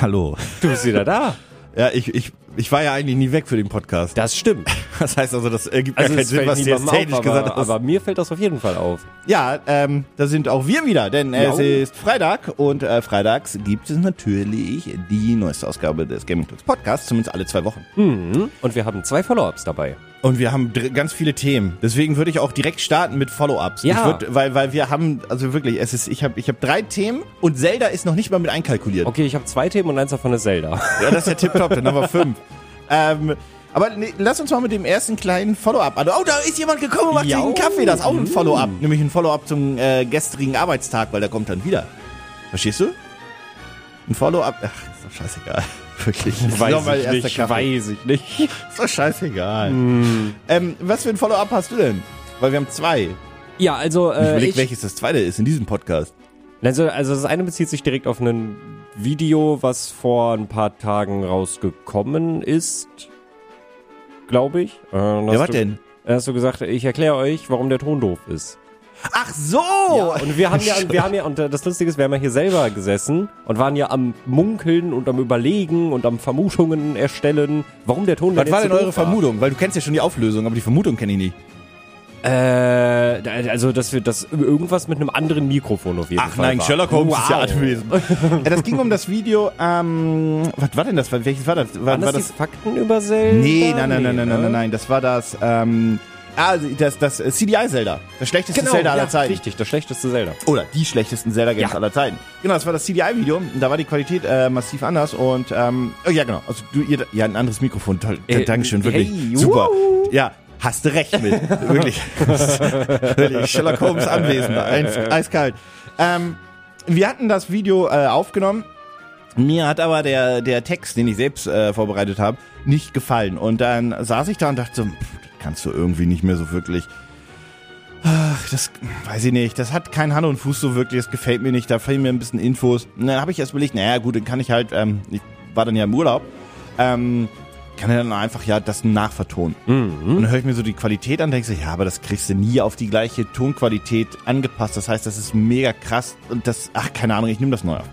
Hallo. Du bist wieder da. Ja, ich, ich, ich war ja eigentlich nie weg für den Podcast. Das stimmt. Das heißt also, das ergibt Also gar keinen es Sinn, fällt was du jetzt niemandem technisch auf, gesagt aber, hast. aber mir fällt das auf jeden Fall auf. ja, ähm, da sind auch wir wieder, denn äh, Ja. es ist Freitag und äh, freitags gibt es natürlich die neueste Ausgabe des Gaming Talks Podcasts, zumindest alle zwei Wochen. Mhm. Und wir haben zwei Follow-ups dabei. Und wir haben dr- ganz viele Themen. Deswegen würde ich auch direkt starten mit Follow-ups. Ja. Ich würd, weil, weil wir haben, also wirklich, es ist, ich habe ich hab drei Themen und Zelda ist noch nicht mal mit einkalkuliert. Okay, ich habe zwei Themen und eins davon ist Zelda. Ja, das ist ja tipptopp, dann haben wir fünf. Ähm, aber nee, lass uns mal mit dem ersten kleinen Follow-up an. Oh, da ist jemand gekommen und macht sich Jau. einen Kaffee. Das ist auch ein Follow-up. Nämlich ein Follow-up zum äh, gestrigen Arbeitstag, weil der kommt dann wieder. Verstehst du? Ein Follow-up. Ach, ist doch scheißegal. Wirklich. Nochmal erster Kaffee. weiß Hm. ich nicht. Ist doch scheißegal. Ähm, was für ein Follow-up hast du denn? Weil wir haben zwei. Ja, also Ich äh, überleg, ich, welches das zweite ist in diesem Podcast. also, also das eine bezieht sich direkt auf ein Video, was vor ein paar Tagen rausgekommen ist, glaube ich. Äh, Ja, was denn? Hast du gesagt, ich erkläre euch, warum der Ton doof ist. Ach so! Ja, und wir haben ja, wir haben ja, und äh, das Lustige ist, wir haben ja hier selber gesessen und waren ja am Munkeln und am Überlegen und am Vermutungen erstellen, warum der Ton was war jetzt denn so eure doof Vermutung? Weil du kennst ja schon die Auflösung, aber die Vermutung kenne ich nicht. Äh, da- also, dass wir das irgendwas mit einem anderen Mikrofon auf jeden Ach Fall. nein, war. Sherlock Holmes wow. ist ja anwesend. Äh, das ging um das Video, ähm, was war denn das? Welches war das? War, Waren war das, das die Fakten über Zelda? nee, nein, nein, nein, nein, nein, ne? nein, nein, das war das, ähm, ah, das, das äh, CDI-Zelda. Das schlechteste Genau, Zelda ja, aller Zeiten. richtig, das schlechteste Zelda. Oder die schlechtesten Zelda-Games Ja. aller Zeiten. Genau, das war das CDI-Video. Da war die Qualität äh, massiv anders und, ähm, oh, ja, genau. Also, du, ihr, ja, ein anderes Mikrofon. Toll, Äh, Dankeschön, wirklich. hey, Super. wuhu. Ja. Hast du recht mit. Wirklich. Wirklich. Sherlock Holmes anwesend. Eins, eiskalt. Ähm, wir hatten das Video äh, aufgenommen. Mir hat aber der, der Text, den ich selbst äh, vorbereitet habe, nicht gefallen. Und dann saß ich da und dachte so, pff, das kannst du irgendwie nicht mehr so wirklich. Ach, das weiß ich nicht. Das hat keinen Hand und Fuß so wirklich. Das gefällt mir nicht. Da fehlen mir ein bisschen Infos. Und dann habe ich erst überlegt, naja, gut, dann kann ich halt, ähm, ich war dann ja im Urlaub, ähm, kann ja dann einfach ja das nachvertonen. Und dann höre ich mir so die Qualität an, denke ich, ja, aber das kriegst du nie auf die gleiche Tonqualität angepasst. Das heißt, das ist mega krass und das, ach, keine Ahnung, ich nehme das neu auf.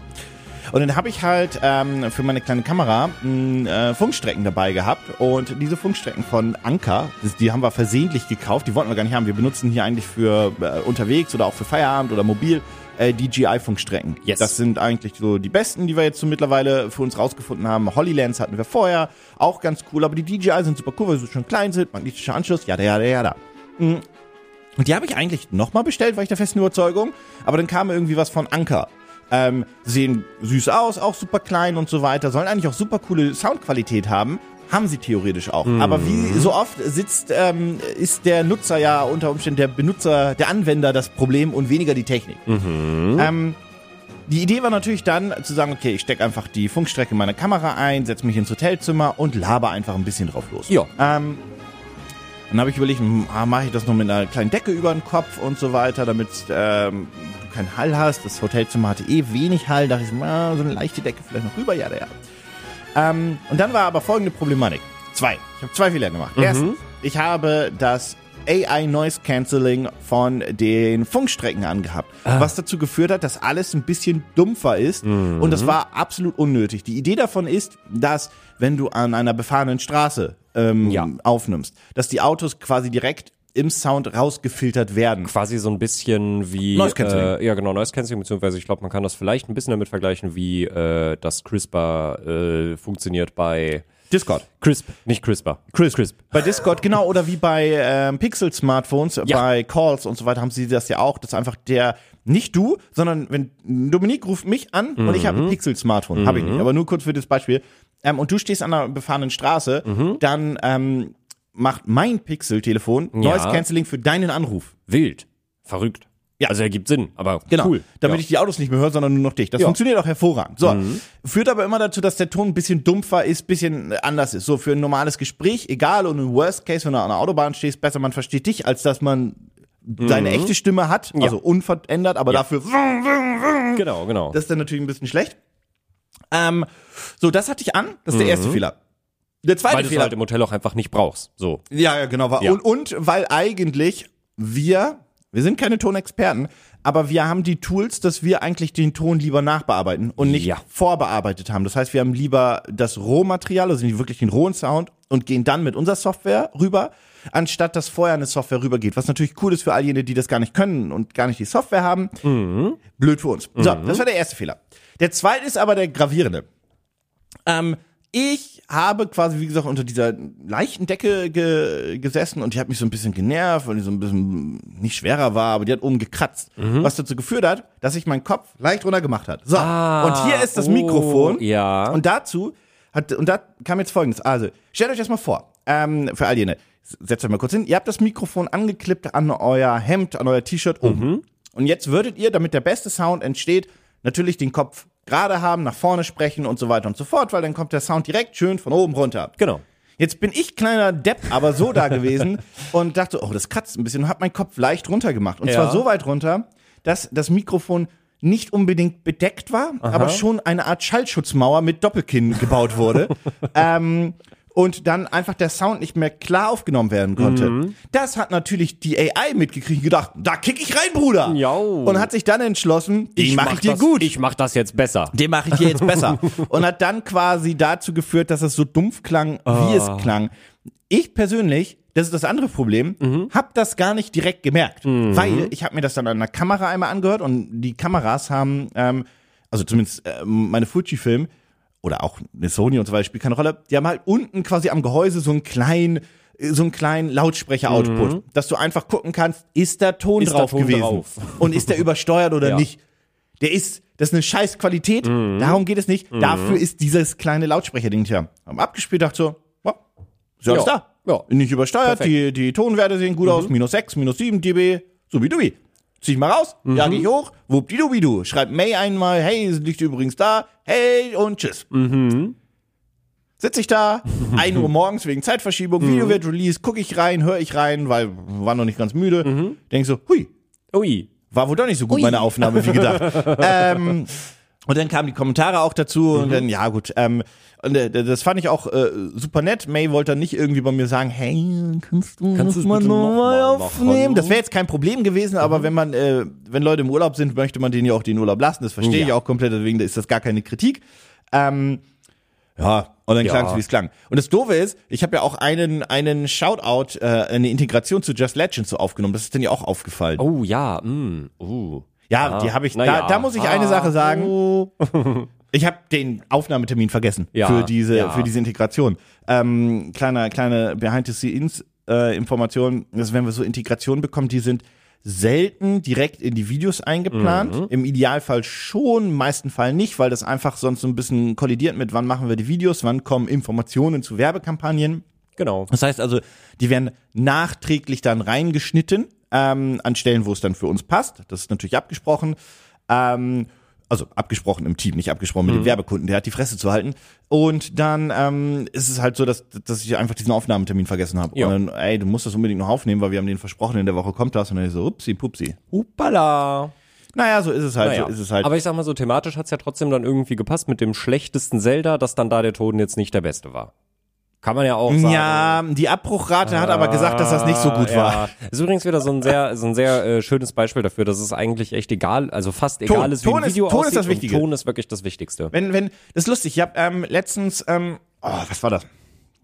Und dann habe ich halt ähm, für meine kleine Kamera mh, äh, Funkstrecken dabei gehabt. Und diese Funkstrecken von Anker, das- die haben wir versehentlich gekauft. Die wollten wir gar nicht haben. Wir benutzen hier eigentlich für äh, unterwegs oder auch für Feierabend oder mobil äh, DJI-Funkstrecken. Yes. Das sind eigentlich so die besten, die wir jetzt so mittlerweile für uns rausgefunden haben. Hollylands hatten wir vorher, auch ganz cool. Aber die DJI sind super cool, weil sie schon klein sind, magnetischer Anschluss, jada, jada, jada. Hm. Und die habe ich eigentlich nochmal bestellt, war ich der festen Überzeugung. Aber dann kam irgendwie was von Anker. Ähm, sehen süß aus, auch super klein und so weiter. Sollen eigentlich auch super coole Soundqualität haben. Haben sie theoretisch auch. Aber wie so oft sitzt, ähm, ist der Nutzer ja unter Umständen der Benutzer, der Anwender das Problem und weniger die Technik. Ähm, die Idee war natürlich dann zu sagen, okay, ich stecke einfach die Funkstrecke meiner Kamera ein, setze mich ins Hotelzimmer und laber einfach ein bisschen drauf los. Ja. Ähm, dann habe ich überlegt, hm, ah, mache ich das noch mit einer kleinen Decke über den Kopf und so weiter, damit ähm, du keinen Hall hast. Das Hotelzimmer hatte eh wenig Hall. Dachte ich, na, so eine leichte Decke vielleicht noch rüber, ja, ja. Ähm, und dann war aber folgende Problematik. Zwei. Ich habe zwei Fehler gemacht. Erstens, ich habe das AI Noise Cancelling von den Funkstrecken angehabt, was dazu geführt hat, dass alles ein bisschen dumpfer ist und das war absolut unnötig. Die Idee davon ist, dass wenn du an einer befahrenen Straße ähm, Ja. aufnimmst, dass die Autos quasi direkt im Sound rausgefiltert werden. Quasi so ein bisschen wie. Noise Cancelling. Äh, ja, genau, Noise Cancelling, beziehungsweise ich glaube, man kann das vielleicht ein bisschen damit vergleichen, wie äh, das CRISPR äh, funktioniert bei. Discord. Crisp, nicht CRISPR. Crisp. Bei Discord, genau, oder wie bei ähm, Pixel-Smartphones, Ja. bei Calls und so weiter haben sie das ja auch, dass einfach der, nicht du, sondern wenn Dominik ruft mich an und ich habe ein Pixel-Smartphone, habe ich nicht, aber nur kurz für das Beispiel, ähm, und du stehst an einer befahrenen Straße, dann ähm, macht mein Pixel-Telefon Noise-Canceling für deinen Anruf. Wild. Verrückt. Ja. Also ergibt Sinn, aber Genau. cool. Damit ja. ich die Autos nicht mehr höre, sondern nur noch dich. Das Ja. Mhm. funktioniert auch hervorragend. So. Führt aber immer dazu, dass der Ton ein bisschen dumpfer ist, bisschen anders ist. So für ein normales Gespräch, egal. Und im Worst Case, wenn du an der Autobahn stehst, besser man versteht dich, als dass man deine Mhm. echte Stimme hat. Also unverändert, aber dafür genau, genau. das ist dann natürlich ein bisschen schlecht. Ähm, so, das hatte ich an. Das ist der erste Fehler. Der zweite Mhm. Weil du es Fehler. halt im Hotel auch einfach nicht brauchst. So. Ja, ja, genau. War Ja. Und, und weil eigentlich wir Wir sind keine Tonexperten, aber wir haben die Tools, dass wir eigentlich den Ton lieber nachbearbeiten und nicht Ja. vorbearbeitet haben. Das heißt, wir haben lieber das Rohmaterial, also wirklich den rohen Sound und gehen dann mit unserer Software rüber, anstatt dass vorher eine Software rübergeht. Was natürlich cool ist für all jene, die das gar nicht können und gar nicht die Software haben. Blöd für uns. So, Mhm. das war der erste Fehler. Der zweite ist aber der gravierende. Ähm, ich habe quasi, wie gesagt, unter dieser leichten Decke ge gesessen und die hat mich so ein bisschen genervt, weil die so ein bisschen nicht schwerer war, aber die hat oben gekratzt. Mhm. Was dazu geführt hat, dass sich mein Kopf leicht runter gemacht hat. So, und hier ist das oh, Mikrofon. ja. Und dazu hat, und da kam jetzt folgendes. Also, stellt euch das mal vor, ähm, für all jene, s- setzt euch mal kurz hin, ihr habt das Mikrofon angeklippt an euer Hemd, an euer T-Shirt oben. Und jetzt würdet ihr, damit der beste Sound entsteht, natürlich den Kopf gerade haben, nach vorne sprechen und so weiter und so fort, weil dann kommt der Sound direkt schön von oben runter. Genau. Jetzt bin ich kleiner Depp, aber so da gewesen und dachte, oh, das kratzt ein bisschen und habe meinen Kopf leicht runter gemacht. Und Ja. zwar so weit runter, dass das Mikrofon nicht unbedingt bedeckt war, aber schon eine Art Schallschutzmauer mit Doppelkinn gebaut wurde. ähm, und dann einfach der Sound nicht mehr klar aufgenommen werden konnte. Mhm. Das hat natürlich die AI mitgekriegt und gedacht, da kick ich rein, Bruder. Jau. Und hat sich dann entschlossen, ich mache mach ich dir das, gut Ich mach das jetzt besser. den mache ich dir jetzt besser. Und hat dann quasi dazu geführt, dass es so dumpf klang, wie es klang. Ich persönlich, das ist das andere Problem, hab das gar nicht direkt gemerkt, weil ich habe mir das dann an der Kamera einmal angehört und die Kameras haben, ähm, also zumindest ähm, meine Fujifilm oder auch eine Sony und so weiter, spielt keine Rolle, die haben halt unten quasi am Gehäuse so einen kleinen äh, so einen kleinen Lautsprecher-Output, dass du einfach gucken kannst, ist da Ton Mhm. Ist da drauf Ton gewesen drauf? und ist der übersteuert oder Ja. Mhm. nicht der ist, das ist eine scheiß Qualität, darum geht es nicht. Dafür ist dieses kleine Lautsprecherding hier. Haben abgespielt, dachte so, ja, ist ja alles Ja, da. Nicht übersteuert, Perfekt. Mhm. die, die Tonwerte sehen gut aus, minus 6, minus 7 dB, subidubi. Zieh ich mal raus, Mhm. jage ich hoch, wuppdidubidu. Schreib May einmal, hey, es liegt übrigens da, hey und tschüss. Mhm. Sitz ich da, 1 Uhr morgens wegen Zeitverschiebung, Mhm. Video wird released, gucke ich rein, höre ich rein, weil war noch nicht ganz müde. Mhm. Denk so, hui, Ui. war wohl doch nicht so gut meine Aufnahme wie gedacht. ähm, und dann kamen die Kommentare auch dazu Mhm. und dann ja gut. Ähm, und äh, das fand ich auch äh, super nett. May wollte dann nicht irgendwie bei mir sagen, hey, kannst du Kannst das du's mal bitte nochmal noch mal aufnehmen? machen? Mhm. Das wäre jetzt kein Problem gewesen, aber wenn man, äh, wenn Leute im Urlaub sind, möchte man denen ja auch den Urlaub lassen. Das verstehe Ja. ich auch komplett. Deswegen ist das gar keine Kritik. Ähm, ja, und dann Ja. klang es, wie es klang. Und das Doofe ist, ich habe ja auch einen, einen Shoutout, äh, eine Integration zu Just Legends so aufgenommen. Das ist denn ja auch aufgefallen. Oh ja. Mm. Uh. Ja, Ah, die habe ich. Da, na ja. da muss ich eine Ah, Sache sagen. Ich habe den Aufnahmetermin vergessen Ja, für diese ja. für diese Integration. Ähm, kleiner kleine behind the scenes äh, Information, dass wenn wir so Integrationen bekommen, die sind selten direkt in die Videos eingeplant. Mhm. Im Idealfall schon, im meisten Fall nicht, weil das einfach sonst so ein bisschen kollidiert mit, wann machen wir die Videos, wann kommen Informationen zu Werbekampagnen. Genau. Das heißt also, die werden nachträglich dann reingeschnitten ähm, an Stellen, wo es dann für uns passt. Das ist natürlich abgesprochen. Ähm, also abgesprochen im Team, nicht abgesprochen mit dem Werbekunden, der hat die Fresse zu halten. Und dann ähm, ist es halt so, dass, dass ich einfach diesen Aufnahmetermin vergessen habe. Ja. Und dann, ey, du musst das unbedingt noch aufnehmen, weil wir haben den versprochen, in der Woche kommt das. Und dann so, upsi, pupsi. Upala. Naja, so ist es halt, Naja. so ist es halt. Aber ich sag mal so, thematisch hat's ja trotzdem dann irgendwie gepasst mit dem schlechtesten Zelda, dass dann da der Ton jetzt nicht der beste war. Kann man ja auch sagen. ja, die Abbruchrate hat aber gesagt, dass das nicht so gut ja. war. Ist übrigens wieder so ein sehr, so ein sehr äh, schönes Beispiel dafür, dass es eigentlich echt egal, also fast egal ist, wie Ton ein ist- Video Ton ist aussieht das Wichtige. und Ton ist wirklich das Wichtigste. Wenn, wenn, das ist lustig. Ich habe ähm, letztens, ähm, oh, was war das?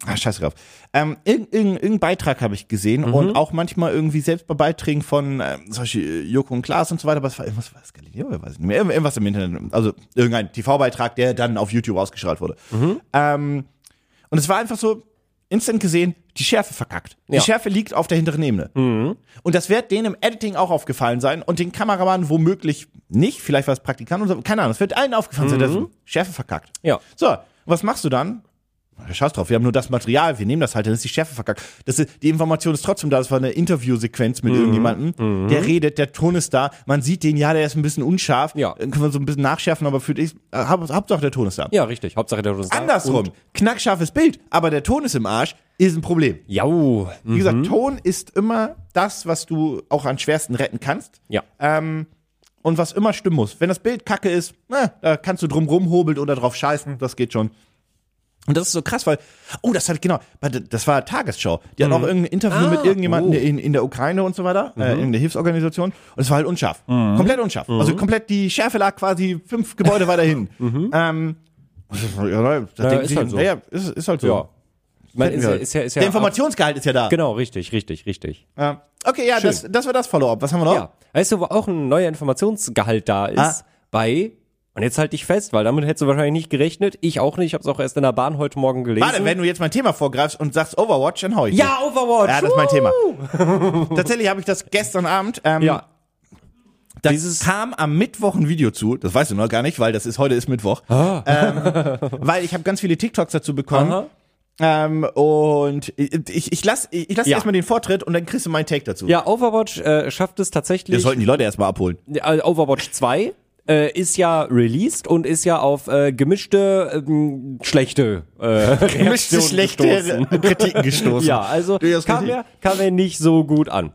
Ah, scheiß drauf. Ähm, irg- irg- Irgendeinen Beitrag habe ich gesehen und auch manchmal irgendwie selbst bei Beiträgen von ähm, zum Beispiel äh, Joko und Klaas und so weiter, aber es war irgendwas, war es Galileo, Ich weiß ich nicht mehr, Irgend- irgendwas im Internet, also irgendein TV-Beitrag, der dann auf YouTube ausgestrahlt wurde. Ähm, und es war einfach so, instant gesehen, die Schärfe verkackt. Die Ja. Schärfe liegt auf der hinteren Ebene. Und das wird denen im Editing auch aufgefallen sein und den Kameramann womöglich nicht, vielleicht war es Praktikant oder so, keine Ahnung, es wird allen aufgefallen sein, dass Mhm. Schärfe verkackt. Ja. So, was machst du dann? Scheiß drauf, wir haben nur das Material, wir nehmen das halt, dann ist die Schärfe verkackt. Das ist, die Information ist trotzdem da, das war eine Interviewsequenz Mhm. mit irgendjemandem, der redet, der Ton ist da, man sieht den, ja, der ist ein bisschen unscharf, Ja. dann können wir so ein bisschen nachschärfen, aber für dich, äh, Haupt- Hauptsache der Ton ist da. Ja, richtig. Hauptsache der Ton ist da. Andersrum, Und- knackscharfes Bild, aber der Ton ist im Arsch, ist ein Problem. Jau. Hm, Wie gesagt, Ton ist immer das, was du auch am schwersten retten kannst Ähm, Ja. und was immer stimmen muss. Wenn das Bild kacke ist, na, da kannst du drum rumhobeln oder drauf scheißen, das geht schon. Und das ist so krass, weil, oh, das hat, genau, warte, das war Tagesschau. Die Mhm. hatten auch irgendein Interview Ah. mit irgendjemandem Oh. in, in der Ukraine und so weiter, äh, Mhm. irgendeine Hilfsorganisation. Und es war halt unscharf. Komplett unscharf. Also komplett, die Schärfe lag quasi fünf Gebäude weiter hin. Ähm, ja, nein, da denken Mhm. ist sie, halt so. naja, ist, ist halt so. Ja. Man, Kennen wir ist, ja- halt. ist ja, ist ja Der Informationsgehalt ist ja da. Genau, richtig, richtig, richtig. Ja. Okay, ja, das, das war das Follow-up. Was haben wir noch? Ja. Weißt du, wo auch ein neuer Informationsgehalt da ist? Oh. Ah. Bei, und jetzt halt dich fest, weil damit hättest du wahrscheinlich nicht gerechnet. Ich auch nicht, ich hab's auch erst in der Bahn heute Morgen gelesen. Warte, wenn du jetzt mein Thema vorgreifst und sagst Overwatch, dann hau ich. ja, Overwatch! dich. ja das ist mein Thema. Tatsächlich habe ich das gestern Abend. Ähm, Ja. Da Dieses- kam am Mittwoch ein Video zu, das weißt du noch gar nicht, weil das ist heute ist Mittwoch. Ähm, weil ich habe ganz viele TikToks dazu bekommen. Aha. Ähm, und ich, ich lasse ich lass dir Ja. erstmal den Vortritt und dann kriegst du meinen Take dazu. Ja, Overwatch äh, schafft es Wir tatsächlich. sollten die Leute erstmal abholen. Äh, Overwatch 2 äh, ist ja released und ist ja auf äh, gemischte ähm, schlechte äh, Gemischte Reaktionen schlechte gestoßen. Kritiken gestoßen. Ja, also Durchaus kam richtig. er, kam er nicht so gut an.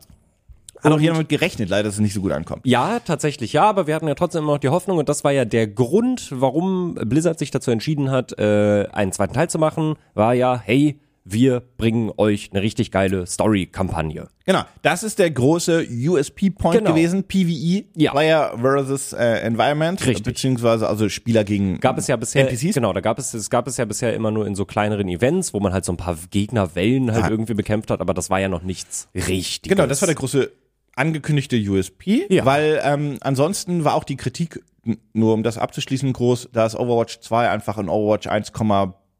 Hat auch jemand mit gerechnet, leider, dass es nicht so gut ankommt. Ja, tatsächlich ja, aber wir hatten ja trotzdem immer noch die Hoffnung und das war ja der Grund, warum Blizzard sich dazu entschieden hat, äh, einen zweiten Teil zu machen, war ja, hey, wir bringen euch eine richtig geile Story-Kampagne. Genau, das ist der große USP-Point Genau. gewesen, PvE, Ja. Player versus äh, Environment, Richtig. beziehungsweise also Spieler gegen gab es ja bisher NPCs. genau, da gab es es gab es ja bisher immer nur in so kleineren Events, wo man halt so ein paar Gegnerwellen halt Ja. irgendwie bekämpft hat, aber das war ja noch nichts richtiges. Ah. Genau, das war der große angekündigte USP, Ja. weil ähm, ansonsten war auch die Kritik, n- nur um das abzuschließen, groß, dass Overwatch 2 einfach in Overwatch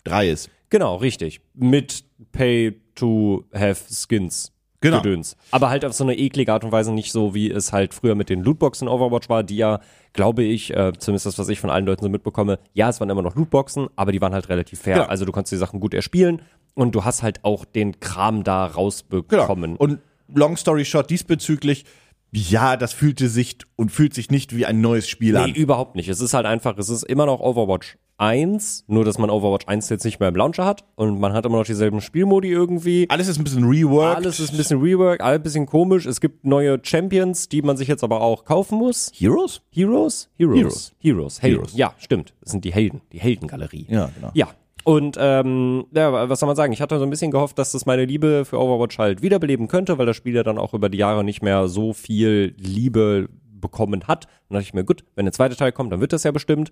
1,3 ist. genau, richtig. Mit Pay to have Skins. Genau. Gedöns. Aber halt auf so eine eklige Art und Weise nicht so, wie es halt früher mit den Lootboxen in Overwatch war, die ja, glaube ich, äh, zumindest das, was ich von allen Leuten so mitbekomme, ja, es waren immer noch Lootboxen, aber die waren halt relativ fair. Genau. Also du konntest die Sachen gut erspielen und du hast halt auch den Kram da Genau. rausbekommen. Und long story short diesbezüglich, ja, das fühlte sich und fühlt sich nicht wie ein neues Spiel Nee, an. überhaupt nicht. Es ist halt einfach, es ist immer noch Overwatch 1, nur dass man Overwatch 1 jetzt nicht mehr im Launcher hat und man hat immer noch dieselben Spielmodi irgendwie. Alles ist ein bisschen reworked. Alles ist ein bisschen Rework, alles ein bisschen komisch. Es gibt neue Champions, die man sich jetzt aber auch kaufen muss. Heroes? Heroes? Heroes. Heroes. Heroes. Helden. Heroes. Ja, stimmt. Das sind die Helden. Die Heldengalerie. Ja, genau. Ja. Und ähm, ja, aber was soll man sagen? Ich hatte so ein bisschen gehofft, dass das meine Liebe für Overwatch halt wiederbeleben könnte, weil das Spiel ja dann auch über die Jahre nicht mehr so viel Liebe bekommen hat. Dann dachte ich mir, gut, wenn der zweite Teil kommt, dann wird das ja bestimmt.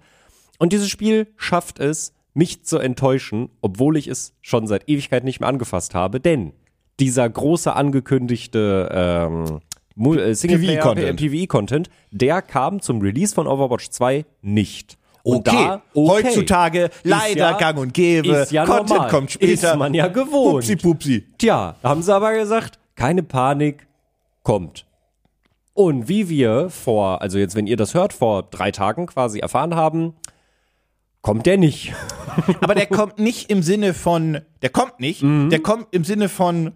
Und dieses Spiel schafft es, mich zu enttäuschen, obwohl ich es schon seit Ewigkeit nicht mehr angefasst habe, denn dieser große angekündigte ähm, Mu- äh, Singleplayer PvE-Content. PvE-Content, der kam zum Release von Overwatch 2 nicht. Und Okay. da, okay. Heutzutage leider ja- gang und gäbe. ist ja Content normal. kommt später. Ist man ja gewohnt. Pupsi, pupsi. Tja, da haben sie aber gesagt, keine Panik, kommt. Und wie wir vor, also jetzt, wenn ihr das hört, vor drei Tagen quasi erfahren haben, kommt der nicht. Aber der kommt nicht im Sinne von, der kommt nicht, Mhm. der kommt im Sinne von,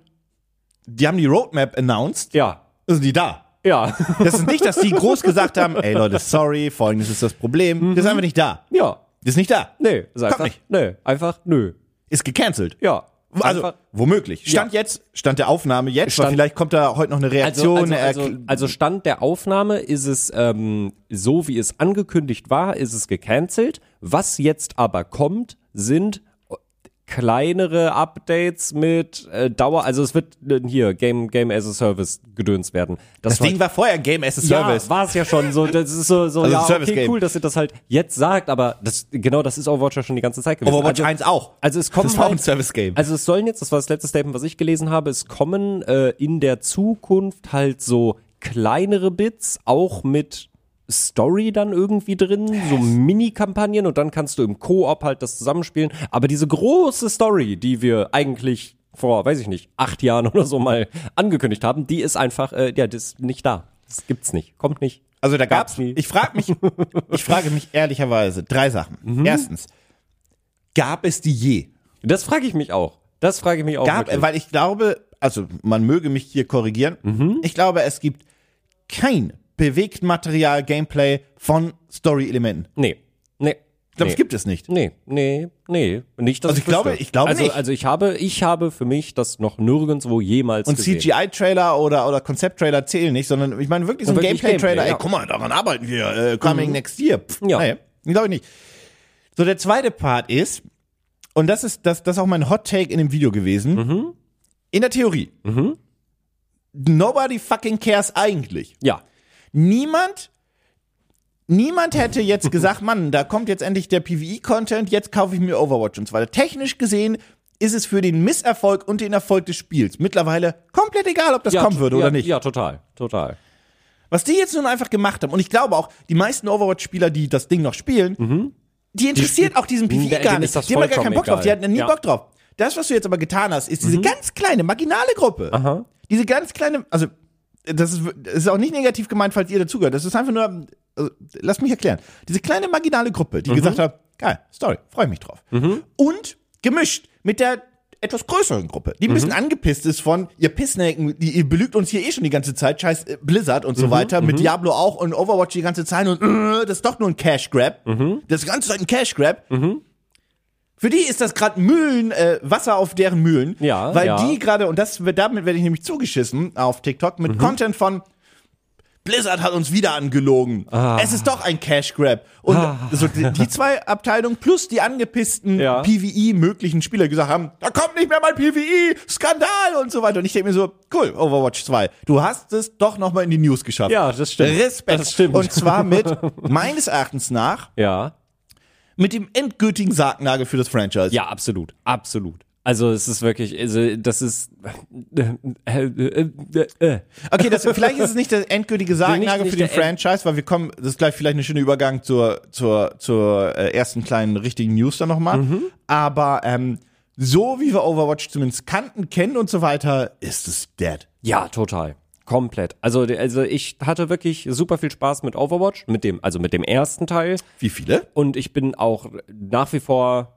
die haben die Roadmap announced, Ja, sind die da. ja, Das ist nicht, dass die groß gesagt haben, ey Leute, sorry, folgendes ist das Problem. Das ist einfach nicht da. ja. Das ist nicht da. Mhm. Nee, ist einfach, nicht. nee, einfach nö. Ist gecancelt. Ja, Also, einfach, womöglich. Stand jetzt, Stand der Aufnahme jetzt, Stand- aber vielleicht kommt da heute noch eine Also, Reaktion. also, eine also, Erkl- also Stand der Aufnahme ist es ähm, so, wie es angekündigt war, ist es gecancelt. Was jetzt aber kommt, sind äh, kleinere Updates mit äh, Dauer. Also es wird äh, hier Game Game as a Service gedöns werden. das Ding war vorher Game as a Service. Ja, war es ja schon so. Das ist so, Also so ein ja, okay, Service-Game. cool, dass ihr das halt jetzt sagt, aber das, genau das ist Overwatch ja schon die ganze Zeit gewesen. Overwatch also, 1 auch. also es kommen Das war auch halt- ein Service-Game. Also es sollen jetzt, das war das letzte Statement, was ich gelesen habe, es kommen äh, in der Zukunft halt so kleinere Bits, auch mit Story dann irgendwie drin, so Mini-Kampagnen und dann kannst du im Koop halt das zusammenspielen. Aber diese große Story, die wir eigentlich vor, weiß ich nicht, acht Jahren oder so mal angekündigt haben, die ist einfach, äh, ja, das ist nicht da. Das gibt's nicht, kommt nicht. Also da Gab's gab's, nie. ich frage mich, ich frage mich ehrlicherweise drei Sachen. Mhm. Erstens, gab es die je? Das frage ich mich auch. Das frage ich mich auch. Gab, wirklich. weil ich glaube, also man möge mich hier korrigieren, Mhm. ich glaube, es gibt kein bewegt Material Gameplay von Story-Elementen. nee, nee. Ich glaube, nee. es gibt es nicht. Nee, nee, nee. Nicht, dass Also ich wüsste. glaube- ich glaube also, nicht. Also ich habe, ich habe für mich das noch nirgendwo jemals Und gesehen. CGI-Trailer oder, oder Konzept-Trailer zählen nicht, sondern ich meine wirklich so ein Und wirklich Gameplay-Trailer, Gameplay, ey, ja. Mhm. guck mal, daran arbeiten wir, äh, coming next year. Pff, Ja. Nee, glaube ich nicht. So, der zweite Part ist, Und das ist, das, das ist auch mein Hot Take in dem Video gewesen. Mhm. In der Theorie. Nobody fucking cares eigentlich. Ja. Niemand, niemand hätte jetzt gesagt, Mann, da kommt jetzt endlich der PvE-Content, jetzt kaufe ich mir Overwatch und so weiter. Technisch gesehen ist es für den Misserfolg und den Erfolg des Spiels mittlerweile komplett egal, ob das ja, kommen würde ja, oder nicht. Ja, total. Total. Was die jetzt nun einfach gemacht haben, und ich glaube auch, die meisten Overwatch-Spieler, die das Ding noch spielen, Mhm. die interessiert auch diesen PvE Hm, denen gar ist nicht. das die haben da gar vollkommen keinen Bock drauf, die egal. hatten da nie Ja. Bock drauf. Das, was du jetzt aber getan hast, ist diese ganz kleine, marginale Gruppe. Diese ganz kleine, also, das ist, das ist auch nicht negativ gemeint, falls ihr dazugehört. Das ist einfach nur, also, lass mich erklären. Diese kleine, marginale Gruppe, die gesagt hat, geil, Story, freue mich drauf. Und gemischt mit der etwas größeren Gruppe, die ein bisschen angepisst ist von, ihr Pissnaken, die, ihr belügt uns hier eh schon die ganze Zeit, scheiß äh, Blizzard und so weiter, mit Diablo auch und Overwatch die ganze Zeit und äh, das ist doch nur ein Cash Grab. Das ist die ganze Zeit ein Cash Grab. Für die ist das gerade Mühlen, äh, Wasser auf deren Mühlen. Ja, Weil ja. die gerade, und das damit werde ich nämlich zugeschissen auf TikTok, Mhm. mit Content von Blizzard hat uns wieder angelogen. Ah. Es ist doch ein Cash Grab. Und so die, die zwei Abteilungen plus die angepissten Ja. PvE-möglichen Spieler die gesagt haben, da kommt nicht mehr mein PvE, Skandal und so weiter. Und ich denke mir so, cool, Overwatch 2, du hast es doch nochmal in die News geschafft. Ja, das stimmt. Respekt. Das stimmt. Und zwar mit, meines Erachtens nach, Ja. mit dem endgültigen Sargnagel für das Franchise. Ja, absolut. Absolut. Also es ist wirklich, also das ist äh, äh, äh, äh. Okay, das, vielleicht ist es nicht der endgültige Sargnagel nicht für den der end- Franchise, weil wir kommen, das ist gleich vielleicht eine schöne Übergang zur, zur, zur äh, ersten kleinen richtigen News dann nochmal. Mhm. Aber ähm, so wie wir Overwatch zumindest kannten, kennen und so weiter, ist es dead. Ja, total. Komplett. Also, der- also ich hatte wirklich super viel Spaß mit Overwatch, mit dem, also mit dem ersten Teil. Wie viele? Und ich bin auch nach wie vor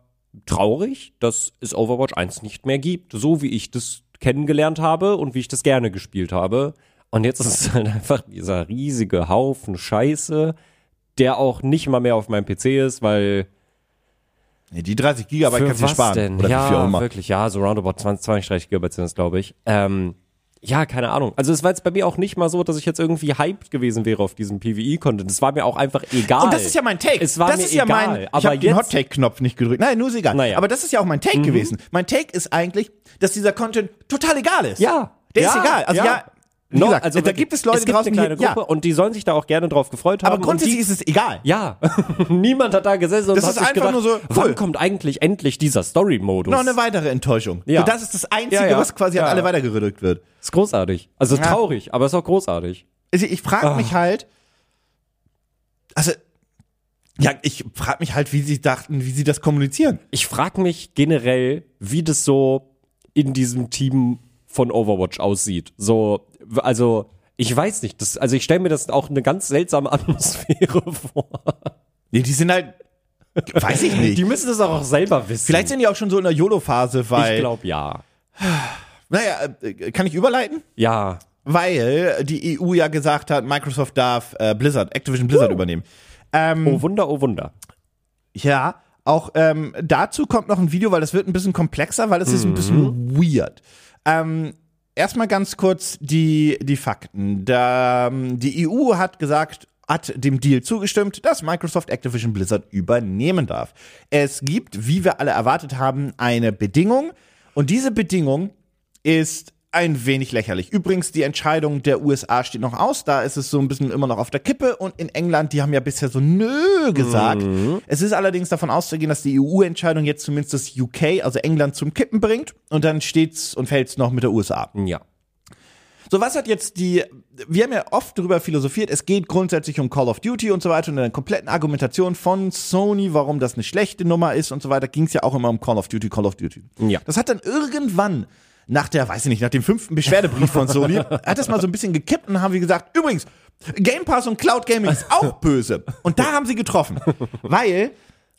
traurig, dass es Overwatch 1 nicht mehr gibt, so wie ich das kennengelernt habe und wie ich das gerne gespielt habe. Und jetzt ist es halt einfach dieser riesige Haufen Scheiße, der auch nicht mal mehr auf meinem PC ist, weil Nee, die 30 Gigabyte kannst du dir was sparen. Denn? Oder wie viel auch ja, immer. wirklich, ja, so roundabout 20, 20 30 Gigabyte sind das, glaube ich. Ähm, ja, keine Ahnung. Also es war jetzt bei mir auch nicht mal so, dass ich jetzt irgendwie hyped gewesen wäre auf diesem PvE-Content. Es war mir auch einfach egal. Und das ist ja mein Take. Es war das mir ist ja egal. mein. Ich aber habe den Hot jetzt, Take-Knopf nicht gedrückt. Nein, nur ist egal. Naja. Mhm. Aber das ist ja auch mein Take gewesen. Mein Take ist eigentlich, dass dieser Content total egal ist. ja, Der ja, ist egal. Also ja. wie No, gesagt, also da wirklich, gibt es Leute es gibt draußen, eine kleine die, ja, Gruppe und die sollen sich da auch gerne drauf gefreut haben. aber grundsätzlich und die, ist es egal. ja, niemand hat da gesessen und Das hat ist sich einfach gedacht, nur so, cool. wann kommt eigentlich endlich dieser Story-Modus? Noch eine weitere Enttäuschung. Ja. So, das ist das Einzige, Ja, ja. was quasi an Ja. alle weitergerückt wird. ist großartig. Also ist traurig, aber ist auch großartig. Also ich Ah. frage mich halt, also ja, ich frage mich halt, wie sie dachten, wie sie das kommunizieren. ich frage mich generell, wie das so in diesem Team von Overwatch aussieht. So, w- also ich weiß nicht, das, also ich stelle mir das auch eine ganz seltsame Atmosphäre vor. Nee, die sind halt, weiß ich nicht. Die müssen das auch selber wissen. Vielleicht sind die auch schon so in der YOLO-Phase, ich weil, glaube ja. naja, äh, kann ich überleiten? Ja, Weil die EU ja gesagt hat, Microsoft darf äh, Blizzard, Activision Blizzard übernehmen. Ähm, oh Wunder, oh Wunder. Ja, auch ähm, dazu kommt noch ein Video, weil das wird ein bisschen komplexer, weil es ist ein bisschen weird. Ähm, Erstmal ganz kurz die, die Fakten. Da, ähm, die EU hat gesagt, hat dem Deal zugestimmt, dass Microsoft Activision Blizzard übernehmen darf. Es gibt, wie wir alle erwartet haben, eine Bedingung. Und diese Bedingung ist ein wenig lächerlich. Übrigens, die Entscheidung der USA steht noch aus. Da ist es so ein bisschen immer noch auf der Kippe. Und in England, die haben ja bisher so nö gesagt. Es ist allerdings davon auszugehen, dass die EU-Entscheidung jetzt zumindest das UK, also England, zum Kippen bringt. Und dann steht's und fällt's noch mit der USA. Ja. So, was hat jetzt die, wir haben ja oft darüber philosophiert, es geht grundsätzlich um Call of Duty und so weiter und in der kompletten Argumentation von Sony, warum das eine schlechte Nummer ist und so weiter, ging es ja auch immer um Call of Duty, Call of Duty. Ja. Das hat dann irgendwann nach der, weiß ich nicht, nach dem fünften Beschwerdebrief von Sony, hat das mal so ein bisschen gekippt und haben wir gesagt, übrigens, Game Pass und Cloud Gaming ist auch böse. Und da haben sie getroffen. Weil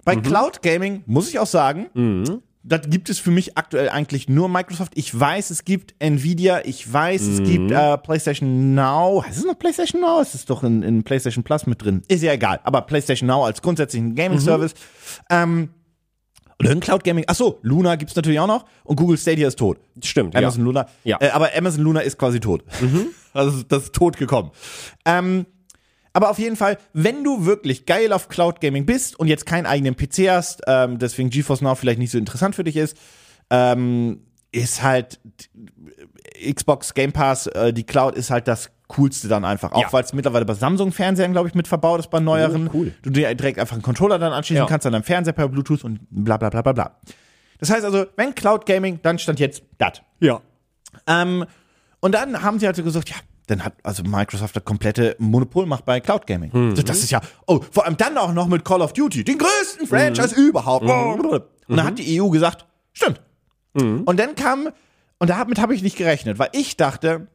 bei Cloud Gaming, muss ich auch sagen, das gibt es für mich aktuell eigentlich nur Microsoft. Ich weiß, es gibt Nvidia, ich weiß, es gibt äh, PlayStation Now. Heißt es noch PlayStation Now? Es ist doch in, in PlayStation Plus mit drin. Ist ja egal. Aber PlayStation Now als grundsätzlichen Gaming-Service. Ähm, oder irgendein Cloud Gaming. Ach so, Luna gibt's natürlich auch noch. Und Google Stadia ist tot. Stimmt, ja. Amazon Luna. Ja. Mhm. Äh, aber Amazon Luna ist quasi tot. Also das ist tot gekommen. Ähm, Aber auf jeden Fall, wenn du wirklich geil auf Cloud Gaming bist und jetzt keinen eigenen PC hast, ähm, deswegen GeForce Now vielleicht nicht so interessant für dich ist, ähm, ist halt Xbox Game Pass, äh, die Cloud ist halt das Coolste dann einfach. Auch Ja. weil es mittlerweile bei Samsung-Fernsehern, glaube ich, mit verbaut ist bei neueren. Oh, cool. Du dir direkt einfach einen Controller dann anschließen Ja. kannst an deinem Fernseher per Bluetooth und bla bla bla bla bla. Das heißt also, wenn Cloud Gaming, dann stand jetzt dat. Ja. Ähm, und dann haben sie also gesagt, ja, dann hat also Microsoft das komplette Monopolmacht bei Cloud Gaming. Hm. So, das ist ja, oh, vor allem dann auch noch mit Call of Duty, den Hm. größten Franchise überhaupt. Und dann hat die EU gesagt, stimmt. Hm. Und dann kam, und damit habe ich nicht gerechnet, weil ich dachte,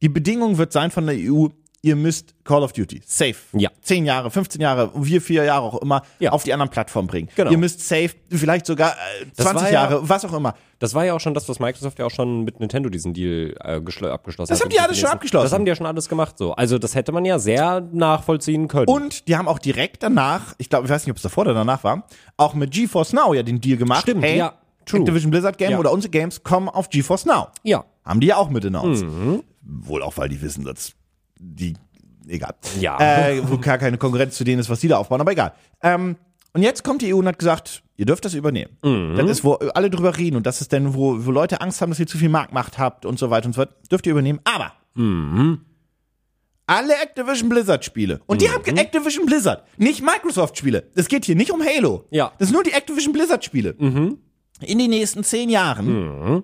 die Bedingung wird sein von der EU, ihr müsst Call of Duty safe. Ja. 10 Jahre, 15 Jahre, wir vier Jahre auch immer Ja. auf die anderen Plattformen bringen. Genau. Ihr müsst safe, vielleicht sogar äh, Das war 20 ja- Jahre, was auch immer. Das war ja auch schon das, was Microsoft ja auch schon mit Nintendo diesen Deal äh, geschl- abgeschlossen Das hat. haben die alles schon abgeschlossen. Das haben die ja schon alles gemacht so. Also das hätte man ja sehr nachvollziehen können. Und die haben auch direkt danach, ich glaube, ich weiß nicht, ob es davor oder danach war, auch mit GeForce Now ja den Deal gemacht. Stimmt, hey, ja, true. Activision Blizzard Game Ja. oder unsere Games kommen auf GeForce Now. ja. Haben die ja auch mit announced. Mhm. Wohl auch, weil die wissen, dass die, egal. Ja. Äh, wo gar keine Konkurrenz zu denen ist, was die da aufbauen, aber egal. Ähm, und jetzt kommt die EU und hat gesagt, ihr dürft das übernehmen. Mhm. Das ist, wo alle drüber reden und das ist dann, wo, wo Leute Angst haben, dass ihr zu viel Marktmacht habt und so weiter und so fort. Dürft ihr übernehmen, aber alle Activision Blizzard Spiele. Und Mhm. die haben ge- Activision Blizzard, nicht Microsoft Spiele. Es geht hier nicht um Halo. Ja. Mhm. Das sind nur die Activision Blizzard Spiele. In den nächsten zehn Jahren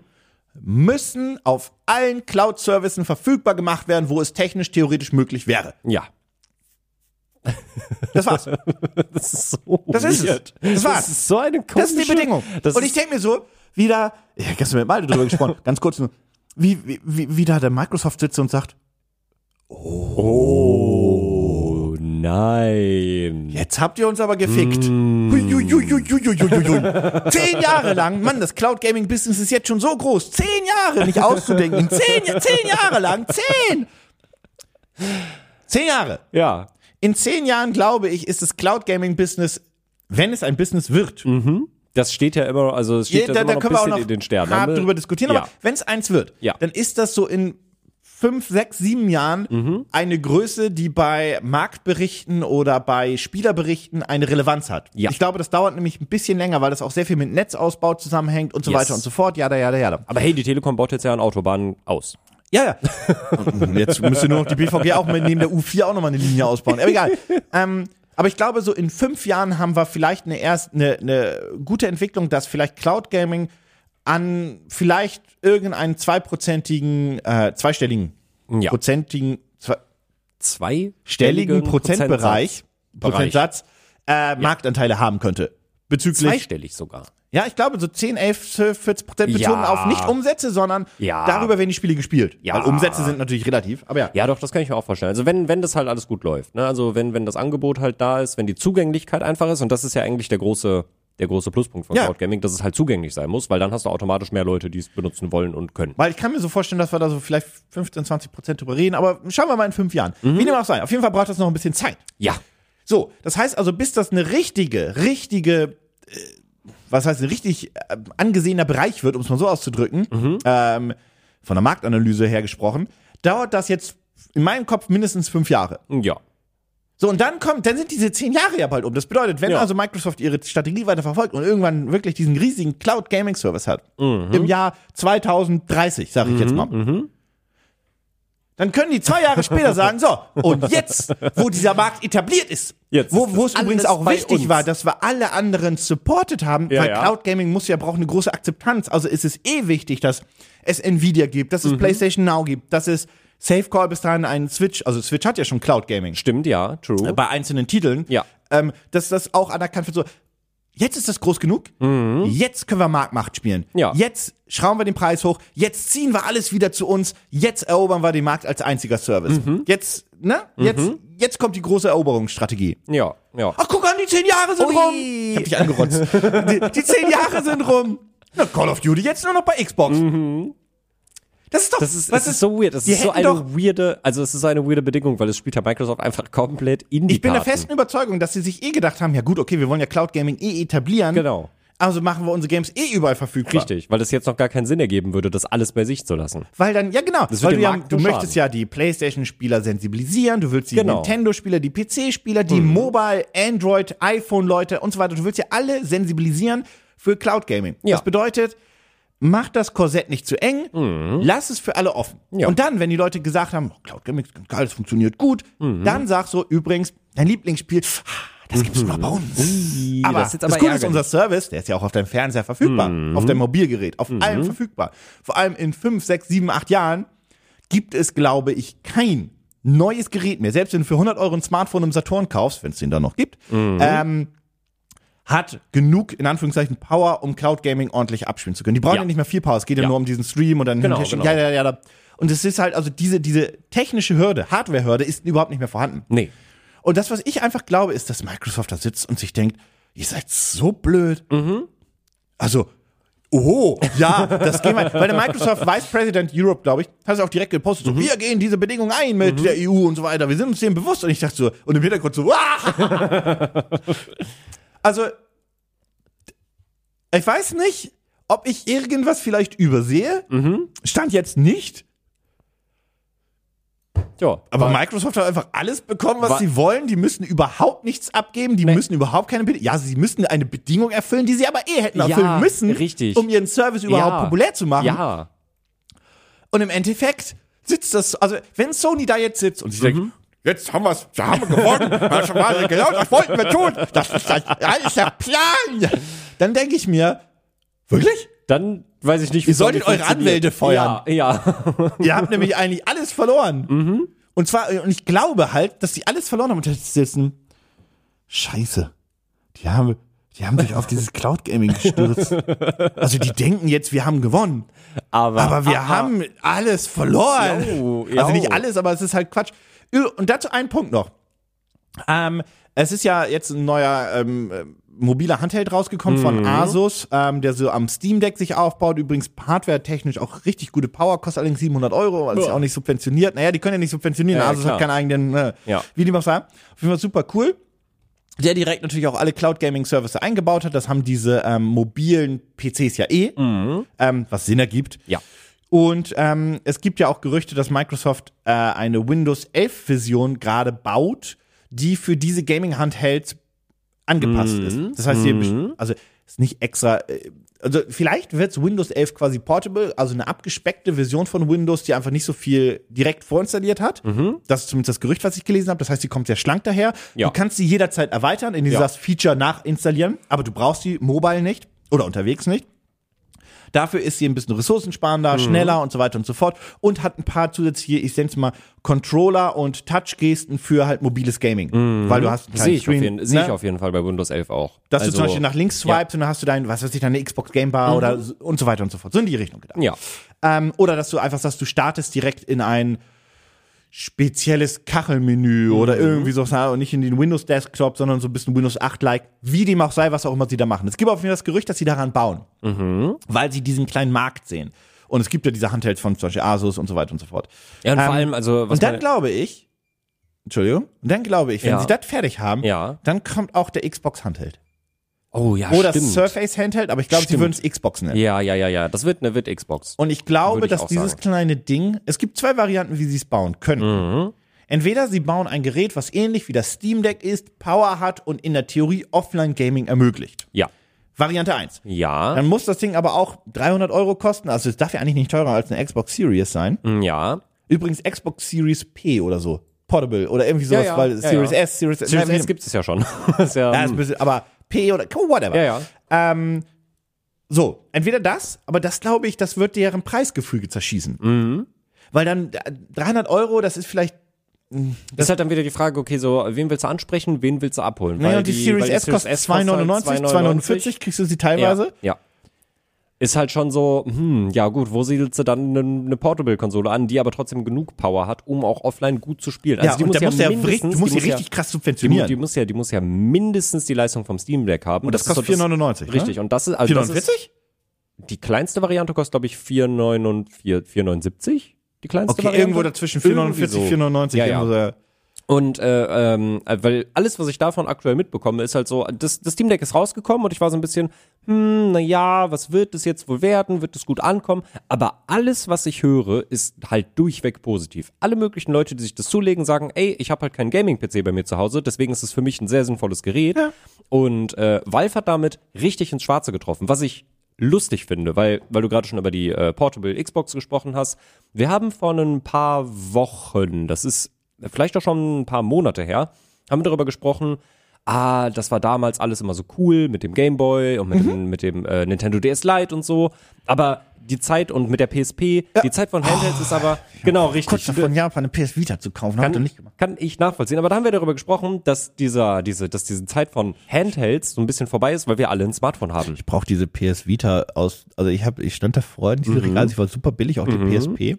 müssen auf allen Cloud Services verfügbar gemacht werden, wo es technisch theoretisch möglich wäre. Ja. Das war's. Das ist so Das ist es. weird. Das war's. ist so eine komische... Das ist die Bedingung. Das und ich ist, denke mir so, wieder, ich habe gestern mit Malte drüber gesprochen, ganz kurz nur, wie, wie, wie, wie da der Microsoft sitzt und sagt, oh nein. Jetzt habt ihr uns aber gefickt. Huiuiuiuiuiuiuiui. Zehn Jahre lang, Mann, das Cloud Gaming Business ist jetzt schon so groß. Zehn Jahre, nicht auszudenken. Zehn, Ja- zehn Jahre lang, zehn. Zehn Jahre. Ja. In zehn Jahren, glaube ich, ist das Cloud Gaming Business, wenn es ein Business wird, Das steht ja immer, also es steht ja, da, immer da noch ein können wir auch bisschen noch in den Sternen. hart Haben wir- drüber diskutieren, ja. aber wenn es eins wird, Ja. dann ist das so in fünf, sechs, sieben Jahren Mhm. eine Größe, die bei Marktberichten oder bei Spielerberichten eine Relevanz hat. Ja. Ich glaube, das dauert nämlich ein bisschen länger, weil das auch sehr viel mit Netzausbau zusammenhängt und so Yes. weiter und so fort. Jada, jada, jada. Aber hey, die Telekom baut jetzt ja an Autobahnen aus. Ja, ja. Und Mhm, Jetzt müsste nur noch die BVG auch mit neben der U4 auch nochmal eine Linie ausbauen. Aber egal. Ähm, aber ich glaube, so in fünf Jahren haben wir vielleicht eine erst eine, eine gute Entwicklung, dass vielleicht Cloud Gaming an vielleicht irgendeinen zweiprozentigen, äh, zweistelligen, Ja. prozentigen, Zweistelligen zweistelligen Prozentbereich, Prozentsatz, äh, Marktanteile haben könnte. Bezüglich Zweistellig sogar. ja, ich glaube, so 10, 11, 12, 14 Prozent bezogen Ja. auf nicht Umsätze, sondern Ja. darüber werden die Spiele gespielt. Ja. Weil Umsätze sind natürlich relativ, aber ja. Ja, doch, das kann ich mir auch vorstellen. Also wenn, wenn das halt alles gut läuft, ne? Also wenn, wenn das Angebot halt da ist, wenn die Zugänglichkeit einfach ist, und das ist ja eigentlich der große, der große Pluspunkt von Ja. Cloud Gaming, dass es halt zugänglich sein muss, weil dann hast du automatisch mehr Leute, die es benutzen wollen und können. Weil ich kann mir so vorstellen, dass wir da so vielleicht 15, 20 Prozent drüber reden, aber schauen wir mal in fünf Jahren. Wie dem auch sei. Auf jeden Fall braucht das noch ein bisschen Zeit. Ja. So, das heißt also, bis das eine richtige, richtige, äh, was heißt, ein richtig äh, angesehener Bereich wird, um es mal so auszudrücken, ähm, von der Marktanalyse her gesprochen, dauert das jetzt in meinem Kopf mindestens fünf Jahre. Ja. So, und dann kommt, dann sind diese zehn Jahre ja bald um. Das bedeutet, wenn Ja. also Microsoft ihre Strategie weiter verfolgt und irgendwann wirklich diesen riesigen Cloud Gaming Service hat, Mhm. im Jahr 2030, sage ich jetzt mal, dann können die zwei Jahre später sagen, so, und jetzt, wo dieser Markt etabliert ist, Jetzt wo, ist wo das es übrigens alles auch bei wichtig uns. war, dass wir alle anderen supported haben, Ja, weil ja. Cloud Gaming muss ja, braucht eine große Akzeptanz. Also ist es eh wichtig, dass es Nvidia gibt, dass es Mhm. PlayStation Now gibt, dass es Safecore bis dahin einen Switch, also Switch hat ja schon Cloud Gaming Stimmt, ja, true. Äh, bei einzelnen Titeln, Ja. ähm, dass das auch anerkannt wird. So, jetzt ist das groß genug, jetzt können wir Marktmacht spielen. Mhm. Ja. Jetzt schrauben wir den Preis hoch, jetzt ziehen wir alles wieder zu uns, jetzt erobern wir den Markt als einziger Service. Mhm. Jetzt, ne? Jetzt, jetzt kommt die große Eroberungsstrategie. ja, ja. Ach, guck an, die zehn Jahre sind Ui. rum. Ich hab dich angerotzt. die, die zehn Jahre sind rum. Na, Call of Duty jetzt nur noch bei Xbox. Das ist doch, Mhm. Das ist, es ist so weird. Das die ist so hätten eine doch- weirde, also es ist eine weirde Bedingung, weil es spielt ja Microsoft einfach komplett in die Ich bin der Karten. festen Überzeugung, dass sie sich eh gedacht haben, ja gut, okay, wir wollen ja Cloud Gaming eh etablieren. Genau. Also machen wir unsere Games eh überall verfügbar. Richtig, weil das jetzt noch gar keinen Sinn ergeben würde, das alles bei sich zu lassen. Weil dann, ja genau, Das wird weil dem du, ja, Markt du nur schaden. möchtest ja die Playstation-Spieler sensibilisieren, du willst die Genau. Mhm. Nintendo-Spieler, die PC-Spieler, die Mobile, Android, iPhone-Leute und so weiter, du willst ja alle sensibilisieren für Cloud Gaming. Ja. Das bedeutet, mach das Korsett nicht zu eng, lass es für alle offen. Mhm. Ja. Und dann, wenn die Leute gesagt haben, oh, Cloud Gaming ist ganz geil, das funktioniert gut, Mhm. dann sag so, übrigens, dein Lieblingsspiel, ah, das gibt's nur noch bei uns. Aber das, Mhm. ist jetzt aber Coole ist ärgerlich. Mhm. unser Service, der ist ja auch auf deinem Fernseher verfügbar, auf deinem Mobilgerät, auf allem verfügbar. Vor allem in fünf, sechs, sieben, acht Jahren gibt es, glaube ich, kein neues Gerät mehr. Selbst wenn du für 100 Euro ein Smartphone im Saturn kaufst, wenn es den da noch gibt, Mhm. ähm, hat genug, in Anführungszeichen, Power, um Cloud Gaming ordentlich abspielen zu können. Die brauchen ja, Ja. nicht mehr viel Power. Es geht ja, Ja. nur um diesen Stream und dann Genau, hinterher- genau. ja, ja, ja. Da. Und es ist halt, also diese, diese technische Hürde, Hardware-Hürde ist überhaupt nicht mehr vorhanden. Nee. Und das, was ich einfach glaube, ist, dass Microsoft da sitzt und sich denkt, ihr seid so blöd. Also, oh, ja, das gehen wir. Weil der Microsoft Vice President Europe, glaube ich, hat es auch direkt gepostet. So, wir gehen diese Bedingungen ein mit der EU und so weiter. Wir sind uns dem bewusst. Und ich dachte so, und im Hintergrund so, "Wah!" Also, ich weiß nicht, ob ich irgendwas vielleicht übersehe. Stand jetzt nicht. Ja. Aber Microsoft hat einfach alles bekommen, was Wa- sie wollen. Die müssen überhaupt nichts abgeben. Die müssen überhaupt keine Bedingung. Ja, sie müssen eine Bedingung erfüllen, die sie aber eh hätten Ja, erfüllen müssen, richtig. um ihren Service überhaupt Ja. populär zu machen. ja. Und im Endeffekt sitzt das, also wenn Sony da jetzt sitzt und sich Mhm. denkt, jetzt haben wir's, da haben wir gewonnen, das war genau das wollten wir tun, das ist, das, das ist der Plan. Dann denke ich mir, wirklich? Dann weiß ich nicht, wie Ihr solltet Sony eure funktioniert. Anwälte feuern. Ja, ja. Ihr habt nämlich eigentlich alles verloren. Und zwar, und ich glaube halt, dass die alles verloren haben und jetzt sitzen. Scheiße. Die haben, die haben sich auf dieses Cloud Gaming gestürzt. Also die denken jetzt, wir haben gewonnen. Aber, Ah, Aber wir aha. oh, haben alles verloren. Jau, jau. Also nicht alles, aber es ist halt Quatsch. Ü- Und dazu ein Punkt noch. Ähm, es ist ja jetzt ein neuer ähm, äh, mobiler Handheld rausgekommen Mhm. von Asus, ähm, der so am Steam Deck sich aufbaut. Übrigens hardware-technisch auch richtig gute Power, kostet allerdings 700 Euro, weil es ja Boah. auch nicht subventioniert. Naja, die können ja nicht subventionieren. Ja, ja, Asus hat klar. keinen eigenen, ne, Ja. wie die mal sagen. Auf jeden Fall super cool der direkt natürlich auch alle Cloud Gaming Services eingebaut hat. Das haben diese ähm, mobilen PCs ja eh, ähm, was Sinn ergibt. Mhm. Ja. Und ähm, es gibt ja auch Gerüchte, dass Microsoft äh, eine Windows 11 Version gerade baut, die für diese Gaming Handhelds angepasst ist. Mhm. Das heißt, hier best- also ist nicht extra. äh, Also vielleicht wird Windows 11 quasi portable, also eine abgespeckte Version von Windows, die einfach nicht so viel direkt vorinstalliert hat. Das ist zumindest das Gerücht, was ich gelesen habe. Das heißt, sie kommt sehr schlank daher. Mhm. Ja. Du kannst sie jederzeit erweitern, indem du Ja. sagst Feature nachinstallieren, aber du brauchst sie mobile nicht oder unterwegs nicht. Dafür ist sie ein bisschen Mhm. ressourcensparender, schneller und so weiter und so fort und hat ein paar zusätzliche, ich nenne es mal, Controller und Touch-Gesten für halt mobiles Gaming. Weil du hast einen kleinen Mhm. Sehe ich, auf Screen, jeden, sehe ich ne? auf jeden Fall bei Windows 11 auch. Dass Also, Mhm. du zum Beispiel nach links swipest und dann hast du dein, was weiß ich, deine Xbox Game Bar oder so- und so weiter und so fort. So in die Richtung gedacht. Ja. Ähm, oder dass du einfach sagst, du startest direkt in ein spezielles Kachelmenü Mhm. oder irgendwie so und nicht in den Windows Desktop, sondern so ein bisschen Windows 8-like, wie dem auch sei, was auch immer sie da machen. Es gibt auf jeden Fall das Gerücht, dass sie daran bauen, Mhm. weil sie diesen kleinen Markt sehen. Und es gibt ja diese Handhelds von zum Beispiel Asus und so weiter und so fort. Ja, und Ähm, vor allem, also, was und dann meine- glaube ich, Entschuldigung, und dann glaube ich, wenn Ja. sie das fertig haben, Ja. dann kommt auch der Xbox Handheld. Oh, ja, Oder stimmt. Surface Handheld, aber ich glaube, sie Stimmt. würden es Xbox nennen. Ja, ja, ja, ja. Das wird eine wird Xbox. Und ich glaube, Würde ich dass auch dieses sagen. kleine Ding, es gibt zwei Varianten, wie sie es bauen können. Mhm. Entweder sie bauen ein Gerät, was ähnlich wie das Steam Deck ist, Power hat und in der Theorie Offline-Gaming ermöglicht. Ja. Variante 1. Ja. Dann muss das Ding aber auch 300 Euro kosten, also es darf ja eigentlich nicht teurer als eine Xbox Series sein. Mhm. Mm, ja. Übrigens Xbox Series P oder so, Portable oder irgendwie sowas, Ja, ja. weil Ja, Series ja. S, Series, Series Nein, S gibt es ja schon. Das ist ja, mm. ja, ist ein bisschen, aber P oder whatever. ja, ja. Ähm, so, entweder das, aber das glaube ich, das wird deren Preisgefüge zerschießen. Mhm. Weil dann äh, 300 Euro, das ist vielleicht. Das ist halt dann wieder die Frage, okay, so, wen willst du ansprechen, wen willst du abholen? Naja, Weil und die, Series weil S kostet halt 2,99, 2,49 kriegst du sie teilweise. Ja, Also ja. Ist halt schon so, hm, ja gut, wo siedelst du dann eine ne, Portable-Konsole an, die aber trotzdem genug Power hat, um auch offline gut zu spielen? Also die muss da ja musst du ja mindestens- richtig- du musst die sie muss ja- richtig krass Die, mu- subventionieren. die muss ja, die muss ja mindestens die Leistung vom Steam Deck haben. Und das kostet 4,99, ne? Richtig. Und das ist, also Das ist, 44? die kleinste Variante kostet, glaube ich, 4,79. Die kleinste Okay, Variante. irgendwo dazwischen Irgendwie 449, so. 499. Ja, ja. irgendwo so. Und äh, ähm, weil alles, was ich davon aktuell mitbekomme, ist halt so, das, das Steam Deck ist rausgekommen und ich war so ein bisschen, hm, na ja, was wird es jetzt wohl werden? Wird es gut ankommen? Aber alles, was ich höre, ist halt durchweg positiv. Alle möglichen Leute, die sich das zulegen, sagen, ey, ich habe halt keinen Gaming-PC bei mir zu Hause, deswegen ist es für mich ein sehr sinnvolles Gerät. Und äh, Valve hat damit richtig ins Schwarze getroffen, was ich lustig finde, weil, weil du gerade schon über die äh, Portable Xbox gesprochen hast. Wir haben vor ein paar Wochen, das ist vielleicht auch schon ein paar Monate her, haben wir darüber gesprochen, ah, das war damals alles immer so cool mit dem Game Boy und mit Mhm. dem, mit dem äh, Nintendo DS Lite und so, aber die Zeit und mit der PSP, die Zeit von Handhelds ist aber genau richtig. Oh, Kurz davon, Japan eine PS Vita zu kaufen, hat er nicht gemacht. Kann ich nachvollziehen. Aber da haben wir darüber gesprochen, dass dieser, diese, dass diese Zeit von Handhelds so ein bisschen vorbei ist, weil wir alle ein Smartphone haben. Ich brauche diese PS Vita aus, also ich habe, ich stand davor in Mhm. diesem Regal, sie war super billig, auch die PSP.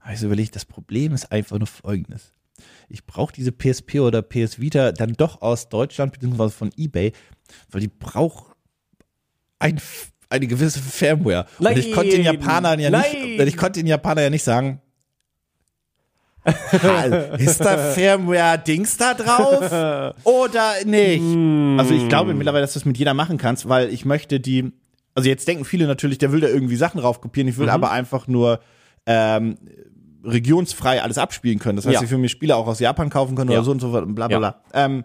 Aber ich so überlegt, das Problem ist einfach nur folgendes. Ich brauche diese PSP oder PS Vita dann doch aus Deutschland beziehungsweise von Ebay, weil die braucht ein, eine gewisse Firmware. Und ich Nein. konnte den Japanern ja nicht, Nein. ich konnte den Japanern ja nicht sagen, Hal, ist da Firmware-Dings da drauf oder nicht? Hm. Also ich glaube mittlerweile, dass du es mit jeder machen kannst, weil ich möchte die, also jetzt denken viele natürlich, der will da irgendwie Sachen raufkopieren, Mhm. ich will aber einfach nur ähm, regionsfrei alles abspielen können. Das heißt, Ja. ich will mir Spiele auch aus Japan kaufen können Ja. oder so und so fort und bla bla bla. Ähm,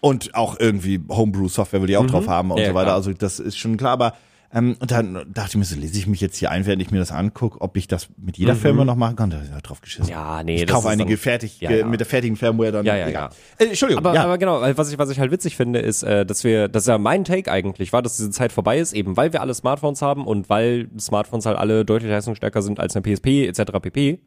und auch irgendwie Homebrew-Software will ich auch drauf haben und Mhm. Ja, so weiter. klar. Also das ist schon klar, aber ähm, und dann dachte ich mir so, lese ich mich jetzt hier ein, während ich mir das angucke, ob ich das mit Mhm. jeder Firma noch machen kann. Da hab ich ja drauf geschissen. Ja, nee, Ich das kaufe ist eine dann- gefertigt, Ja, ge- ja. mit der fertigen Firmware dann. Ja, ja, egal. ja. Äh, Entschuldigung, Aber, ja. aber genau, weil was ich, was ich halt witzig finde, ist, äh, dass wir, dass ja mein Take eigentlich war, dass diese Zeit vorbei ist, eben weil wir alle Smartphones haben und weil Smartphones halt alle deutlich leistungsstärker sind als eine PSP etc. pp.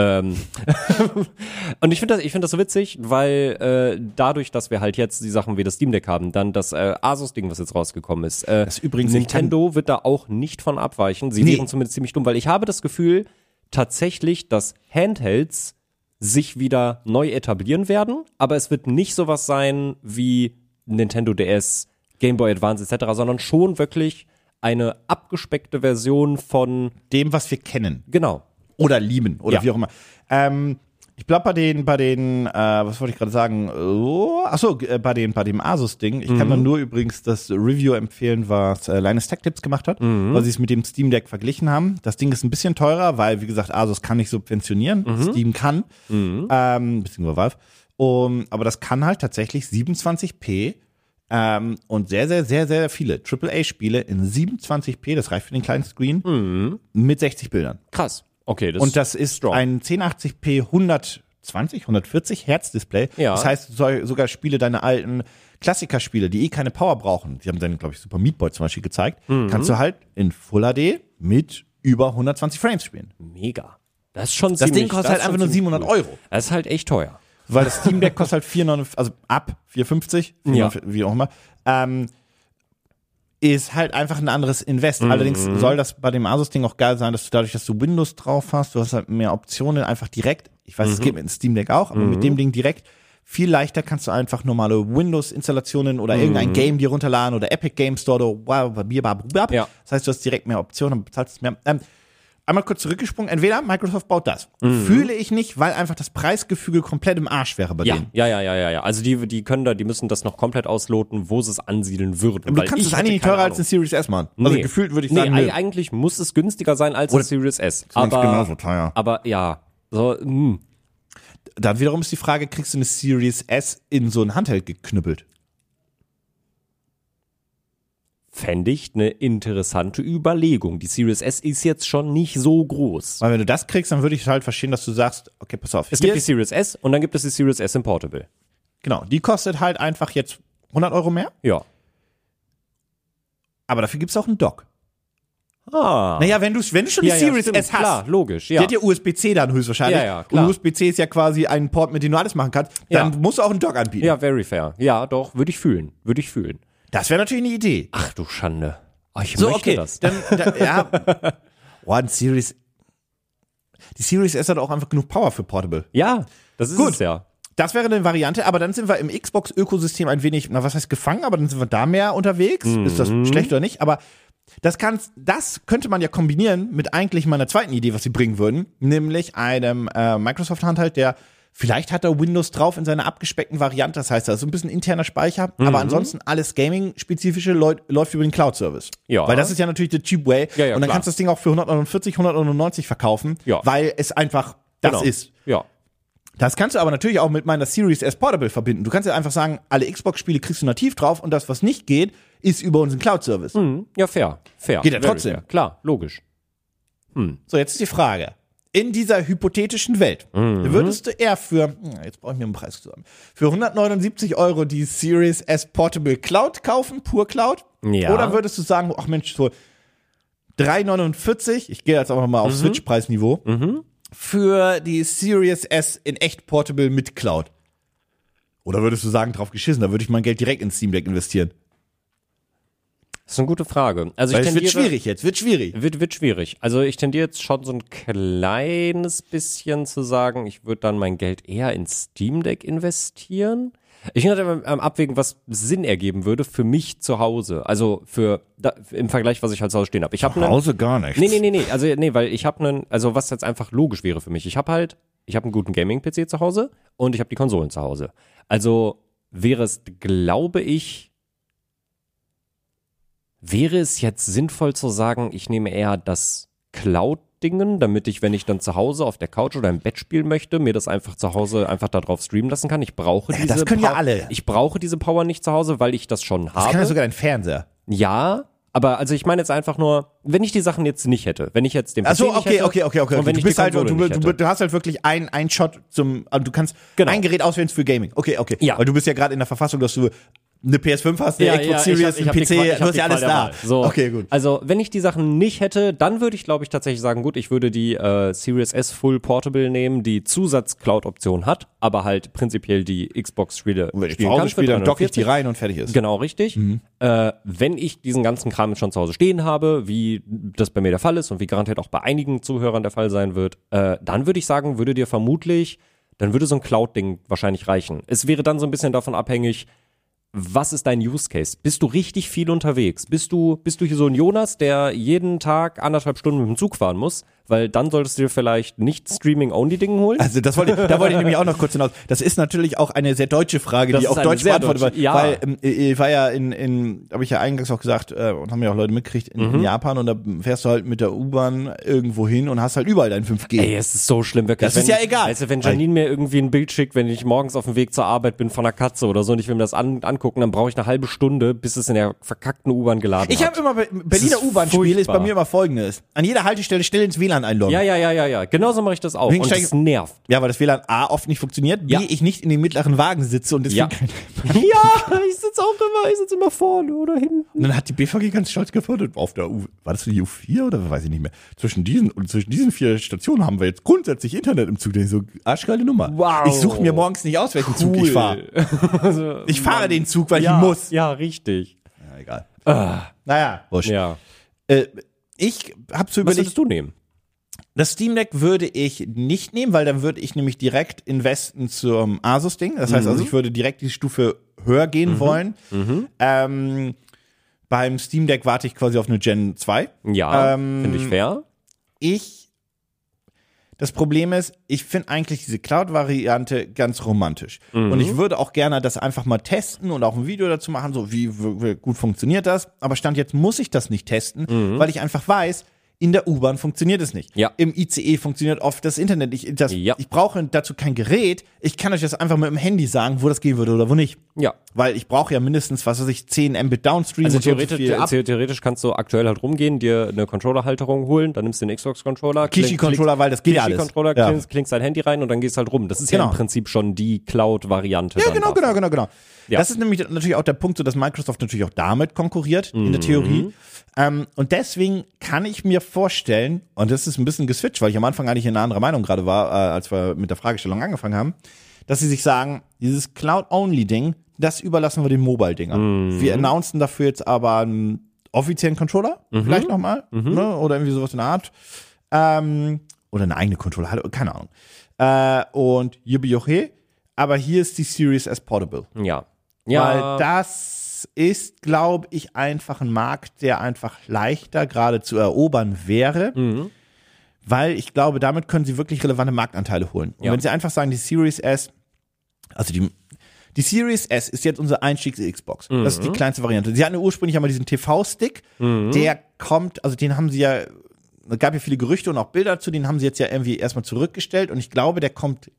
Ähm. und ich finde das, ich finde das so witzig, weil äh, dadurch, dass wir halt jetzt die Sachen wie das Steam Deck haben, dann das äh, Asus-Ding, was jetzt rausgekommen ist, äh, Das übrigens- ich kann- Nintendo wird da auch nicht von abweichen. Sie Nee. wären zumindest ziemlich dumm, weil ich habe das Gefühl tatsächlich, dass Handhelds sich wieder neu etablieren werden, aber es wird nicht sowas sein wie Nintendo DS, Game Boy Advance etc., sondern schon wirklich eine abgespeckte Version von dem, was wir kennen. genau. oder lieben oder Ja. wie auch immer. Ähm, ich glaube bei den, bei den, äh, was wollte ich gerade sagen? Oh, achso, äh, bei den, bei dem Asus-Ding. Ich kann dann nur übrigens das Review empfehlen, was äh, Linus Tech Tips gemacht hat, weil sie es mit dem Steam Deck verglichen haben. Das Ding ist ein bisschen teurer, weil wie gesagt Asus kann nicht subventionieren, Steam kann, ähm, beziehungsweise Valve. Um, aber das kann halt tatsächlich 27p ähm, und sehr, sehr, sehr, sehr viele AAA-Spiele in 27p. Das reicht für den kleinen Screen mit 60 Bildern. Krass. Okay, das Und das ist strong. ein 1080p 120, 140 Hertz Display. Ja. Das heißt, so, sogar Spiele, deine alten Klassikerspiele, die eh keine Power brauchen, die haben dann, glaube ich, Super Meat Boy zum Beispiel gezeigt, Mhm. kannst du halt in Full HD mit über 120 Frames spielen. mega. Das ist schon Das ziemlich, Ding kostet ist halt schon einfach nur ziemlich 700 cool. Euro. Das ist halt echt teuer. Weil das Steam Deck kostet halt 4,49, also ab 4,50, Ja. 4,49, wie auch immer. Ähm, ist halt einfach ein anderes Invest. Mhm. Allerdings soll das bei dem Asus-Ding auch geil sein, dass du dadurch, dass du Windows drauf hast, du hast halt mehr Optionen, einfach direkt, ich Mhm. weiß, es geht mit dem Steam Deck auch, aber mit dem Ding direkt viel leichter kannst du einfach normale Windows-Installationen oder Mhm. irgendein Game dir runterladen oder Epic Game Store oder wow, babababab. Ja. Das heißt, du hast direkt mehr Optionen und bezahlst mehr. Ähm, einmal kurz zurückgesprungen, entweder Microsoft baut das. Mhm. Fühle ich nicht, weil einfach das Preisgefüge komplett im Arsch wäre bei Ja, denen. ja, ja, ja, ja, ja. Also die, die können da, die müssen das noch komplett ausloten, wo sie es ansiedeln würden. Du kannst es eigentlich nicht teurer als eine Series S machen. Also Nee. gefühlt würde ich nee, sagen, eig- nö. eigentlich muss es günstiger sein als eine Series S. Zumindest Aber, genauso teuer. Aber ja, so, hm, mh. Dann wiederum ist die Frage, kriegst du eine Series S in so ein Handheld geknüppelt? fände ich eine interessante Überlegung. Die Series S ist jetzt schon nicht so groß. Weil wenn du das kriegst, dann würde ich halt verstehen, dass du sagst, okay, pass auf. Es hier gibt die ist- Series S und dann gibt es die Series S in Portable. genau, die kostet halt einfach jetzt 100 Euro mehr, Ja. aber dafür gibt's auch einen Dock. Ah. Naja, wenn du, wenn du schon ja, die ja, Series stimmt, S hast, Klar, logisch, die ja. hat ja USB-C dann höchstwahrscheinlich. Ja, ja, klar. Und USB-C ist ja quasi ein Port, mit dem du alles machen kannst. Dann Ja. musst du auch einen Dock anbieten. Ja, very fair. Ja, doch, würde ich fühlen. Würde ich fühlen. Das wäre natürlich eine Idee. Ach du Schande. Oh, ich So, möchte okay. das. Dann, dann, ja. One Series. Die Series S hat auch einfach genug Power für Portable. Ja, das ist Gut. es ja. Das wäre eine Variante, aber dann sind wir im Xbox-Ökosystem ein wenig, na was heißt gefangen, aber dann sind wir da mehr unterwegs. Ist Mhm. das schlecht oder nicht? Aber das kann, das könnte man ja kombinieren mit eigentlich meiner zweiten Idee, was sie bringen würden, nämlich einem äh, Microsoft-Handheld, der Vielleicht hat er Windows drauf in seiner abgespeckten Variante, das heißt, da ist so ein bisschen interner Speicher, Mhm. aber ansonsten alles Gaming-spezifische läu- läuft über den Cloud-Service. Ja. Weil das ist ja natürlich der cheap way. Ja, ja, und dann klar. kannst du das Ding auch für 149, 199 verkaufen, Ja. weil es einfach das Genau. ist. Ja. Das kannst du aber natürlich auch mit meiner Series S Portable verbinden. Du kannst ja einfach sagen, alle Xbox-Spiele kriegst du nativ drauf und das, was nicht geht, ist über unseren Cloud-Service. Hm, ja, fair. Fair. Geht ja Very trotzdem. Fair. Klar, logisch. So, jetzt ist die Frage. In dieser hypothetischen Welt Mhm. würdest du eher für, hm, jetzt brauche ich mir einen Preis zusammen, für 179 Euro die Series S Portable Cloud kaufen, pur Cloud? Ja. Oder würdest du sagen, ach Mensch, so 3,49, ich gehe jetzt einfach mal auf Mhm. Switch-Preisniveau, für die Series S in echt Portable mit Cloud? Oder würdest du sagen, drauf geschissen, da würde ich mein Geld direkt ins Steam Deck investieren? Das ist eine gute Frage. Also Weil ich es wird tendiere- schwierig jetzt, wird schwierig. Wird, wird schwierig. Also ich tendiere jetzt schon so ein kleines bisschen zu sagen, ich würde dann mein Geld eher in Steam Deck investieren. Ich bin gerade am- am Abwägen, was Sinn ergeben würde für mich zu Hause. Also für da, im Vergleich, was ich halt zu Hause stehen habe. Ich habe einen gar nicht. Nee, nee, nee, nee. Also, nee, weil ich habe einen, also was jetzt einfach logisch wäre für mich. Ich habe halt, ich habe einen guten Gaming-PC zu Hause und ich habe die Konsolen zu Hause. Also wäre es, glaube ich, wäre es jetzt sinnvoll zu sagen, ich nehme eher das Cloud-Dingen, damit ich, wenn ich dann zu Hause auf der Couch oder im Bett spielen möchte, mir das einfach zu Hause einfach da drauf streamen lassen kann. Ich brauche diese Äh, das können ja Pow- alle. Ich brauche diese Power nicht zu Hause, weil ich das schon habe. Das kann ja sogar dein Fernseher. Ja, aber also ich meine jetzt einfach nur, wenn ich die Sachen jetzt nicht hätte, wenn ich jetzt den PC Achso, nicht okay, hätte, okay, okay, okay. und wenn du ich bist die halt, du, Konsole du, nicht hätte. du hast halt wirklich einen, einen Shot zum, also du kannst Genau. ein Gerät auswählen für Gaming. Okay, okay. Ja. Weil du bist ja gerade in der Verfassung, dass du eine PS5 hast, eine Ja, Xbox ja, ich Series, hab- ich hab einen die Qua- ich PC, hab du hast die ja alles Qual der da. Wahl. So. Okay, gut. Also, wenn ich die Sachen nicht hätte, dann würde ich, glaube ich, tatsächlich sagen, gut, ich würde die äh, Series S Full Portable nehmen, die Zusatz-Cloud-Option hat, aber halt prinzipiell die Xbox-Spiele Wenn ich zu spielen Hause kann für spiele, dann dock ich die 340. rein und fertig ist. Genau, richtig. Äh, wenn ich diesen ganzen Kram jetzt schon zu Hause stehen habe, wie das bei mir der Fall ist und wie garantiert auch bei einigen Zuhörern der Fall sein wird, äh, dann würde ich sagen, würde dir vermutlich, dann würde so ein Cloud-Ding wahrscheinlich reichen. Es wäre dann so ein bisschen davon abhängig, was ist dein Use Case? Bist du richtig viel unterwegs? Bist du, bist du hier so ein Jonas, der jeden Tag anderthalb Stunden mit dem Zug fahren muss? Weil dann solltest du dir vielleicht nicht Streaming-Only-Ding holen. Also das wollte ich, da wollte ich nämlich auch noch kurz hinaus. Das ist natürlich auch eine sehr deutsche Frage, Das die ist auch eine deutsch sehr beantwortet wird. deutsche- ja. Weil ähm, ich war ja in, in habe ich ja eingangs auch gesagt, äh, und haben ja auch Leute mitgekriegt, in, Mhm. in Japan und da fährst du halt mit der U-Bahn irgendwo hin und hast halt überall dein 5G. Ey, es ist so schlimm, wirklich. Das ist ja egal. Also, wenn Janine mir irgendwie ein Bild schickt, wenn ich morgens auf dem Weg zur Arbeit bin von einer Katze oder so und ich will mir das an, angucken, dann brauche ich eine halbe Stunde, bis es in der verkackten U-Bahn geladen Ich hat. habe immer bei Berliner ist U-Bahn-Spiele ist bei furchtbar. mir immer folgendes. An jeder Haltestelle still ins WLAN einloggen. Ja, ja, ja, ja, ja. Genauso mache ich das auch. Wegen Und Steig- es nervt. Ja, weil das WLAN A oft nicht funktioniert, B Ja. ich nicht in den mittleren Wagen sitze und deswegen Ja. keine- ja, ich sitze auch immer, ich sitze immer vorne oder hinten. Und dann hat die BVG ganz stolz gefordert auf der U war das die U4 oder weiß ich nicht mehr. Zwischen diesen und zwischen diesen vier Stationen haben wir jetzt grundsätzlich Internet im Zug. Da ich so arschgeile Nummer. Wow. Ich suche mir morgens nicht aus, welchen Zug ich fahre. Ich fahre den Zug, weil Also, ja, ich muss. Ja, richtig. Ja, egal. Naja, wurscht. Ja. Äh, ich habe so Was überlegt, würdest du nehmen? Das Steam Deck würde ich nicht nehmen, weil dann würde ich nämlich direkt investen zum Asus-Ding. Das heißt also, ich würde direkt die Stufe höher gehen wollen. Ähm, beim Steam Deck warte ich quasi auf eine Gen 2. Ja, Ähm, finde ich fair. Ich, das Problem ist, ich finde eigentlich diese Cloud-Variante ganz romantisch. Und Mhm. ich würde auch gerne das einfach mal testen und auch ein Video dazu machen, so wie, w- w- gut funktioniert das. Aber Stand jetzt muss ich das nicht testen, weil ich einfach weiß, in der U-Bahn funktioniert es nicht. Mhm. Ja. Im ICE funktioniert oft das Internet. Ich, das, Ja. ich brauche dazu kein Gerät. Ich kann euch das einfach mit dem Handy sagen, wo das gehen würde oder wo nicht. Ja. Weil ich brauche ja mindestens, was weiß ich, 10 Mbit Downstream Also und so und so theoretisch, viel ab. the- theoretisch kannst du aktuell halt rumgehen, dir eine Controller-Halterung holen, dann nimmst du den Xbox-Controller. Kishi-Controller, weil das geht ja alles. Controller, Ja. klingst, klingst dein Handy rein und dann gehst halt rum. Das ist Genau. ja im Prinzip schon die Cloud-Variante. Ja, dann genau, davon. genau, genau, genau. Ja. Das ist nämlich natürlich auch der Punkt, so dass Microsoft natürlich auch damit konkurriert, in der Theorie. Ähm, und deswegen kann ich mir vorstellen, und das ist ein bisschen geswitcht, weil ich am Anfang eigentlich in einer anderen Meinung gerade war, äh, als wir mit der Fragestellung angefangen haben, dass sie sich sagen, dieses Cloud-Only-Ding, das überlassen wir den Mobile-Dingern. Wir announcen dafür jetzt aber einen offiziellen Controller, vielleicht nochmal, ne? oder irgendwie sowas in der Art. Ähm, oder eine eigene Controller, hallo, keine Ahnung. Äh, und Yubi Yohe, aber hier ist die Series S Portable. Ja. Weil Ja, das ist, glaube ich, Mhm. einfach ein Markt, der einfach leichter gerade zu erobern wäre. weil ich glaube, damit können sie wirklich relevante Marktanteile holen. Und Ja. wenn sie einfach sagen, die Series S, also die, die Series S ist jetzt unsere Einstiegs-Xbox. Das Mhm. ist die kleinste Variante. Sie hatten ja ursprünglich einmal diesen TV-Stick, der kommt, also den haben sie ja, da gab ja viele Gerüchte und auch Bilder zu, den haben sie jetzt ja irgendwie erstmal zurückgestellt und ich glaube, der kommt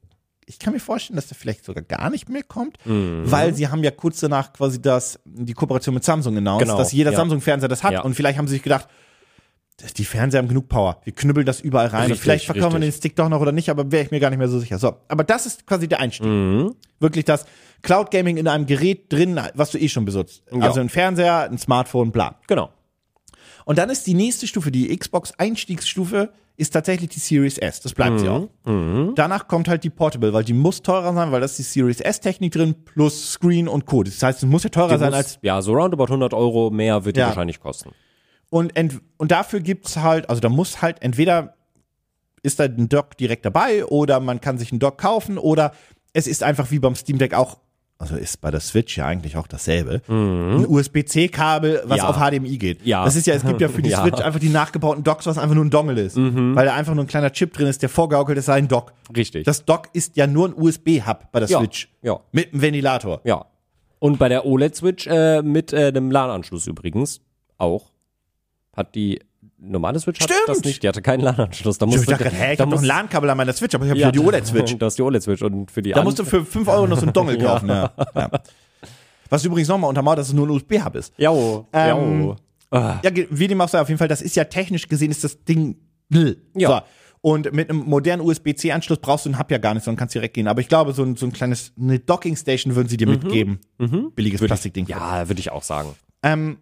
ich kann mir vorstellen, dass der vielleicht sogar gar nicht mehr kommt, Mhm. weil sie haben ja kurz danach quasi das, die Kooperation mit Samsung announced, Genau, dass jeder ja. Samsung-Fernseher das hat Ja. und vielleicht haben sie sich gedacht, dass die Fernseher haben genug Power. Wir knüppeln das überall rein. Richtig, Vielleicht verkaufen wir richtig. den Stick doch noch oder nicht, aber wäre ich mir gar nicht mehr so sicher. So, aber das ist quasi der Einstieg. Wirklich das Cloud Gaming in einem Gerät drin, was du eh schon besitzt. Also ein Fernseher, ein Smartphone, bla. Genau. Und dann ist die nächste Stufe, die Xbox-Einstiegsstufe, ist tatsächlich die Series S. Das bleibt Mhm. sie auch. Danach kommt halt die Portable, weil die muss teurer sein, weil da ist die Series S-Technik drin, plus Screen und Co. Das heißt, es muss ja teurer Die sein muss- als. ja, so roundabout 100 Euro mehr wird die Ja. wahrscheinlich kosten. Und, ent, und dafür gibt's halt, also da muss halt entweder ist da ein Dock direkt dabei oder man kann sich einen Dock kaufen oder es ist einfach wie beim Steam Deck auch. Also ist bei der Switch ja eigentlich auch dasselbe. Ein USB-C-Kabel, was Mhm. Ja. auf HDMI geht. Ja. Das ist ja, es gibt ja für die Ja. Mhm. Switch einfach die nachgebauten Docks, was einfach nur ein Dongle ist. Weil da einfach nur ein kleiner Chip drin ist, der vorgaukelt, es sei ein Dock. Richtig. Das Dock ist ja nur ein USB-Hub bei der Ja. Switch. Ja. Mit einem Ventilator. Ja. Und bei der OLED-Switch äh, mit äh, einem LAN-Anschluss übrigens auch. Hat die normale Switch hat Stimmt. das nicht. Die hatte keinen LAN-Anschluss. Da Ich musste, dachte, hä, ich da hab doch ein muss- LAN-Kabel an meiner Switch, aber ich habe Ja, ja die E OLED-Switch. Das ist die OLED-Switch. Und für die Da an- musst du für 5 Euro noch so einen Dongle kaufen. ja. Ja. Was übrigens nochmal untermauert, dass es nur ein USB-Hub ist. Jau, Ähm, jau. Ah, Ja, ge- wie dem auch sei, auf jeden Fall, das ist ja technisch gesehen, ist das Ding. Ja. So. Und mit einem modernen USB-C-Anschluss brauchst du einen Hub ja gar nicht, sondern kannst direkt gehen. Aber ich glaube, so ein, so ein kleines, eine Docking-Station würden sie dir mitgeben. Billiges Plastikding. ja, Mhm. würde ich auch sagen. Ähm,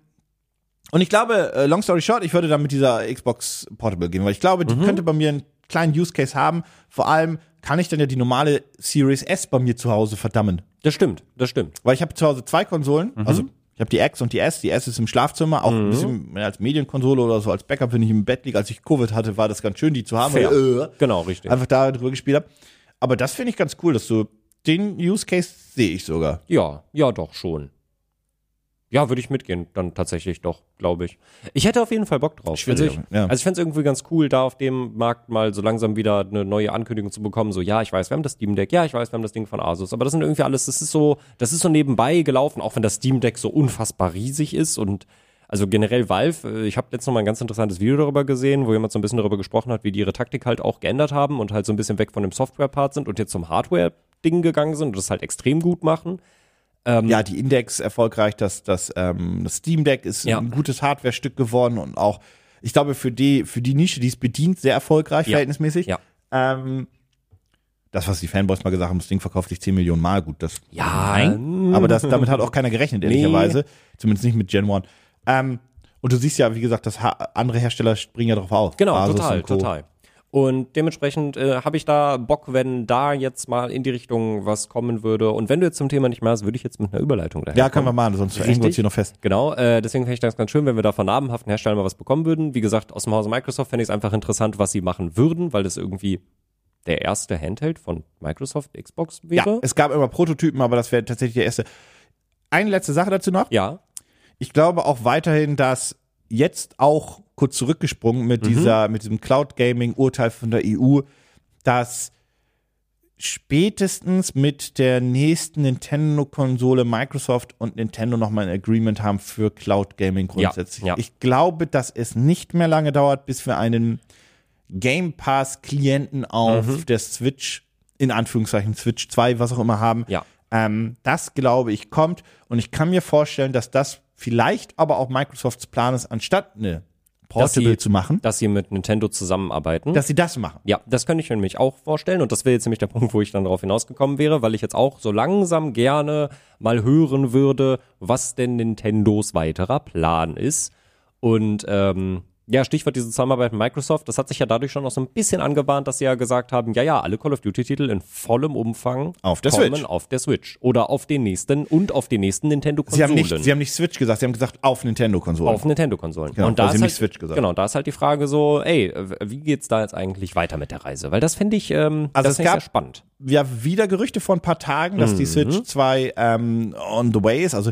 und ich glaube, äh, long story short, ich würde dann mit dieser Xbox Portable gehen, weil ich glaube, die Mhm. könnte bei mir einen kleinen Use Case haben. Vor allem kann ich dann ja die normale Series S bei mir zu Hause verdammen. Das stimmt, das stimmt. Weil ich habe zu Hause zwei Konsolen. Mhm. Also ich habe die X und die S. Die S ist im Schlafzimmer, auch ein bisschen mehr als Medienkonsole oder so als Backup, wenn ich im Bett liege. Als ich Covid hatte, war das ganz schön, die zu haben. Fair. Weil, äh, Genau, richtig. Einfach da drüber gespielt habe. Aber das finde ich ganz cool, dass du den Use Case sehe ich sogar. Ja, ja, doch schon. Ja, würde ich mitgehen, dann tatsächlich doch, glaube ich. Ich hätte auf jeden Fall Bock drauf. Schwierig, Also ich, ja. also ich fände es irgendwie ganz cool, da auf dem Markt mal so langsam wieder eine neue Ankündigung zu bekommen. So, ja, ich weiß, wir haben das Steam Deck, ja, ich weiß, wir haben das Ding von Asus. Aber das sind irgendwie alles, das ist so, das ist so nebenbei gelaufen, auch wenn das Steam Deck so unfassbar riesig ist und also generell Valve, äh, ich habe letztens noch mal ein ganz interessantes Video darüber gesehen, wo jemand so ein bisschen darüber gesprochen hat, wie die ihre Taktik halt auch geändert haben und halt so ein bisschen weg von dem Software-Part sind und jetzt zum Hardware-Ding gegangen sind und das halt extrem gut machen. Ähm, Ja, die Index erfolgreich, das, das, ähm, das Steam Deck ist Ja. ein gutes Hardware-Stück geworden und auch, ich glaube, für die, für die Nische, die es bedient, sehr erfolgreich, Ja. verhältnismäßig. Ja. Ähm, das, was die Fanboys mal gesagt haben, das Ding verkauft sich 10 Millionen Mal gut. Das, Ja. Nein. Äh, Aber das, damit hat auch keiner gerechnet, ehrlicherweise. Zumindest nicht mit Gen 1. Ähm, und du siehst ja, wie gesagt, dass ha- andere Hersteller springen ja drauf auf. Genau, Asus total, und Co. total. Und dementsprechend äh, habe ich da Bock, wenn da jetzt mal in die Richtung was kommen würde. Und wenn du jetzt zum Thema nicht mehr hast, würde ich jetzt mit einer Überleitung daher. Ja, können wir machen, sonst hängen wir uns hier noch fest. Genau, äh, deswegen fände ich das ganz schön, wenn wir da von namenhaften Herstellern mal was bekommen würden. Wie gesagt, aus dem Hause Microsoft fände ich es einfach interessant, was sie machen würden, weil das irgendwie der erste Handheld von Microsoft Xbox Ja, wäre. es gab immer Prototypen, aber das wäre tatsächlich der erste. Eine letzte Sache dazu noch. Ja, Ich glaube auch weiterhin, dass jetzt auch kurz zurückgesprungen mit Mhm. dieser, mit diesem Cloud Gaming Urteil von der EU, dass spätestens mit der nächsten Nintendo Konsole Microsoft und Nintendo nochmal ein Agreement haben für Cloud Gaming grundsätzlich. ja. Ich glaube, dass es nicht mehr lange dauert, bis wir einen Game Pass Klienten auf Mhm. der Switch, in Anführungszeichen Switch 2, was auch immer haben, ja. ähm, das glaube ich kommt und ich kann mir vorstellen, dass das vielleicht aber auch Microsofts Plan ist, anstatt eine Portable sie- zu machen, Dass sie mit Nintendo zusammenarbeiten. dass sie das machen. Ja, das könnte ich mir nämlich auch vorstellen und das wäre jetzt nämlich der Punkt, wo ich dann darauf hinausgekommen wäre, weil ich jetzt auch so langsam gerne mal hören würde, was denn Nintendos weiterer Plan ist. Und ähm, ja, Stichwort diese Zusammenarbeit mit Microsoft, das hat sich ja dadurch schon noch so ein bisschen angebahnt, dass sie ja gesagt haben, ja, ja, alle Call of Duty-Titel in vollem Umfang Auf der kommen Switch. auf der Switch oder auf den nächsten und auf den nächsten Sie haben, Nintendo-Konsolen. nicht, sie haben nicht Switch gesagt, sie haben gesagt auf Nintendo-Konsole. auf Nintendo-Konsolen. Genau, und da also ist nicht halt, Switch gesagt. Genau, da ist halt die Frage so, ey, w- wie geht's da jetzt eigentlich weiter mit der Reise? Weil das finde ich, ähm, Also das es find ich sehr gab- spannend. Wir haben wieder Gerüchte vor ein paar Tagen, Mhm. dass die Switch 2 ähm, on the way ist. Also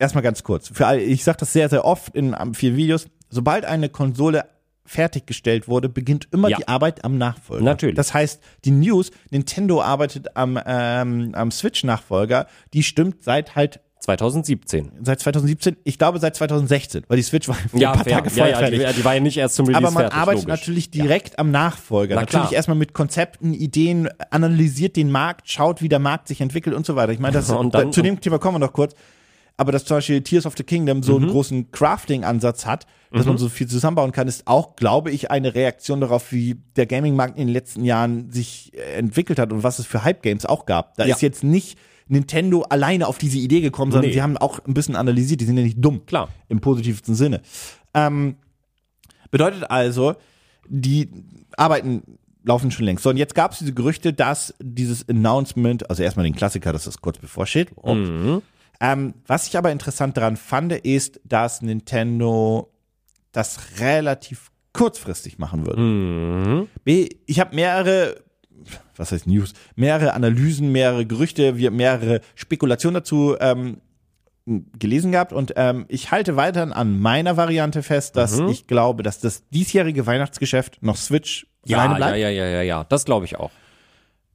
erstmal ganz kurz. Für all, ich sage das sehr, sehr oft in ähm, vielen Videos. Sobald eine Konsole fertiggestellt wurde, beginnt immer Ja. die Arbeit am Nachfolger. Natürlich. Das heißt, die News, Nintendo arbeitet am, ähm, am Switch-Nachfolger, die stimmt seit halt 2017. seit 2017, ich glaube seit 2016, weil die Switch war ein paar fair. Tage ja, vorher ja fertig. die, die war ja nicht erst zum Release Aber man fertig, arbeitet logisch. natürlich direkt am Nachfolger. Na natürlich klar. erstmal mit Konzepten, Ideen, analysiert den Markt, schaut, wie der Markt sich entwickelt und so weiter. Ich meine, das, Und dann- zu dem Thema kommen wir noch kurz. Aber dass zum Beispiel Tears of the Kingdom so Mhm. einen großen Crafting-Ansatz hat, dass man so viel zusammenbauen kann, ist auch, glaube ich, eine Reaktion darauf, wie der Gaming-Markt in den letzten Jahren sich äh, entwickelt hat und was es für Hype-Games auch gab. Da Ja. ist jetzt nicht Nintendo alleine auf diese Idee gekommen, sondern Nee. sie haben auch ein bisschen analysiert. Die sind ja nicht dumm. Klar. Im positivsten Sinne. Ähm, bedeutet also, die Arbeiten laufen schon längst. So, und jetzt gab es diese Gerüchte, dass dieses Announcement, also erstmal den Klassiker, dass das kurz bevorsteht. Ups. Ähm, was ich aber interessant daran fand, ist, dass Nintendo das relativ kurzfristig machen würde. Mhm. B, Ich habe mehrere, was heißt News, mehrere Analysen, mehrere Gerüchte, wir- mehrere Spekulationen dazu ähm, gelesen gehabt und ähm, ich halte weiterhin an meiner Variante fest, dass Mhm. ich glaube, dass das diesjährige Weihnachtsgeschäft noch Switch alleine Ja, bleibt, ja, ja, ja, ja, ja, das glaube ich auch.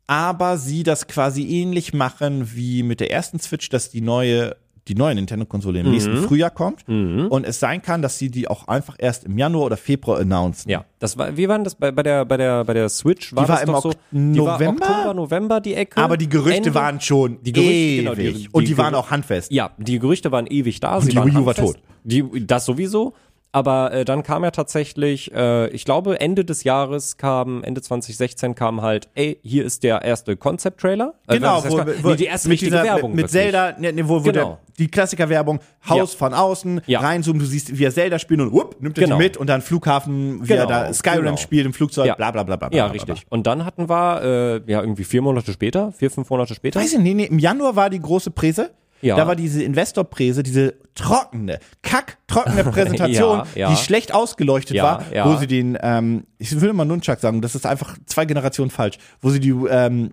aber sie das quasi ähnlich machen wie mit der ersten Switch, dass die neue die neue Nintendo-Konsole im nächsten Mhm. Frühjahr kommt und es sein kann, dass sie die auch einfach erst im Januar oder Februar announcen. Ja, das war, wie waren das bei, bei der bei der bei der Switch? War Die war das im doch so? Ok- Die war November? Oktober, November die Ecke. Aber die Gerüchte Ende- waren schon Die Gerüchte, genau, die- ewig die- und die, die waren Gerü- auch handfest. Ja, die Gerüchte waren ewig da. sie die waren Wii U war handfest. tot. Die, das sowieso. Aber äh, dann kam ja tatsächlich, äh, ich glaube, Ende des Jahres kam, Ende 2016 kam halt, ey, hier ist der erste Concept-Trailer. Äh, Genau, was heißt Con- nee, die erste richtige dieser- Werbung. Mit, mit wirklich. Zelda, ne, ne, wo, wo Genau. der, die Klassikerwerbung, Haus Ja. von außen, Ja. reinzoomen, du siehst, wie er Zelda spielt und whoop, nimmt er Genau. die mit und dann Flughafen, wie er Genau, da Skyrim genau. spielt im Flugzeug, Ja. bla bla bla bla. Ja, bla, bla, richtig. Und dann hatten wir, äh, ja, irgendwie vier Monate später, vier, fünf Monate später. Bla. Weiß ich nicht, nee, im Januar war die große Präse. Ja. Da war diese Investorpräse, diese trockene, kack-trockene Präsentation, ja. die schlecht ausgeleuchtet Ja, war, ja. wo sie den, ähm, ich will immer Nunchuck sagen, das ist einfach zwei Generationen falsch, wo sie die ähm,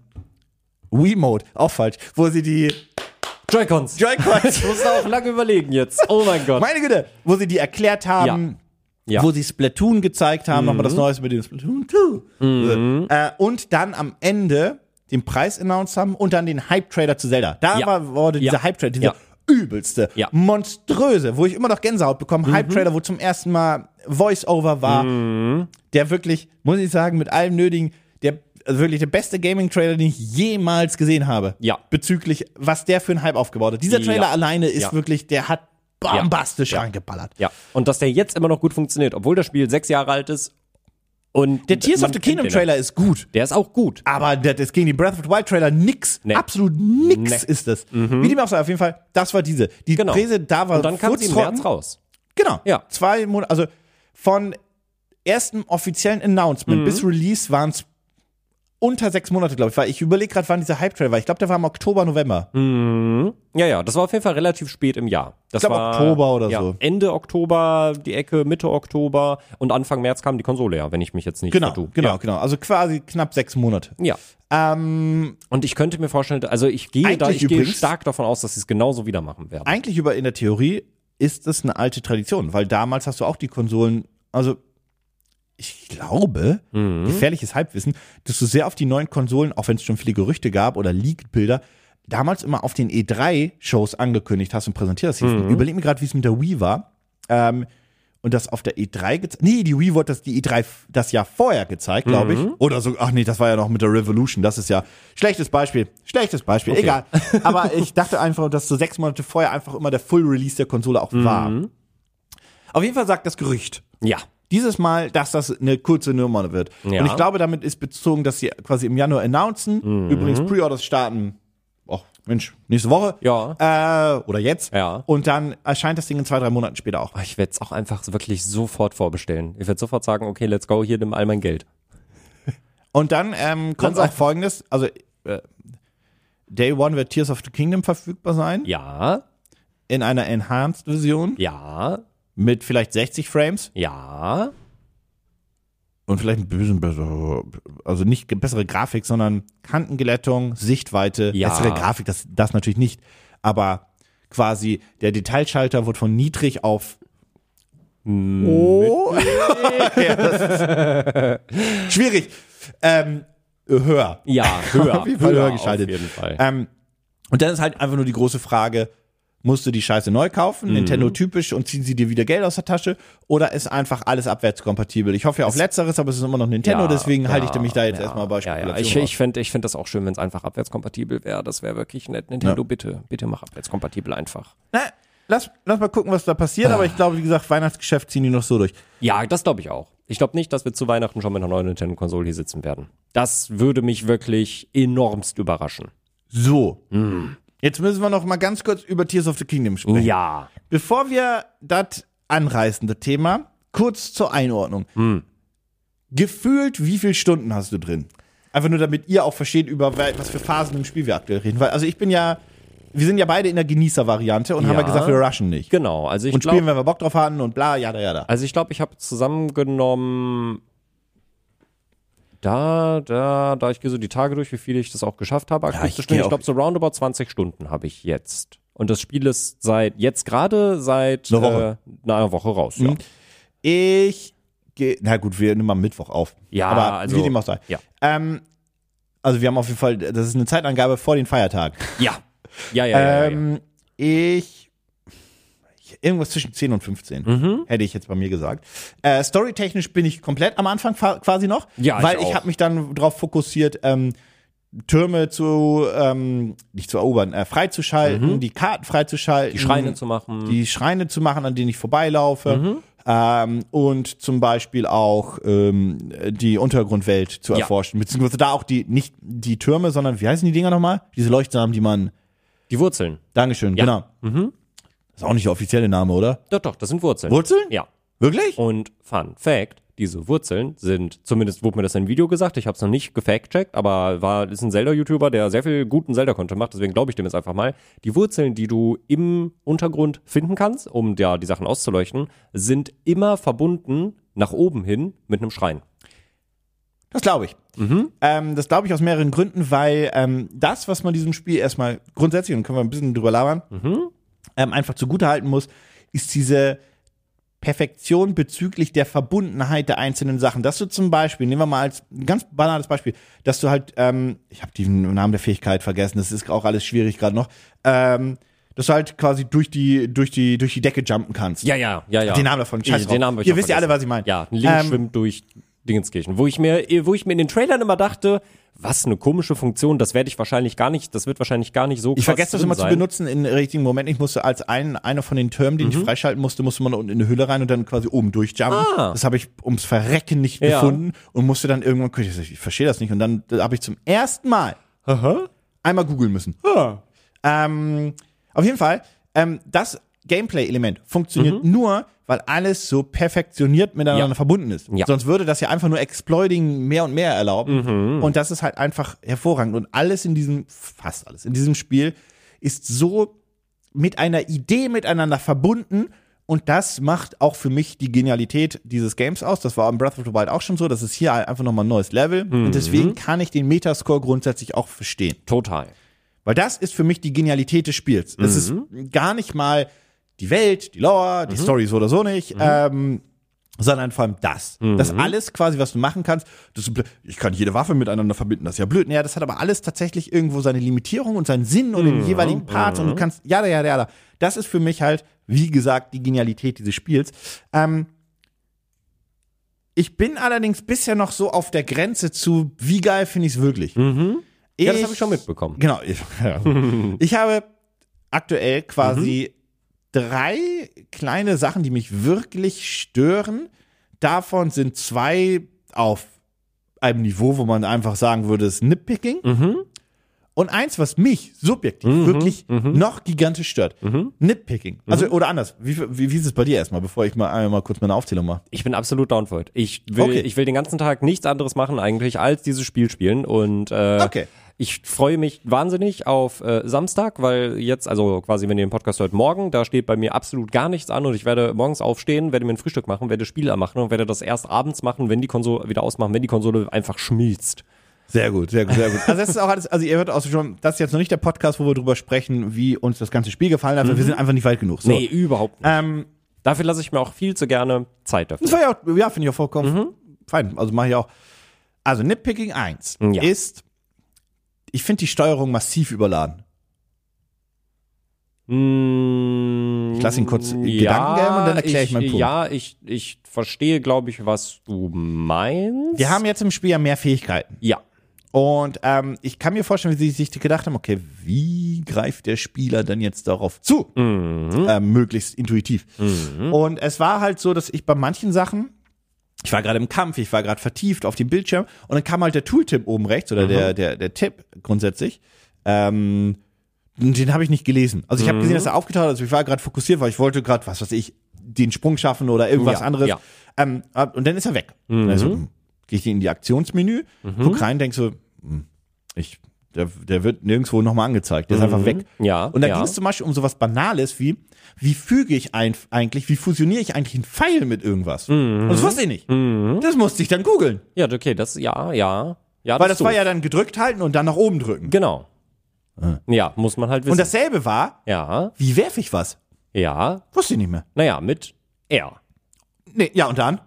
Wiimote, auch falsch, wo sie die Joy-Cons. Joy-Cons Ich musste auch lange überlegen jetzt. Oh mein Gott. Meine Güte, wo sie die erklärt haben, Ja. Mhm. Ja. wo sie Splatoon gezeigt haben, nochmal das Neueste mit dem Splatoon 2. Mhm. So. Äh, und dann am Ende den Preis announced haben und dann den Hype-Trailer zu Zelda. Da Ja. war, wurde dieser Ja. Hype-Trailer, dieser Ja. übelste, Ja. Mhm. monströse, wo ich immer noch Gänsehaut bekomme, Hype-Trailer, wo zum ersten Mal Voice-Over war, Mhm. der wirklich, muss ich sagen, mit allem Nötigen, der also wirklich der beste Gaming-Trailer, den ich jemals gesehen habe. Ja. Bezüglich, was der für einen Hype aufgebaut hat. Dieser Ja. Trailer alleine ist Ja. wirklich, der hat bombastisch angeballert. Ja, und dass der jetzt immer noch gut funktioniert, obwohl das Spiel sechs Jahre alt ist. Und Der Tears man of the kennt Kingdom den Trailer Ah, ist gut, noch. Der ist auch gut. aber das ist gegen die Breath of the Wild Trailer nix. Nee. Absolut nix Nee. Mhm. ist das. Wie dem auch sei, auf jeden Fall, das war diese. Die Genau. Präse da war Und dann kam sie im furztrocken. März raus. Genau. Ja. Zwei Monate, also von ersten offiziellen Mhm. Announcement bis Release waren es unter sechs Monate, glaube ich. Weil ich überlege gerade, wann dieser Hype-Trailer war. Ich glaube, der war im Oktober, November. Mhm. Ja, ja, das war auf jeden Fall relativ spät im Jahr. Das Ich glaub, war Oktober oder ja, so. Ende Oktober, die Ecke, Mitte Oktober und Anfang März kam die Konsole ja, wenn ich mich jetzt nicht Genau, vertue. genau, genau. Also quasi knapp sechs Monate. Ja. Ähm, Und ich könnte mir vorstellen, also ich gehe da, Eigentlich ich gehe übrigens- stark davon aus, dass sie es genauso wieder machen werden. eigentlich über in der Theorie ist das eine alte Tradition, weil damals hast du auch die Konsolen, also ich glaube, gefährliches Halbwissen, dass du sehr auf die neuen Konsolen, auch wenn es schon viele Gerüchte gab oder Leaked-Bilder, damals immer auf den E3-Shows angekündigt hast und präsentiert hast. Ich überleg mir gerade, wie es mit der Wii war. Ähm, und das auf der E3 gezeigt. Nee, die Wii wurde das, die E3 f- das Jahr vorher gezeigt, glaube ich. Mhm. Oder so, ach nee, das war ja noch mit der Revolution. Das ist ja schlechtes Beispiel. Schlechtes Beispiel, egal. Aber ich dachte einfach, dass so sechs Monate vorher einfach immer der Full Release der Konsole auch war. Mhm. Auf jeden Fall sagt das Gerücht Ja. dieses Mal, dass das eine kurze Nummer wird. Ja. Und ich glaube, damit ist bezogen, dass sie quasi im Januar Mhm. announcen. Übrigens, Pre-Orders starten, ach Mensch, nächste Woche. Ja. Äh, oder jetzt. Ja. Und dann erscheint das Ding in zwei, drei Monaten später auch. Ich werde es auch einfach wirklich sofort vorbestellen. Ich werde sofort sagen, okay, let's go, hier nimm all mein Geld. Und dann ähm, kommt auch folgendes, also äh, Day One wird Tears of the Kingdom verfügbar sein, Ja, in einer Enhanced-Version ja, mit vielleicht 60 Frames ja. und vielleicht ein bisschen bessere, also nicht ge- bessere Grafik, sondern Kantenglättung, Sichtweite, Ja. bessere Grafik, das, das natürlich nicht. Aber quasi der Detailschalter wird von niedrig auf Oh. ja, das ist schwierig. Ähm, höher. Ja, höher. Auf jeden Fall höher geschaltet. Auf jeden Fall. Ähm, und dann ist halt einfach nur die große Frage, musst du die Scheiße neu kaufen, Nintendo typisch und ziehen sie dir wieder Geld aus der Tasche oder ist einfach alles abwärtskompatibel? Ich hoffe ja auf letzteres, aber es ist immer noch Nintendo, Ja, deswegen halte ich ja, mich da jetzt ja, erstmal bei ja, ja. Spekulation Ich, raus. ich fände ich fänd das auch schön, wenn es einfach abwärtskompatibel wäre. Das wäre wirklich nett. Nintendo, bitte, bitte mach abwärtskompatibel einfach. Na, lass, lass mal gucken, was da passiert, aber ich glaube, wie gesagt, Weihnachtsgeschäft ziehen die noch so durch. Ja, das glaube ich auch. Ich glaube nicht, dass wir zu Weihnachten schon mit einer neuen Nintendo-Konsole hier sitzen werden. Das würde mich wirklich enormst überraschen. So. Jetzt müssen wir noch mal ganz kurz über Tears of the Kingdom sprechen. Ja. Bevor wir das anreißende Thema, kurz zur Einordnung. Hm. Gefühlt, wie viele Stunden hast du drin? Einfach nur, damit ihr auch versteht, über wel- was für Phasen im Spiel wir aktuell reden. Weil, also ich bin ja, wir sind ja beide in der Genießer-Variante und haben ja Ja. gesagt, wir rushen nicht. Genau. Also ich und spielen, glaube, wenn wir Bock drauf hatten und bla, jada, jada. also ich, glaub, ich habe zusammengenommen. Da, da, da, ich gehe so die Tage durch, wie viel ich das auch geschafft habe. ich akustisch. geh ich auch- glaube, so roundabout 20 Stunden habe ich jetzt. Und das Spiel ist seit jetzt gerade seit Eine Woche. Äh, einer Woche raus. Ja. Mhm. Ich gehe, na gut, wir nehmen am Mittwoch auf. Ja, aber also- wie dem auch sei. Ja. Ähm, also wir haben auf jeden Fall, das ist eine Zeitangabe vor den Feiertag. Ja. Ja, ja, ja. ja, ja. Ähm, ich, ich- Irgendwas zwischen 10 und 15, Mhm. hätte ich jetzt bei mir gesagt. Äh, storytechnisch bin ich komplett am Anfang fa- quasi noch, Ja, ich weil ich, auch. habe mich dann darauf fokussiert, ähm, Türme zu, ähm, nicht zu erobern, äh, freizuschalten, die Karten freizuschalten. Mhm. die Schreine zu machen. Mhm. die Schreine zu machen, an denen ich vorbeilaufe. Ähm, und zum Beispiel auch ähm, die Untergrundwelt zu Ja. erforschen. Beziehungsweise da auch die, nicht die Türme, sondern wie heißen die Dinger nochmal? Diese Leuchtsamen, die man. die Wurzeln. Dankeschön, genau. Das ist auch nicht der offizielle Name, oder? Doch, doch, das sind Wurzeln. Wurzeln? Ja. Wirklich? Und Fun Fact, diese Wurzeln sind, zumindest wurde mir das in einem Video gesagt, ich habe es noch nicht gefact-checkt, aber war, ist ein Zelda-YouTuber, der sehr viel guten Zelda-Content macht, deswegen glaube ich dem jetzt einfach mal. Die Wurzeln, die du im Untergrund finden kannst, um ja die Sachen auszuleuchten, sind immer verbunden nach oben hin mit einem Schrein. Das glaube ich. Ähm, das glaube ich aus mehreren Gründen, weil ähm, das, was man diesem Spiel erstmal grundsätzlich, und können wir ein bisschen drüber labern, ähm, einfach zugutehalten muss, ist diese Perfektion bezüglich der Verbundenheit der einzelnen Sachen. Dass du zum Beispiel, nehmen wir mal als ein ganz banales Beispiel, dass du halt, ähm, ich habe den Namen der Fähigkeit vergessen, das ist auch alles schwierig gerade noch, ähm, dass du halt quasi durch die, durch die, durch die Decke jumpen kannst. Ja, ja, ja, ja. Den Namen davon, scheiß Ich- drauf. Den Namen hab ich Ihr auch wisst ja alle, vergessen. was ich meine. Ja, ein Link Ähm, schwimmt durch Dingenskirchen. Wo ich mir, wo ich mir in den Trailern immer dachte, was eine komische Funktion, das werde ich wahrscheinlich gar nicht, das wird wahrscheinlich gar nicht so Ich vergesse das immer sein. Mhm. zu benutzen in richtigen Momenten. Ich musste als ein, einer von den Türmen, den ich freischalten musste, musste man unten in eine Hülle rein und dann quasi oben durchjumpen. Ah. Das habe ich ums Verrecken nicht Ja. gefunden und musste dann irgendwann, ich, sag, ich verstehe das nicht. Und dann habe ich zum ersten Mal einmal googeln müssen. Ah. Ähm, auf jeden Fall, ähm, das Gameplay-Element funktioniert nur, weil alles so perfektioniert miteinander Mhm. Ja. verbunden ist. Ja. Sonst würde das ja einfach nur Exploiting mehr und mehr Mhm. erlauben. Und das ist halt einfach hervorragend. Und alles in diesem, fast alles in diesem Spiel ist so mit einer Idee miteinander verbunden. Und das macht auch für mich die Genialität dieses Games aus. Das war im Breath of the Wild auch schon so. Das ist hier halt einfach nochmal ein neues Level. Mhm. Und deswegen kann ich den Metascore grundsätzlich auch verstehen. Total. Weil das ist für mich die Genialität des Spiels. Es Mhm. ist gar nicht mal die Welt, die Lore, die Story so oder so nicht, Mhm. ähm, sondern vor allem das. Das alles quasi, was du machen kannst. Das ist, blöd. ich kann jede Waffe miteinander verbinden, das ist ja blöd. Naja, das hat aber alles tatsächlich irgendwo seine Limitierung und seinen Sinn und Mhm. den jeweiligen Part und du kannst, ja, ja, ja, ja. Das ist für mich halt, wie gesagt, die Genialität dieses Spiels. Ähm, ich bin allerdings bisher noch so auf der Grenze zu, wie geil finde ich es wirklich. Mhm. Ja, das habe ich schon mitbekommen. Genau. Ich, ja. ich habe aktuell quasi drei kleine Sachen, die mich wirklich stören. Davon sind zwei auf einem Niveau, wo man einfach sagen würde, es ist Nitpicking. Und eins, was mich subjektiv wirklich noch gigantisch stört, Nitpicking. Also, oder anders, wie, wie, wie ist es bei dir erstmal, bevor ich mal einmal kurz meine Aufzählung mache? Ich bin absolut down for it. Ich will, Okay. ich will den ganzen Tag nichts anderes machen eigentlich, als dieses Spiel spielen. Und äh, Okay. ich freue mich wahnsinnig auf äh, Samstag, weil jetzt, also quasi, wenn ihr den Podcast hört, morgen, da steht bei mir absolut gar nichts an und ich werde morgens aufstehen, werde mir ein Frühstück machen, werde Spiele anmachen und werde das erst abends machen, wenn die Konsole wieder ausmachen, wenn die Konsole einfach schmilzt. Sehr gut, sehr gut, sehr gut. Also das ist auch alles, also ihr hört auch schon, das ist jetzt noch nicht der Mhm. Podcast, wo wir drüber sprechen, wie uns das ganze Spiel gefallen hat, weil wir sind einfach nicht weit genug. So. Nee, überhaupt nicht. Ähm, Dafür lasse ich mir auch viel zu gerne Zeit dafür. Das war ja, auch, ja finde ich auch vollkommen fein. Also mache ich auch. Also Nitpicking 1 Ja. ist, ich finde die Steuerung massiv überladen. Ich Ich lasse ihn kurz Gedanken geben und dann erkläre ich meinen Punkt. Ja, Hm, ich, ich verstehe, glaube ich, was du meinst. Wir haben jetzt im Spiel ja mehr Fähigkeiten. ja. Und ähm, ich kann mir vorstellen, wie sie sich gedacht haben, okay, wie greift der Spieler denn jetzt darauf zu? Mhm. Ähm, möglichst intuitiv. Und es war halt so, dass ich bei manchen Sachen, ich war gerade im Kampf, ich war gerade vertieft auf dem Bildschirm und dann kam halt der Tooltip oben rechts oder Mhm. der, der, der Tipp grundsätzlich. Ähm, den habe ich nicht gelesen. Also ich habe Mhm. gesehen, dass er aufgetaucht ist. Also ich war gerade fokussiert, weil ich wollte gerade, was weiß ich, den Sprung schaffen oder irgendwas Ja, anderes. ja. Mhm. Ähm, ab- und dann ist er weg. Also hm, gehe ich in die Aktionsmenü, guck rein, denk so, hm, ich, der, der wird nirgendwo nochmal angezeigt. Mhm. Der ist einfach weg. Ja, Und da ja. ging es zum Beispiel um sowas Banales wie, wie füge ich ein, eigentlich, wie fusioniere ich eigentlich einen Pfeil mit irgendwas? Und das wusste ich nicht. Mhm. Das musste ich dann googeln. Ja, okay, das, ja, ja. ja Weil das war doof. ja dann gedrückt halten und dann nach oben drücken. Genau. Ja, muss man halt wissen. Und dasselbe war, ja, wie werfe ich was? ja. Wusste ich nicht mehr. Naja, mit R. Nee, ja, und dann?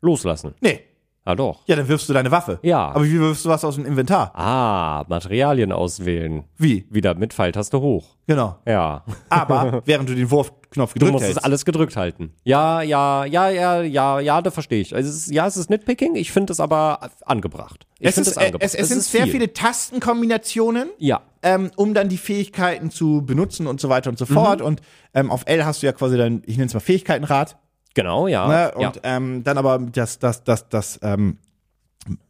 Loslassen. Nee. Ah, doch. Ja, dann wirfst du deine Waffe. Ja. Aber wie wirfst du was aus dem Inventar? Ah, Materialien auswählen. Wie? Wieder mit Pfeiltaste hoch. Genau. Ja. Aber während du den Wurfknopf Du gedrückt musst es hältst. alles gedrückt halten. Ja, ja, ja, ja, ja, ja, da verstehe ich. Also es ist, ja, es ist Nitpicking, ich finde es aber angebracht. Ich Es, finde ist, es äh, angebracht. es, es sind ist sehr viel. viele Tastenkombinationen, Ja. ähm, um dann die Fähigkeiten zu benutzen und so weiter Mhm. und so fort. Und ähm, auf L hast du ja quasi dein, ich nenne es mal Fähigkeitenrad. Genau, ja. Ne? ja. Und ähm, dann aber das, das, das, das, ähm,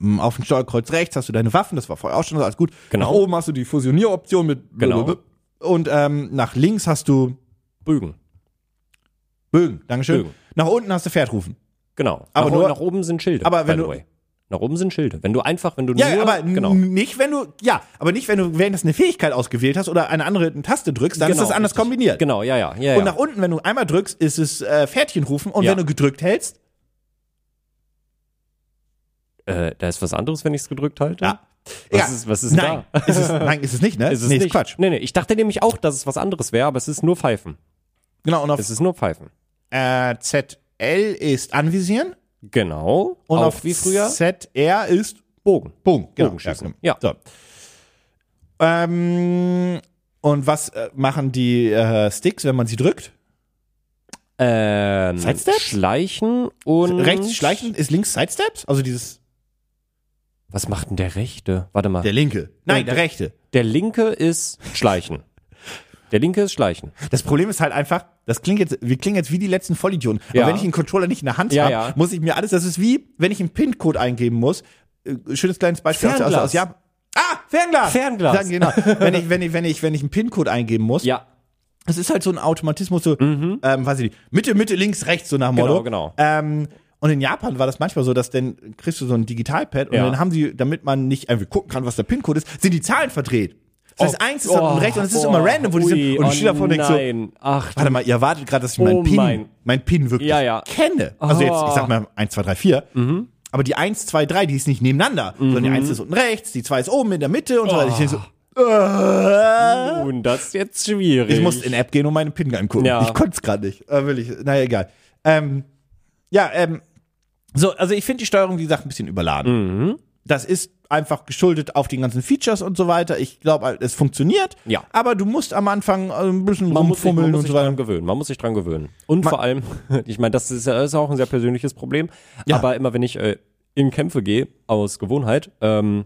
m- auf dem Steuerkreuz rechts hast du deine Waffen, das war vorher auch schon so, alles gut. Genau. Nach oben hast du die Fusionieroption mit Genau. und ähm, nach links hast du Bögen. Bögen, Dankeschön. Bögen. Nach unten hast du Pferd rufen. Genau. Aber nach, nur- nach oben sind Schilde. aber wenn by the du- way. Nach oben sind Schilde. Wenn du einfach, wenn du Ja, nur. aber n- genau. nicht, wenn du, ja, aber nicht, wenn du währenddessen eine Fähigkeit ausgewählt hast oder eine andere Taste drückst, dann Genau, ist das anders richtig. kombiniert. Genau, ja, ja. ja, ja. Und nach unten, wenn du einmal drückst, ist es äh, Pferdchen rufen und Ja. wenn du gedrückt hältst, äh, da ist was anderes, wenn ich es gedrückt halte. ja. Was ja. ist- was ist nein, da? Ist es, nein, ist es nicht, ne? Ist es nee, nicht. ist Quatsch. Nee, nee. Ich dachte nämlich auch, dass es was anderes wäre, aber es ist nur Pfeifen. Genau, und auf Es ist nur Pfeifen. äh, ZL ist anvisieren Genau. und auch auf wie früher ZR ist Bogen. Bogen. Bogenschießen. Ja. genau. So. Ähm, und was äh, machen die äh, Sticks, wenn man sie drückt? Ähm, Sidesteps? Schleichen und. Rechts schleichen ist links Sidesteps, also dieses Was macht denn der Rechte? Warte mal. der Der, linke. Nein, der rechte. Linke ist Schleichen. Der Linke ist Schleichen. Das Problem ist halt einfach, das klingt jetzt, wir klingen jetzt wie die letzten Vollidioten. Aber Ja. wenn ich einen Controller nicht in der Hand Ja, habe, ja. muss ich mir alles, das ist wie, wenn ich einen PIN-Code eingeben muss. Äh, Schönes kleines Beispiel aus, aus, Fernglas. aus Japan. Ah, Fernglas! Fernglas. Dann, genau. wenn ich, wenn ich, wenn ich, wenn ich einen PIN-Code eingeben muss, Ja. das ist halt so ein Automatismus, so, ähm, weiß ich nicht, Mitte, Mitte, links, rechts, so nach dem Genau, Motto. genau. Ähm, und in Japan war das manchmal so, dass dann kriegst du so ein Digitalpad und Ja. dann haben sie, damit man nicht irgendwie gucken kann, was der PIN-Code ist, sind die Zahlen verdreht. Oh, Das heißt, eins ist dann unten rechts und es ist immer random, wo die sind. Und ich stehe davor und denk so, Nein. Ach, Warte mal, ihr wartet gerade, dass ich Oh meinen Pin, mein. mein Pin wirklich Ja, Mhm. ja. kenne. Also Oh. jetzt, ich sag mal 1, 2, 3, 4. Aber die 1, 2, 3, die ist nicht nebeneinander, sondern Mhm. die 1 ist unten rechts, die 2 ist oben in der Mitte und so weiter. Ich denk so, äh, und das ist jetzt schwierig. ich musste in App gehen und meinen Pin angucken. Oh. Ja. Ich konnte es gerade nicht. Äh, will ich. Naja, egal. Ähm, ja, ähm, so, also ich finde die Steuerung, wie gesagt, ein bisschen überladen. Mhm. Das ist einfach geschuldet auf den ganzen Features und so weiter. Ich glaube, es funktioniert. Ja. Aber du musst am Anfang äh, ein bisschen man muss sich, man rumfummeln muss und sich so weiter. dran gewöhnen. Man muss sich dran gewöhnen. Und vor allem, ich meine, das ist ja ist auch ein sehr persönliches Problem. Ja. Aber immer wenn ich äh, in Kämpfe gehe, aus Gewohnheit, ähm,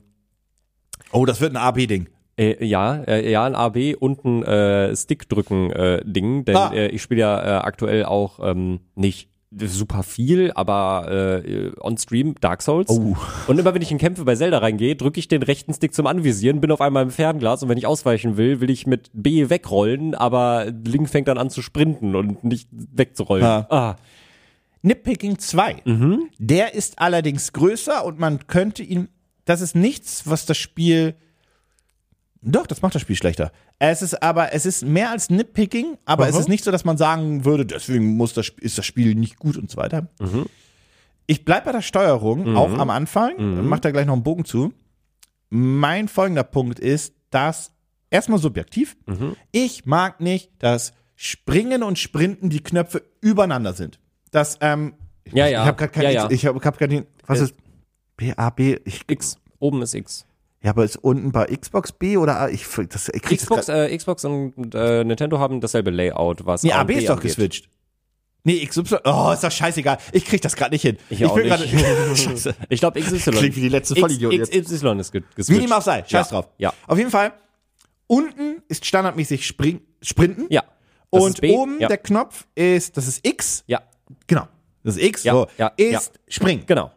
Oh, das wird ein AB-Ding. Äh, ja, äh, ja, ein AB und ein äh, Stick-Drücken-Ding, denn Ah. äh, ich spiele ja äh, aktuell auch ähm, nicht super viel, aber äh, on Stream Dark Souls. Oh. Und immer wenn ich in Kämpfe bei Zelda reingehe, drücke ich den rechten Stick zum Anvisieren, bin auf einmal im Fernglas und wenn ich ausweichen will, will ich mit B wegrollen, aber Link fängt dann an zu sprinten und nicht wegzurollen. Ah. Ah, Nitpicking 2. Der ist allerdings größer und man könnte ihn. Das ist nichts, was das Spiel. Doch, das macht das Spiel schlechter. Es ist aber, es ist mehr als Nitpicking, aber es ist nicht so, dass man sagen würde, deswegen muss das, Sp- ist das Spiel nicht gut und so weiter. Ich bleibe bei der Steuerung, auch am Anfang, mach da gleich noch einen Bogen zu. Mein Mhm. folgender Punkt ist, dass erstmal subjektiv, ich mag nicht, dass Springen und Sprinten die Knöpfe übereinander sind. Das, ähm, Ja, ja. ich habe gerade kein, ja, ja. ich habe hab gerade, was Äh, ist B, A, B, ich, X. Oben ist X. ja, aber ist unten bei Xbox B oder A, ich, das, ich krieg Xbox, das grad, äh, Xbox und äh, Nintendo haben dasselbe Layout, was Nee, A A, und Oh, B ist doch angeht. geswitcht. Nee, XY, oh, ist doch scheißegal. Ich krieg das gerade nicht hin. Ich, auch bin nicht. grad- Scheiße. Ich glaube, XY. Klingt wie die letzte X- Vollidiotin jetzt. XY ist ge- geswitcht. Wie dem auch sei, scheiß Ja. drauf. Ja. Auf jeden Fall, unten ist standardmäßig Spring, Sprinten. Ja. Das ist Und B. oben ja. der Knopf ist, das ist X, Ja, genau, das ist X, Ja, so, ja, ist ja. Springen. genau.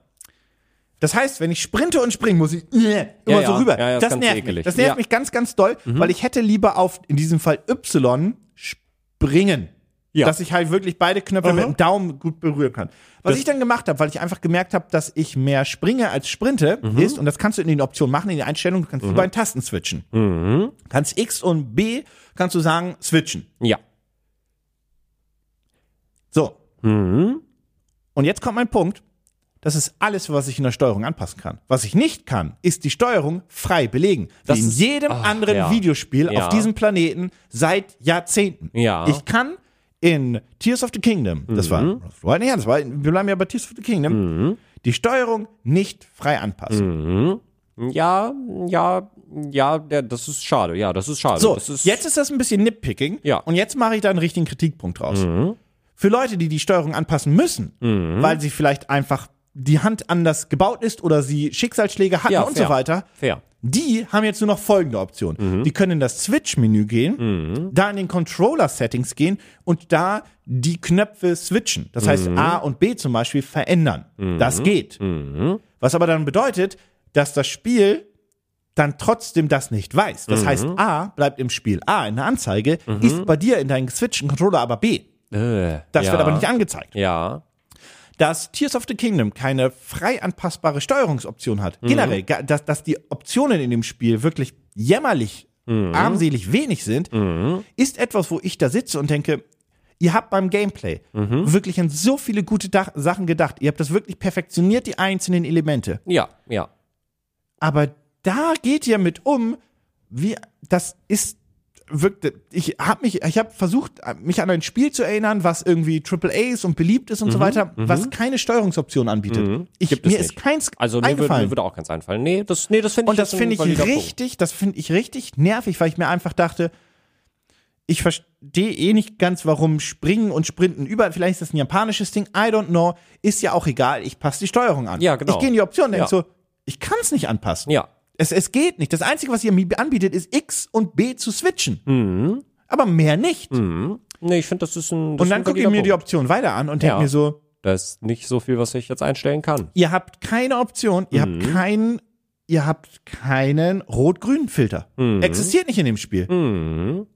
Das heißt, wenn ich sprinte und springe, muss ich äh, immer ja. so rüber. Ja, ja, ist das, ganz nervt ekelig. mich. Das nervt Ja. Mhm. mich ganz, ganz doll, weil ich hätte lieber auf, in diesem Fall Y, springen. Ja. Dass ich halt wirklich beide Knöpfe mit dem Daumen gut berühren kann. Was ich dann gemacht habe, weil ich einfach gemerkt habe, dass ich mehr springe als sprinte, Mhm. ist, und das kannst du in den Optionen machen, in den Einstellungen, du kannst die beiden Tasten switchen. Mhm. Kannst X und B, kannst du sagen, switchen. Ja. So. Mhm. Und jetzt kommt mein Punkt. Das ist alles, was ich in der Steuerung anpassen kann. Was ich nicht kann, ist die Steuerung frei belegen. Wie Das in ist- jedem ach, anderen ja. Videospiel Ja. auf diesem Planeten seit Jahrzehnten. Ja. Mhm. Ich kann in Tears of the Kingdom, das war, war nicht, das war, wir bleiben ja bei Tears of the Kingdom, die Steuerung nicht frei anpassen. Ja, ja, ja, der, das ist schade. Ja, das ist schade. So, also das ist, jetzt ist das ein bisschen nitpicking. Ja. Mhm. Und jetzt mache ich da einen richtigen Kritikpunkt draus. Für Leute, die die Steuerung anpassen müssen, weil sie vielleicht einfach die Hand anders gebaut ist oder sie Schicksalsschläge hatten Ja, und fair. so weiter, fair. die haben jetzt nur noch folgende Option. Die können in das Switch-Menü gehen, da in den Controller-Settings gehen und da die Knöpfe switchen. Das heißt, A und B zum Beispiel verändern. Das geht. Was aber dann bedeutet, dass das Spiel dann trotzdem das nicht weiß. Das heißt, A bleibt im Spiel A in der Anzeige, ist bei dir in deinem geswitchten Controller aber B. Äh, Das ja. wird aber nicht angezeigt Ja. dass Tears of the Kingdom keine frei anpassbare Steuerungsoption hat. Generell, ga- dass, dass die Optionen in dem Spiel wirklich jämmerlich, armselig wenig sind, ist etwas, wo ich da sitze und denke, ihr habt beim Gameplay wirklich an so viele gute Dach Sachen gedacht. Ihr habt das wirklich perfektioniert, die einzelnen Elemente. Ja, ja. Aber da geht ihr mit um, wie das ist wirkte ich habe mich ich habe versucht mich an ein Spiel zu erinnern, was irgendwie Triple A ist und beliebt ist und so weiter, was keine Steuerungsoption anbietet. Ich Mhm, Gibt es mir ist nicht. keins Also mir würde, mir eingefallen. würde auch ganz einfallen. Nee, das, nee, das finde ich und das jetzt ein finde ich valider Punkt. richtig, das finde ich richtig nervig, weil ich mir einfach dachte, ich verstehe eh nicht ganz, warum Springen und Sprinten über, vielleicht ist das ein japanisches Ding, I don't know, ist ja auch egal, ich passe die Steuerung an. Ja, genau. Ich gehe in die Option und denke Ja. so, ich kann es nicht anpassen. Ja. Es, es geht nicht. Das Einzige, was ihr mir anbietet, ist X und B zu switchen. Aber mehr nicht. Nee, ich finde, das ist ein. Mhm. Das Und ist dann ein gucke ich valider mir die Punkt. Option weiter an und denke Ja. mir so, Da ist nicht so viel, was ich jetzt einstellen kann. ihr habt keine Option, ihr habt keinen, ihr habt keinen rot-grünen Filter. Existiert nicht in dem Spiel.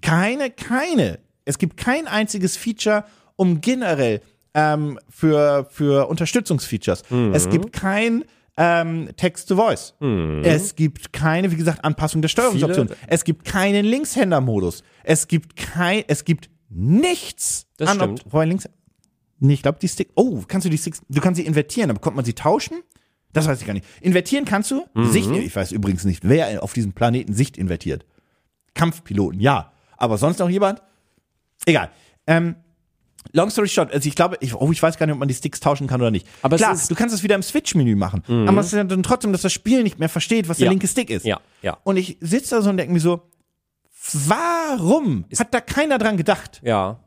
Keine, keine. Es gibt kein einziges Feature, um generell ähm, für, für Unterstützungsfeatures. Es gibt kein ähm, Text-to-Voice. Es gibt keine, wie gesagt, Anpassung der Steuerungsoption. Viele- Es gibt keinen Linkshänder-Modus. Es gibt kein, es gibt nichts. Das an stimmt. Opt- Wobei links, Nee, ich glaube, die Stick. Oh, kannst du die Sticks. Du kannst sie invertieren, aber konnte man sie tauschen? Das weiß ich gar nicht. Invertieren kannst du? Mhm. Sicht. Ich weiß übrigens nicht, wer auf diesem Planeten Sicht invertiert. Kampfpiloten, ja. Aber sonst noch jemand? Egal. Ähm, long story short, also ich glaube, ich, oh, ich weiß gar nicht, ob man die Sticks tauschen kann oder nicht. Aber es Klar, ist- du Mhm. kannst es wieder im Switch-Menü machen. Aber es ist ja dann trotzdem, dass das Spiel nicht mehr versteht, was der Ja. linke Stick ist. Ja, ja. Und ich sitze da so und denke mir so, warum hat da keiner dran gedacht? Ja.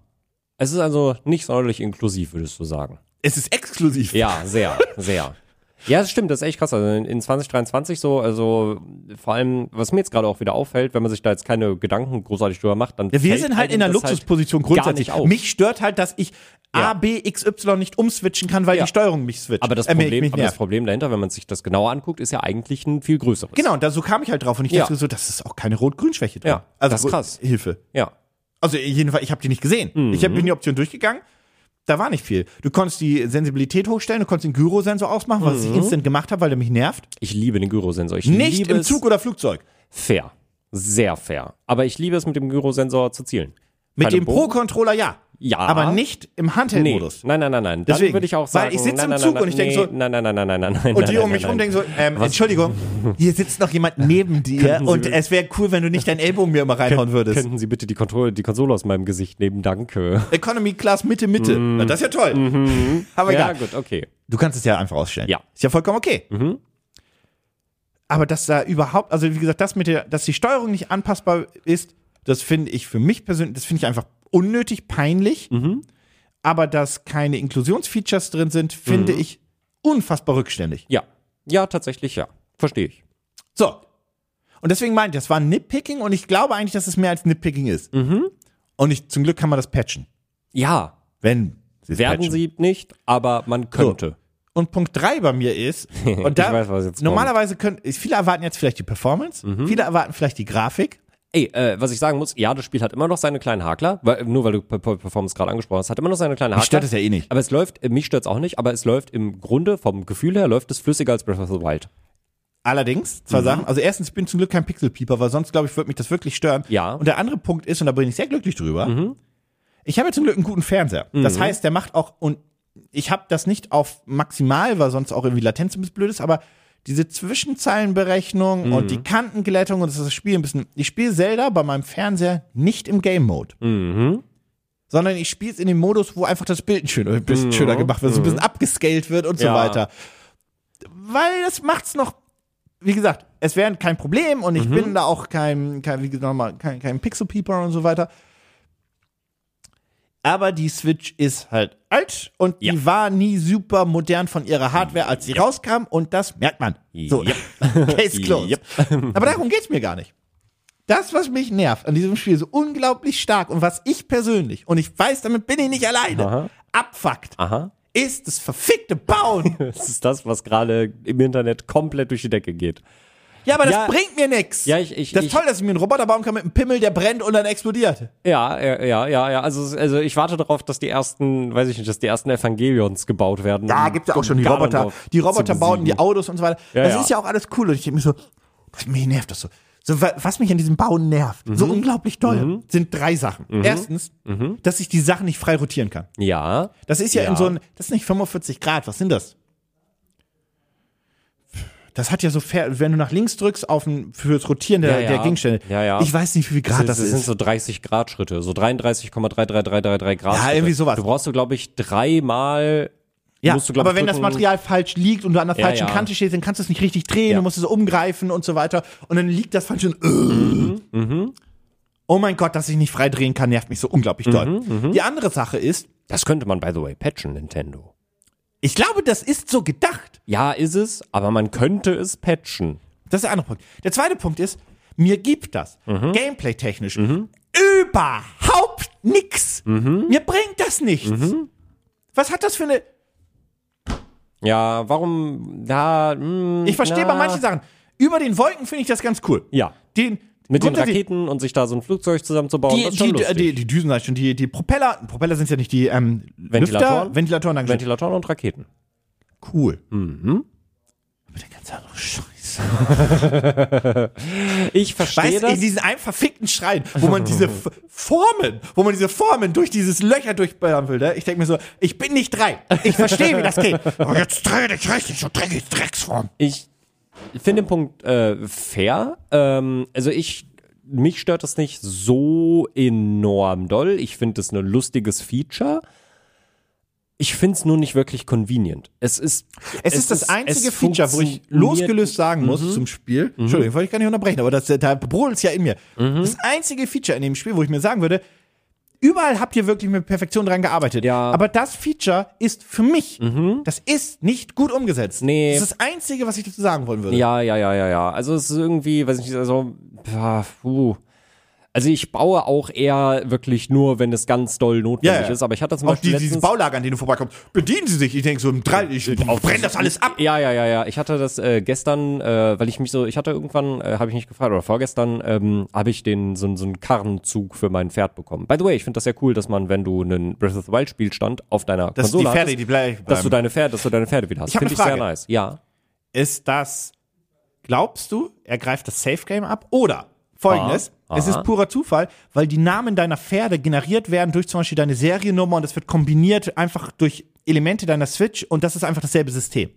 Es ist also nicht sonderlich inklusiv, würdest du sagen. Es ist exklusiv. Ja, sehr, sehr. Ja, das stimmt, das ist echt krass. Also in- in 2023 so, also vor allem, was mir jetzt gerade auch wieder auffällt, wenn man sich da jetzt keine Gedanken großartig drüber macht, dann. Ja, wir fällt sind halt einem in einer das Luxusposition gar grundsätzlich. nicht auf. Mich stört halt, dass ich Ja. A, B, X, Y nicht umswitchen kann, weil Ja. die Steuerung mich switcht. aber das Äh, mich- Problem, mich aber das nervt. Problem dahinter, wenn man sich das genauer anguckt, ist ja eigentlich ein viel größeres. Genau, und da, so kam ich halt drauf und ich Ja. dachte so, das ist auch keine Rot-Grün-Schwäche drin. Ja, also, das ist krass. Mhm. Hilfe. Ja. Also jedenfalls, ich habe die nicht gesehen. Ich hab, bin die Option durchgegangen. Da war nicht viel. Du konntest die Sensibilität hochstellen, du konntest den Gyrosensor ausmachen, was Mhm. ich instant gemacht habe, weil der mich nervt. Ich liebe den Gyrosensor. Ich Nicht liebe im es- Zug oder Flugzeug. Fair. Sehr fair. Aber ich liebe es, mit dem Gyrosensor zu zielen. Mit Keine dem Bogen. Pro-Controller ja. Ja. aber nicht im Nee. Handheld-Modus. Nein, nein, nein, nein. Dann Deswegen. würde ich auch sagen, Weil ich sitze nein, im nein, Zug nein, und ich denk nee, so- Nein, nein, nein, nein, nein, nein. Und nein, die nein, um mich nein, rum nein. denken so, ähm, Entschuldigung, hier sitzt noch jemand neben dir Sie und bitte- es wäre cool, wenn du nicht deinen Ellbogen mir immer reinhauen würdest. Könnten Sie bitte die, Kontrolle, die Konsole aus meinem Gesicht nehmen? Danke. Economy Class Mitte, Mitte. Na, das ist ja toll. Aber Mhm. ja, egal. gut, okay. Du kannst es ja einfach ausstellen. Ja. Mhm. Ist ja vollkommen okay. Aber dass da überhaupt, also wie gesagt, das mit der, dass die Steuerung nicht anpassbar ist, das finde ich für mich persönlich, das finde ich einfach unnötig peinlich. Mhm. Aber dass keine Inklusionsfeatures drin sind, finde Mhm. ich unfassbar rückständig. Ja. Ja, tatsächlich ja. Verstehe ich. So. Und deswegen meinte ich, das war Nitpicking und ich glaube eigentlich, dass es mehr als Nitpicking ist. Mhm. Und ich, zum Glück kann man das patchen. Ja, Wenn. sie es werden patchen. sie nicht, aber man könnte. Und Punkt 3 bei mir ist, und da Ich weiß, was jetzt kommt. Mhm. normalerweise können viele erwarten jetzt vielleicht die Performance, viele erwarten vielleicht die Grafik. Ey, äh, was ich sagen muss, ja, das Spiel hat immer noch seine kleinen Hakler, weil, nur weil du P- P- Performance gerade angesprochen hast, hat immer noch seine kleinen Hakler. stört es ja eh nicht. Aber es läuft, äh, mich stört es auch nicht, aber es läuft im Grunde, vom Gefühl her, läuft es flüssiger als Breath of the Wild. Allerdings, Mhm. zwei Sachen. Also erstens, ich bin zum Glück kein Pixelpieper, weil sonst, glaube ich, würde mich das wirklich stören. Ja. Mhm. Und der andere Punkt ist, und da bin ich sehr glücklich drüber, ich habe ja zum Glück einen guten Fernseher. Das heißt, der macht auch, und ich habe das nicht auf maximal, weil sonst auch irgendwie Latenz ein bisschen blöd ist, aber diese Zwischenzeilenberechnung und die Kantenglättung und das, ist das Spiel ein bisschen, ich spiele Zelda bei meinem Fernseher nicht im Game Mode. sondern ich spiele es in dem Modus, wo einfach das Bild ein schön, ein bisschen schöner gemacht wird, so ein bisschen abgescaled wird und Ja. so weiter. Weil das macht's noch, wie gesagt, es wäre kein Problem und ich bin da auch kein, kein wie gesagt, nochmal, kein, kein Pixel-Peeper und so weiter. Aber die Switch ist halt alt und Ja. die war nie super modern von ihrer Hardware, als sie rauskam und das merkt man. So, Ja. Case closed. Yep. Aber darum geht's mir gar nicht. Das, was mich nervt an diesem Spiel so unglaublich stark und was ich persönlich, und ich weiß, damit bin ich nicht alleine, Aha. abfuckt, Aha. ist das verfickte Bauen. Das ist das, was gerade im Internet komplett durch die Decke geht. ja, aber das Ja. bringt mir nichts. Ja, ich- ich- das ist ich- toll, dass ich mir einen Roboter bauen kann mit einem Pimmel, der brennt und dann explodiert. Ja, ja, ja, ja, ja. Also, es- also ich warte darauf, dass die ersten, weiß ich nicht, dass die ersten Evangelions gebaut werden. um Ganondorf Hm, Die zu Roboter bauen die besiegen. Autos und so weiter. Ja, das ja. ist ja auch alles cool. Und ich denke mir so, was mich nervt das so. so wa- was mich an diesem Bauen nervt, so Mhm. unglaublich doll, sind drei Sachen. Erstens, dass ich die Sachen nicht frei rotieren kann. Ja. Das ist ja, Mhm. Ja. in so ein, das ist nicht 45 Grad, was sind das? Das hat ja so, fair, wenn du nach links drückst auf ein, fürs Rotieren der, Ja, ja. der Gegenstände. Ja, ja. Ich weiß nicht, wie viel Grad das, das sind ist. so 30 Grad Schritte, so 33,33333 Grad. Ja, Schritte. irgendwie sowas. Du brauchst du glaube ich dreimal Ja, musst du, glaub aber ich, wenn das drücken. Material falsch liegt und du an der Ja, falschen ja. Kante stehst, dann kannst du es nicht richtig drehen, Ja. du musst es umgreifen und so weiter. Und dann liegt das falsch und. äh. Mhm, Oh mein Gott, dass ich nicht frei drehen kann, nervt mich so unglaublich doll. Mhm, Die andere Sache ist, Das könnte man by the way patchen Nintendo. ich glaube, das ist so gedacht. Ja, ist es, aber man könnte es patchen. Das ist der andere Punkt. Der zweite Punkt ist, mir gibt das Mhm. gameplay-technisch überhaupt nichts. Mhm. Mir bringt das nichts. Was hat das für eine. Ja, warum da hm, Ich verstehe na. bei manchen Sachen. Über den Wolken finde ich das ganz cool. Ja, Den, mit den grundsätzlich- Raketen und sich da so ein Flugzeug zusammenzubauen, das ist Die, schon die, lustig. die, die Düsen, sag ich schon, die, die Propeller, Propeller sind ja nicht die ähm, Ventilatoren? Lüfter, Ventilatoren, danke schön. Ventilatoren und Raketen. cool. Mhm. Aber der ganze andere Scheiß. Ich verstehe Weißt du, das. in diesen einen verfickten Schrein, wo man diese F Formen, wo man diese Formen durch dieses Löcher durchballern will, ne? ich denke mir so, ich bin nicht drei. Ich verstehe, wie das geht. Aber jetzt dreh dich richtig, so dreckig, Drecksform. ich finde den Punkt äh, fair. Ähm, also ich mich stört das nicht so enorm doll. Ich finde es ein lustiges Feature. Ich finde es nur nicht wirklich convenient. Es ist Es, ist das einzige es Feature, wo ich funktioniert- Mhm. losgelöst sagen muss zum Spiel, Entschuldigung, wollte ich gar nicht unterbrechen, aber das, da brodelt's ja in mir. Mhm. Das einzige Feature in dem Spiel, wo ich mir sagen würde, überall habt ihr wirklich mit Perfektion dran gearbeitet. Ja. Mhm. Aber das Feature ist für mich, das ist nicht gut umgesetzt. Nee. Das ist das Einzige, was ich dazu sagen wollen würde. Ja, ja, ja, ja, ja. Also es ist irgendwie, weiß ich nicht, also pah, puh. Also ich baue auch eher wirklich nur, wenn es ganz doll notwendig Ja, ja. ist. Aber ich hatte zum Auch Beispiel die, dieses letztens- Baulager, an denen du vorbeikommst, bedienen sie sich. Ich denke so, im Drei, ich brenne das alles ab. Ja, ja, ja, ja. Ich hatte das äh, gestern, äh, weil ich mich so, ich hatte irgendwann, äh, habe ich mich gefragt, oder vorgestern, ähm, habe ich den so, so einen Karrenzug für mein Pferd bekommen. By the way, ich finde das sehr cool, dass man, wenn du einen Breath of the Wild Spielstand auf deiner Dass Konsole die Pferde, hattest, die bleib- dass du bleiben. deine Pferde, dass du deine Pferde wieder hast. Ich hab Finde eine ich sehr Frage. nice. Ja. Ist das, glaubst du, er greift das Safe Game ab? Oder folgendes, Es ist purer Zufall, weil die Namen deiner Pferde generiert werden durch zum Beispiel deine Seriennummer und das wird kombiniert einfach durch Elemente deiner Switch und das ist einfach dasselbe System.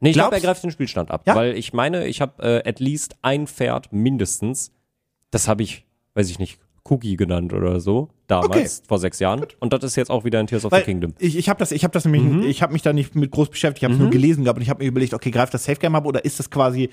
Nee, ich glaube, er Glaubst- greift den Spielstand ab. Ja. Weil ich meine, ich habe äh, at least ein Pferd mindestens. Das habe ich, weiß ich nicht, Cookie genannt oder so. Damals, vor sechs Jahren. Und das ist jetzt auch wieder in Tears of Weil the Kingdom. Ich, ich habe das, ich habe das nämlich, ich habe mich da nicht mit groß beschäftigt, ich habe es nur gelesen gehabt und ich habe mir überlegt, okay, greift das Safe Game ab oder ist das quasi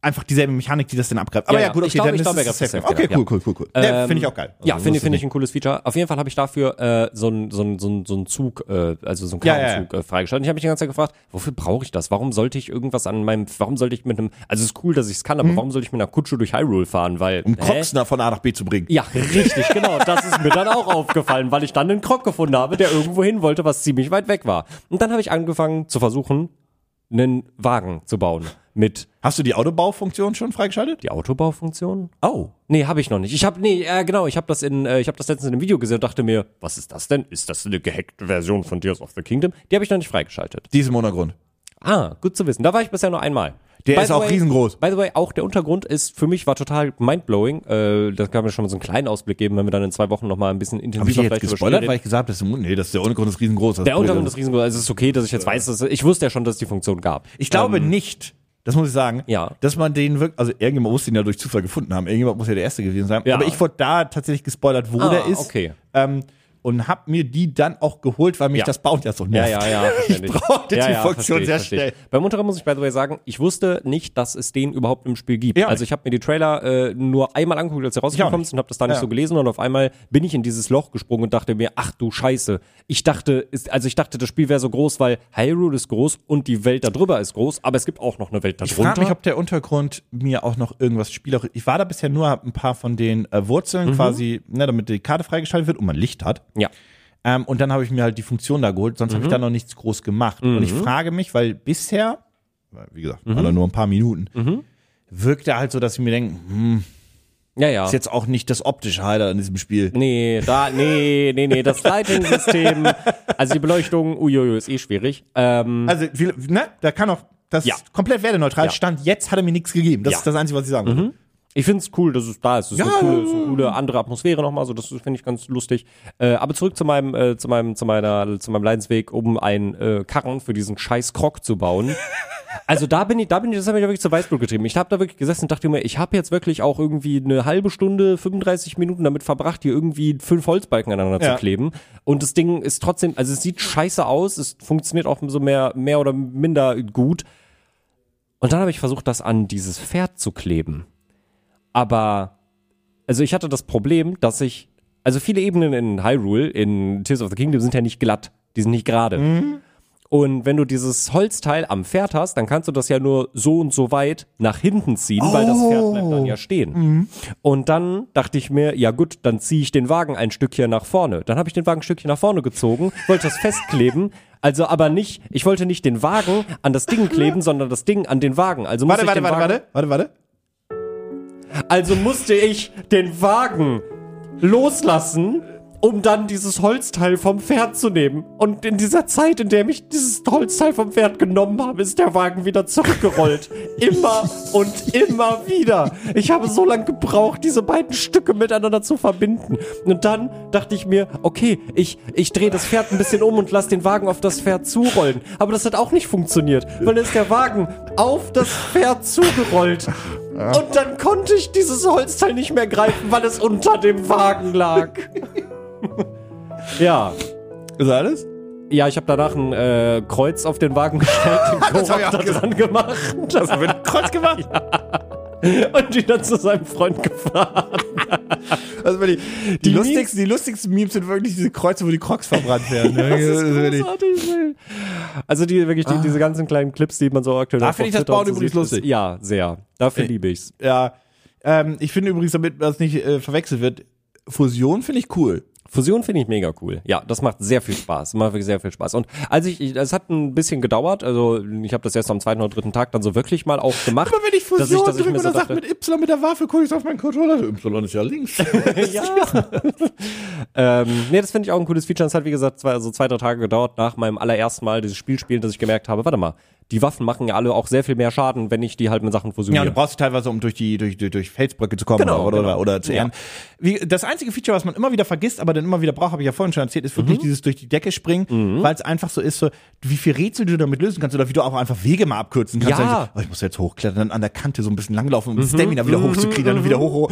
einfach dieselbe Mechanik, die das denn abgreift? Aber Ja, ja, ja. gut, okay, Ich glaube, dann ich ist glaube, es er das greift Safe das Safe Game. Okay, Game, cool, cool, cool. Nee, Finde ich auch geil. ja, Ähm, Also, finde muss finde nicht- ich ein cooles Feature. Auf jeden Fall habe ich dafür äh, so einen so ein- so ein- so ein Zug, äh, also so einen Ja, ja, ja. Kartenzug äh, freigeschaltet. Ich habe mich die ganze Zeit gefragt, wofür brauche ich das? Warum sollte ich irgendwas an meinem, warum sollte ich mit einem, also es ist cool, dass ich es kann, Mhm. aber warum sollte ich mit einer Kutsche durch Hyrule fahren? Weil, Um hä? Äh. Kroxner von A nach B zu bringen. Ja, richtig, genau. Das ist mir dann auch aufgefallen, weil ich dann einen Krog gefunden habe, der irgendwo hin wollte, was ziemlich weit weg war. Und dann habe ich angefangen zu versuchen, einen Wagen zu bauen. Mit Hast du die Autobaufunktion schon freigeschaltet? die Autobaufunktion? Oh. Nee, habe ich noch nicht. Ich habe nee, äh, genau, ich habe das in äh, ich habe das letztens in einem Video gesehen und dachte mir, was ist das denn? Ist das eine gehackte Version von Tears of the Kingdom? Die habe ich noch nicht freigeschaltet. Diesem Untergrund. Ah, gut zu wissen. Da war ich bisher nur einmal. Der By ist the auch riesengroß. By the way, auch der Untergrund ist für mich war total mindblowing. Äh, das kann mir schon mal so einen kleinen Ausblick geben, wenn wir dann in zwei Wochen noch mal ein bisschen Habe ich hier intensiver jetzt vielleicht über Spiele gespoilert, reden. weil ich gesagt habe, das ist- nee, das ist der Untergrund ist riesengroß. Das Der ist blöd. Untergrund ist riesengroß. Also es ist okay, dass ich jetzt weiß, dass ich wusste ja schon, dass es die Funktion gab. Ich glaube nicht, das muss ich sagen, Ja. dass man den wirklich, also irgendjemand muss den ja durch Zufall gefunden haben. Irgendjemand muss ja der Erste gewesen sein. Ja. Aber ich wurde da tatsächlich gespoilert, wo Ah, der ist. okay. Ähm, und habe mir die dann auch geholt, weil mich Ja. das Bauen ja so Ja, nervt. ja, ja. Ich brauchte die Funktion sehr schnell. Beim Unteren muss ich by the way sagen, ich wusste nicht, dass es den überhaupt im Spiel gibt. Ja. Also ich habe mir die Trailer äh, nur einmal angeguckt, als er rausgekommen ist und habe das da nicht Ja. so gelesen und auf einmal bin ich in dieses Loch gesprungen und dachte mir, ach du Scheiße. Ich dachte, ist, also ich dachte, das Spiel wäre so groß, weil Hyrule ist groß und die Welt da drüber ist groß, aber es gibt auch noch eine Welt da Ich frage mich, drunter. ob der Untergrund mir auch noch irgendwas spielerisch. Ich war da bisher nur, hab ein paar von den äh, Wurzeln quasi, ne, damit die Karte freigeschaltet wird und man Licht hat. Ja. Ähm, und dann habe ich mir halt die Funktion da geholt, sonst habe Mhm. ich da noch nichts groß gemacht. Und ich frage mich, weil bisher, weil, wie gesagt, Mhm. waren da nur ein paar Minuten, wirkt er halt so, dass ich mir denke, hm, Ja, ja. ist jetzt auch nicht das optische Highlight an diesem Spiel. Nee, da, nee, nee, nee, das Lighting-System, also die Beleuchtung, uiuiui, ist eh schwierig. Ähm, Also, wie, ne, da kann auch das Ja. komplett werteneutral Ja. stand. Jetzt hat er mir nichts gegeben. Das Ja. Mhm. ist das Einzige, was ich sagen will. ich finde es cool, dass es da ist. Es ist Ja. eine, coole, ist eine coole andere Atmosphäre nochmal, so das finde ich ganz lustig. Äh, aber zurück zu meinem, äh, zu meinem, zu meiner, zu meinem Leidensweg, um einen äh, Karren für diesen scheiß Krog zu bauen. Also da bin ich, da bin ich, das hat mich wirklich zu Weißblut getrieben. Ich habe da wirklich gesessen und dachte mir, ich habe jetzt wirklich auch irgendwie eine halbe Stunde, 35 Minuten damit verbracht, hier irgendwie fünf Holzbalken aneinander Ja. zu kleben. Und das Ding ist trotzdem, also es sieht scheiße aus, es funktioniert auch so mehr, mehr oder minder gut. Und dann habe ich versucht, das an dieses Pferd zu kleben. Aber, also ich hatte das Problem, dass ich, also viele Ebenen in Hyrule, in Tears of the Kingdom sind ja nicht glatt, die sind nicht gerade. Mhm. Und wenn du dieses Holzteil am Pferd hast, dann kannst du das ja nur so und so weit nach hinten ziehen, weil das Oh. Pferd bleibt dann ja stehen. Mhm. Und dann dachte ich mir, ja gut, dann ziehe ich den Wagen ein Stückchen nach vorne. Dann habe ich den Wagen ein Stückchen nach vorne gezogen, wollte das festkleben. Also aber nicht, ich wollte nicht den Wagen an das Ding kleben, sondern das Ding an den Wagen. Also muss Warte, ich warte, den warte, Wagen warte, warte, warte. also musste ich den Wagen loslassen, um dann dieses Holzteil vom Pferd zu nehmen. Und in dieser Zeit, in der ich dieses Holzteil vom Pferd genommen habe, ist der Wagen wieder zurückgerollt. Immer und immer wieder. Ich habe so lange gebraucht, diese beiden Stücke miteinander zu verbinden. Und dann dachte ich mir, okay, ich, ich drehe das Pferd ein bisschen um und lasse den Wagen auf das Pferd zurollen. Aber das hat auch nicht funktioniert, weil dann ist der Wagen auf das Pferd zugerollt. Und dann konnte ich dieses Holzteil nicht mehr greifen, weil es unter dem Wagen lag. ja. Ist alles? Ja, ich habe danach ein äh, Kreuz auf den Wagen gestellt, den Korb hab ich auch da dran gemacht. Das Wird ein Kreuz gemacht? und die dann zu seinem Freund gefahren. Also, wenn die, die, Die Memes- lustigsten, die lustigsten Memes sind wirklich diese Kreuze, wo die Crocs verbrannt werden. das ist wirklich- ey. Also die, wirklich die, diese ganzen kleinen Clips, die man so aktuell Da auf finde ich das Twitter und Bauen so übrigens sieht, ist- lustig. Ja, sehr. Dafür liebe ich's. ja. Ähm, ich finde übrigens, damit das nicht äh, verwechselt wird, Fusion finde ich cool. Fusion finde ich mega cool. Ja, das macht sehr viel Spaß. Macht wirklich sehr viel Spaß. Und als ich, ich- es hat ein bisschen gedauert, also ich habe das erst am zweiten oder dritten Tag dann so wirklich mal auch gemacht. Aber wenn ich Fusion dass ich, dass ich drücke mir und so er sagt dachte, mit Y mit der Waffe, gucke ich auf meinen Controller. Y ist ja links. ja. ähm, nee, das finde ich auch ein cooles Feature. Es hat, wie gesagt, zwei, also zwei, drei Tage gedauert nach meinem allerersten Mal dieses Spiel spielen, dass ich gemerkt habe, warte mal, die Waffen machen ja alle auch sehr viel mehr Schaden, wenn ich die halt mit Sachen Ja, fusioniere. du brauchst sie teilweise, um durch die durch, durch, durch Felsbrücke zu kommen Genau, oder, genau. oder, oder zu Ja. ehren. Wie, das einzige Feature, was man immer wieder vergisst, aber dann immer wieder braucht, habe ich ja vorhin schon erzählt, ist wirklich dieses durch die Decke springen, weil es einfach so ist, so, wie viel Rätsel du damit lösen kannst oder wie du auch einfach Wege mal abkürzen kannst. Ja. Dann so, oh, ich muss jetzt hochklettern, dann an der Kante so ein bisschen langlaufen, um das Stamina wieder hochzukriegen, dann wieder hoch, hoch.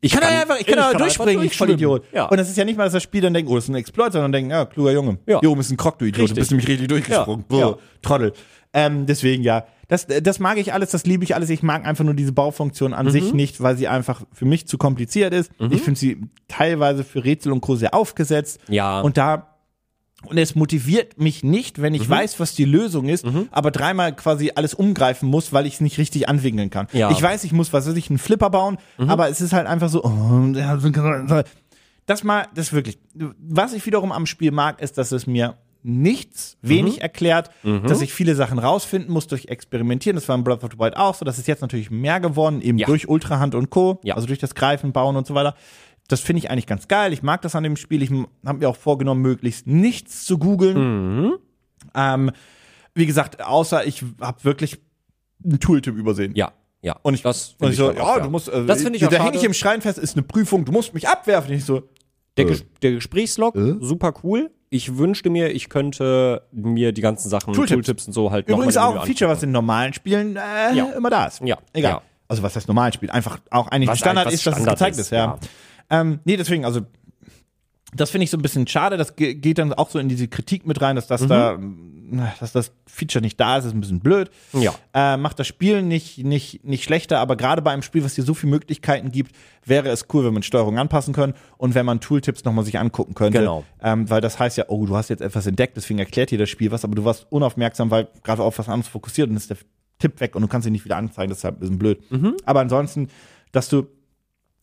Ich kann, ja einfach, ich kann, ich ja kann durchspringen, einfach ich voll Idiot. Ja. Und das ist ja nicht mal, dass das Spiel dann denkt, oh, das ist ein Exploit, sondern denken, ja, kluger Junge. Ja. Jo, bist ein Krog, du Idiot. Richtig. Du bist nämlich richtig durchgesprungen. Ja. Ja. Ja. Trottel. Ähm, deswegen ja. Das, das mag ich alles, das liebe ich alles. Ich mag einfach nur diese Baufunktion Mhm. an sich nicht, weil sie einfach für mich zu kompliziert ist. Ich finde sie teilweise für Rätsel und Co. sehr aufgesetzt. Ja. Und da. Und es motiviert mich nicht, wenn ich Mhm. weiß, was die Lösung ist, aber dreimal quasi alles umgreifen muss, weil ich es nicht richtig anwinkeln kann. Ja. Ich weiß, ich muss, was weiß ich, einen Flipper bauen, Mhm. aber es ist halt einfach so. Oh, ja, so- das mal, das wirklich. Was ich wiederum am Spiel mag, ist, dass es mir nichts Mhm. wenig erklärt, dass ich viele Sachen rausfinden muss durch Experimentieren. Das war in Breath of the Wild auch so. Das ist jetzt natürlich mehr geworden, eben Ja. durch Ultrahand und Co. Ja. Also durch das Greifen, Bauen und so weiter. Das finde ich eigentlich ganz geil. Ich mag das an dem Spiel. Ich habe mir auch vorgenommen, möglichst nichts zu googeln. Mhm. Ähm, wie gesagt, außer ich habe wirklich einen Tooltip übersehen. ja, ja. Und ich, das und find ich so, dann auch, ja, du musst, äh, das finde ich auch da hänge ich schade. im Schrein fest, ist eine Prüfung, du musst mich abwerfen. Ich so, Der, Äh. Ges der Gesprächslog, super cool. Ich wünschte mir, ich könnte mir die ganzen Sachen, Tooltips. Tooltips und so halt noch Übrigens mal im auch Menü ein an- Feature, was in normalen Spielen äh, Ja. immer da ist. Ja. Egal. Ja. Also was heißt normalen Spiel? Einfach auch eigentlich Was Standard ein- was ist, dass Standard es gezeigt ist, ist. ja. Ähm, nee, deswegen, also das finde ich so ein bisschen schade. Das ge- geht dann auch so in diese Kritik mit rein, dass das Mhm. da, mh, dass das Feature nicht da ist, ist ein bisschen blöd. Ja. Äh, macht das Spiel nicht, nicht, nicht schlechter, aber gerade bei einem Spiel, was dir so viele Möglichkeiten gibt, wäre es cool, wenn man Steuerung anpassen können und wenn man Tooltips nochmal sich angucken könnte. Genau. Ähm, weil das heißt ja, oh, du hast jetzt etwas entdeckt, deswegen erklärt dir das Spiel was, aber du warst unaufmerksam, weil gerade auf was anderes fokussiert und ist der Tipp weg und du kannst ihn nicht wieder anzeigen, deshalb ist ein bisschen blöd. Aber ansonsten, dass du,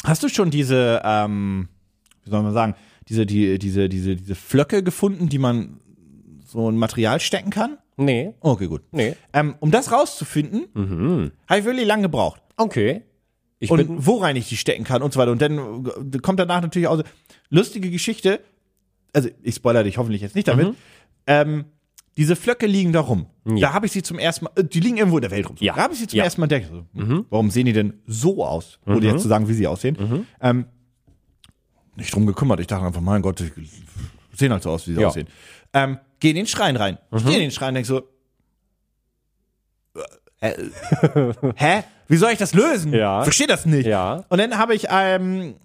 hast du schon diese, ähm, wie soll man sagen, diese, die, diese, diese, diese Flöcke gefunden, die man so in Material stecken kann? Nee, Okay, gut. nee. Ähm, um das rauszufinden, habe ich wirklich lange gebraucht Okay. Ich bin. und wo rein ich die stecken kann und so weiter. Und dann äh, kommt danach natürlich auch so lustige Geschichte. Also ich spoilere dich hoffentlich jetzt nicht Mhm. damit. Ähm, diese Flöcke liegen da rum. Da habe ich sie zum ersten Mal, äh, die liegen irgendwo in der Welt rum. Ja. Da habe ich sie zum Ja. Mhm. ersten Mal entdeckt. So, Warum sehen die denn so aus? Ohne jetzt zu sagen, wie sie aussehen. Ähm, nicht drum gekümmert. Ich dachte einfach, mein Gott, die sehen halt so aus, wie sie Ja. Mhm. aussehen. Ähm, geh in den Schrein rein. Ich geh in den Schrein und denk so, äh, hä? Wie soll ich das lösen? Ja. Verstehe das nicht. Ja. Und dann habe ich, ähm,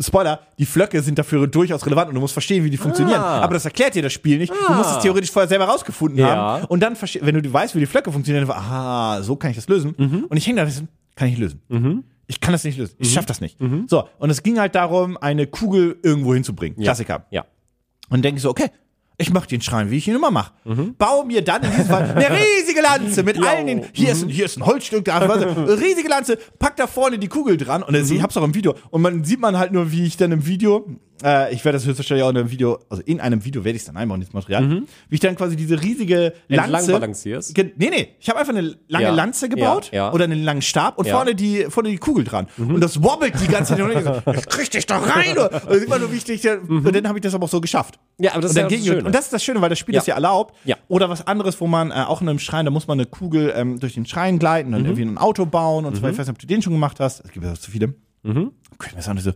Spoiler, die Flöcke sind dafür durchaus relevant und du musst verstehen, wie die funktionieren. Ah. Aber das erklärt dir das Spiel nicht. Du musst es theoretisch vorher selber rausgefunden Ja. haben. Und dann, verste- wenn du weißt, wie die Flöcke funktionieren, dann, aha, so kann ich das lösen. Mhm. Und ich hänge da, und ich so, kann ich lösen. Ich kann das nicht lösen. Ich schaff das nicht. So, und es ging halt darum, eine Kugel irgendwo hinzubringen. Klassiker. Mhm. Ja. Und denke ich so, okay, ich mache den Schrein, wie ich ihn immer mache. Baue mir dann in diesem Fall eine riesige Lanze mit allen den, hier, ist, ein- hier ist ein Holzstück, da was, riesige Lanze, pack da vorne die Kugel dran und das, ich Mhm. hab's auch im Video. Und man sieht man halt nur, wie ich dann im Video, äh, ich werde das höchstwahrscheinlich auch in einem Video, also in einem Video werde ich dann einbauen, dieses Material, wie ich dann quasi diese riesige Mhm. Entlang Lanze. balancierst? Ge- Nee, nee, ich habe einfach eine lange Ja. Lanze gebaut Ja, ja. oder einen langen Stab und Ja. Mhm. vorne, die, vorne die Kugel dran. Und das wobbelt die ganze Zeit. und ich so, ich krieg dich doch rein. Und dann sieht man nur, wie ich dich, da- und dann habe ich das aber auch so geschafft. Mhm. Ja, aber das Und ist dann ja ging- das Schöne. Und das ist das Schöne, weil das Spiel Ja. das ja erlaubt. Ja. Oder was anderes, wo man äh, auch in einem Schrein, da muss man eine Kugel ähm, durch den Schrein gleiten, Mhm. dann irgendwie ein Auto bauen und so weiter. Ich weiß nicht, ob du den schon gemacht hast. Es gibt ja zu viele. Mhm. Okay, mir ist auch nicht so,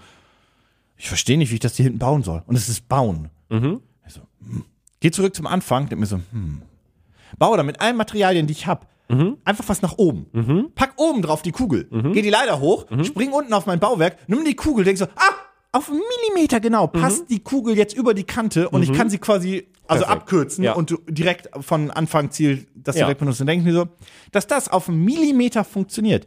ich verstehe nicht, wie ich das hier hinten bauen soll. Und es ist bauen. Ich so, hm. Geh zurück zum Anfang, denk mir so, hm. Baue da mit allen Materialien, die ich habe, einfach was nach oben. Pack oben drauf die Kugel, geh die Leiter hoch, spring unten auf mein Bauwerk, nimm die Kugel, denk so, ah, auf einen Millimeter genau, passt die Kugel jetzt über die Kante und ich kann sie quasi also Perfekt. abkürzen Ja. und du direkt von Anfang Ziel das Ja. direkt benutzen. Dann denke ich mir so, dass das auf einen Millimeter funktioniert,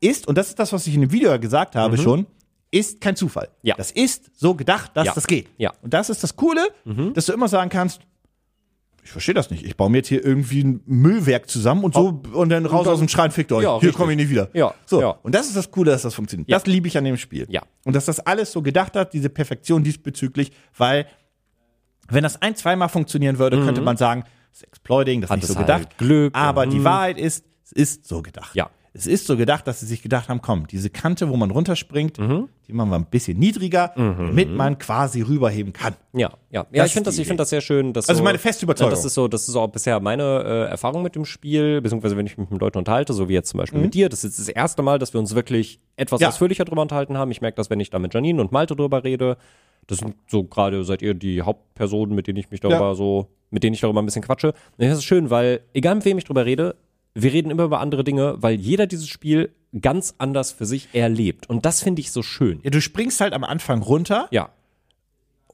ist, und das ist das, was ich in dem Video gesagt habe schon, ist kein Zufall. Mhm. Ja. Das ist so gedacht, dass Ja. das geht. Ja. Mhm. Und das ist das Coole, dass du immer sagen kannst, ich verstehe das nicht. Ich baue mir jetzt hier irgendwie ein Müllwerk zusammen und so und dann raus aus dem Schrein fickt euch. Ja, hier richtig. komme ich nicht wieder. Ja, So. ja. Und das ist das Coole, dass das funktioniert. Das liebe ich an dem Spiel. Ja. Und dass das alles so gedacht hat, diese Perfektion diesbezüglich, weil wenn das ein, zweimal funktionieren würde, könnte man sagen, das ist Exploiting, das ist nicht Mhm. es so halt gedacht. Glück. Aber die Wahrheit ist, es ist so gedacht. Ja. Es ist so gedacht, dass sie sich gedacht haben, komm, diese Kante, wo man runterspringt, Mhm. die machen wir ein bisschen niedriger, damit man quasi rüberheben kann. Ja, ja. ja ich ist finde das, die ich finde das sehr schön. Dass Also so, meine feste Überzeugung. Ja, Das ist so, das ist auch bisher meine äh, Erfahrung mit dem Spiel, beziehungsweise wenn ich mich mit Leuten unterhalte, so wie jetzt zum Beispiel mit dir. Das ist jetzt das erste Mal, dass wir uns wirklich etwas Mhm. Ja. ausführlicher drüber unterhalten haben. Ich merke das, wenn ich da mit Janine und Malte drüber rede. Das sind so gerade seid ihr die Hauptpersonen, mit denen ich mich darüber Ja. so, mit denen ich darüber ein bisschen quatsche. Und das ist schön, weil egal mit wem ich drüber rede, wir reden immer über andere Dinge, weil jeder dieses Spiel ganz anders für sich erlebt. Und das finde ich so schön. Ja, du springst halt am Anfang runter Ja.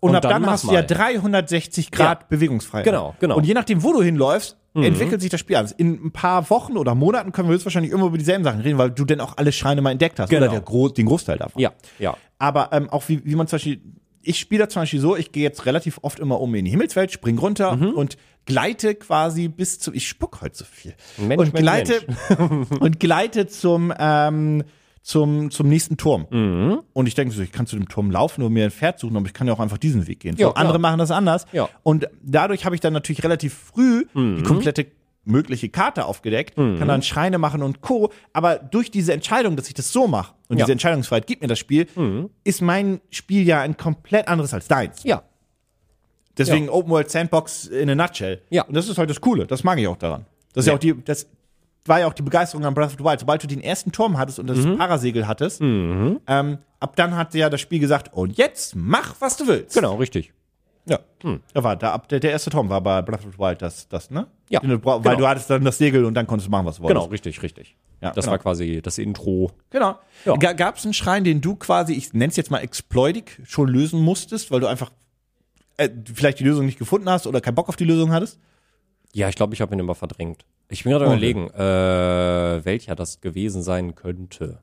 und, Und ab dann dann, mach hast du ja mal. 360 Grad Ja. Bewegungsfreiheit. Genau, genau. Mhm. Und je nachdem, wo du hinläufst, entwickelt sich das Spiel anders. In ein paar Wochen oder Monaten können wir höchstwahrscheinlich immer über dieselben Sachen reden, weil du dann auch alle Schreine mal entdeckt hast. Genau. Oder der Gro den Großteil davon. Ja, ja. Aber ähm, auch wie, wie man zum Beispiel, ich spiele das zum Beispiel so, ich gehe jetzt relativ oft immer um in die Himmelswelt, spring runter Mhm. und gleite quasi bis zum, ich spuck heute so viel. Mensch, und Mensch, gleite, und gleite zum, ähm, zum, zum nächsten Turm. Mhm. Und ich denke so, ich kann zu dem Turm laufen und mir ein Pferd suchen, aber ich kann ja auch einfach diesen Weg gehen. Ja, so, andere klar. machen das anders. Ja. Mhm. Und dadurch habe ich dann natürlich relativ früh die komplette mögliche Karte aufgedeckt, kann dann Schreine machen und Co. Aber durch diese Entscheidung, dass ich das so mache und Ja. Mhm. diese Entscheidungsfreiheit gibt mir das Spiel, ist mein Spiel ja ein komplett anderes als deins. Ja, Deswegen Open World Sandbox in a nutshell. Ja. Und das ist halt das Coole. Das mag ich auch daran. Das ist ja Ja. auch die, das war ja auch die Begeisterung an Breath of the Wild. Sobald du den ersten Turm hattest und das Mhm. Parasegel hattest, ähm, ab dann hat ja das Spiel gesagt, und jetzt mach, was du willst. genau, richtig. Ja. Hm. Da war da ab der, der erste Turm war bei Breath of the Wild das, das ne? Ja, Den du bra- Weil genau. du hattest dann das Segel und dann konntest du machen, was du wolltest. Genau, richtig, richtig. Ja, das genau. war quasi das Intro. Genau. Ja. Ga- Gab es einen Schrein, den du quasi, ich nenn's jetzt mal exploitig, schon lösen musstest, weil du einfach äh, vielleicht die Lösung nicht gefunden hast oder keinen Bock auf die Lösung hattest? Ja, ich glaube, ich habe ihn immer verdrängt. Ich bin gerade überlegen, äh, welcher das gewesen sein könnte.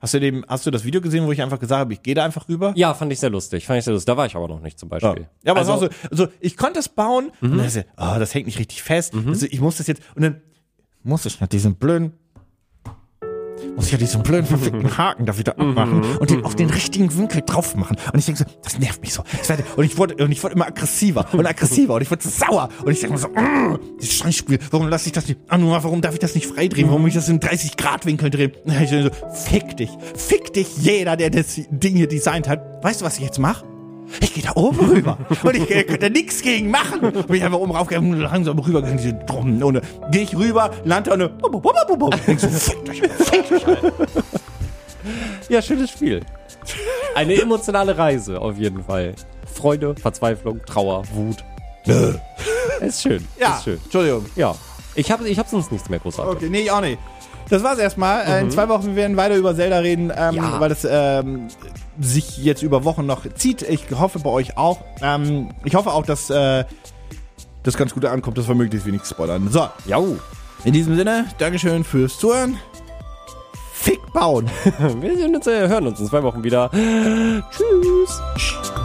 Hast du, dem, hast du das Video gesehen, wo ich einfach gesagt habe, ich gehe da einfach rüber? Ja, fand ich sehr lustig. Fand ich sehr lustig. Da war ich aber noch nicht zum Ja, Beispiel. ja aber also, Mhm. es war so, also ich konnte es bauen, und dann ist ja, oh, das hängt nicht richtig fest, also ich muss das jetzt, und dann muss ich ja diesen blöden, muss ich ja diesen blöden verfickten Haken da wieder abmachen und den auf den richtigen Winkel drauf machen. Und ich denke so, das nervt mich so. Das werde, und ich wurde, und ich wurde immer aggressiver und aggressiver und ich wurde sauer. Und ich denke mir so, "Mm, dieses Scheißspiel, warum lasse ich das nicht, ah, nur, warum darf ich das nicht freidrehen? Warum muss ich das in 30 Grad Winkel drehen? Und dann ich so, fick dich, fick dich jeder, der das Ding hier designt hat. Weißt du, was ich jetzt mache? Ich gehe da oben rüber. Und ich äh, könnte nichts gegen machen. Und ich einfach oben raufgegangen und langsam rübergegangen. Diese Drum, ohne. Gehe ich rüber, lande und. Bum, bum, bum, bum, bum. Denkst du, fickt euch, fickt euch. Alter. ja, schönes Spiel. Eine emotionale Reise auf jeden Fall. Freude, Verzweiflung, Trauer, Wut. ist schön. Ja, Ist schön. Entschuldigung. Ja. Ich habe ich hab sonst nichts mehr großartig. Okay, nee, ich auch nicht. Das war's erstmal. Äh, In zwei Wochen werden wir weiter über Zelda reden, ähm, Mhm. Ja. weil das ähm, sich jetzt über Wochen noch zieht. Ich hoffe bei euch auch. Ähm, ich hoffe auch, dass äh, das ganz gut ankommt, dass wir möglichst wenig spoilern. So, Jau. in diesem Sinne, Dankeschön fürs Zuhören. Fick bauen. Wir sehen uns, äh, hören uns in zwei Wochen wieder. Tschüss. Tschüss.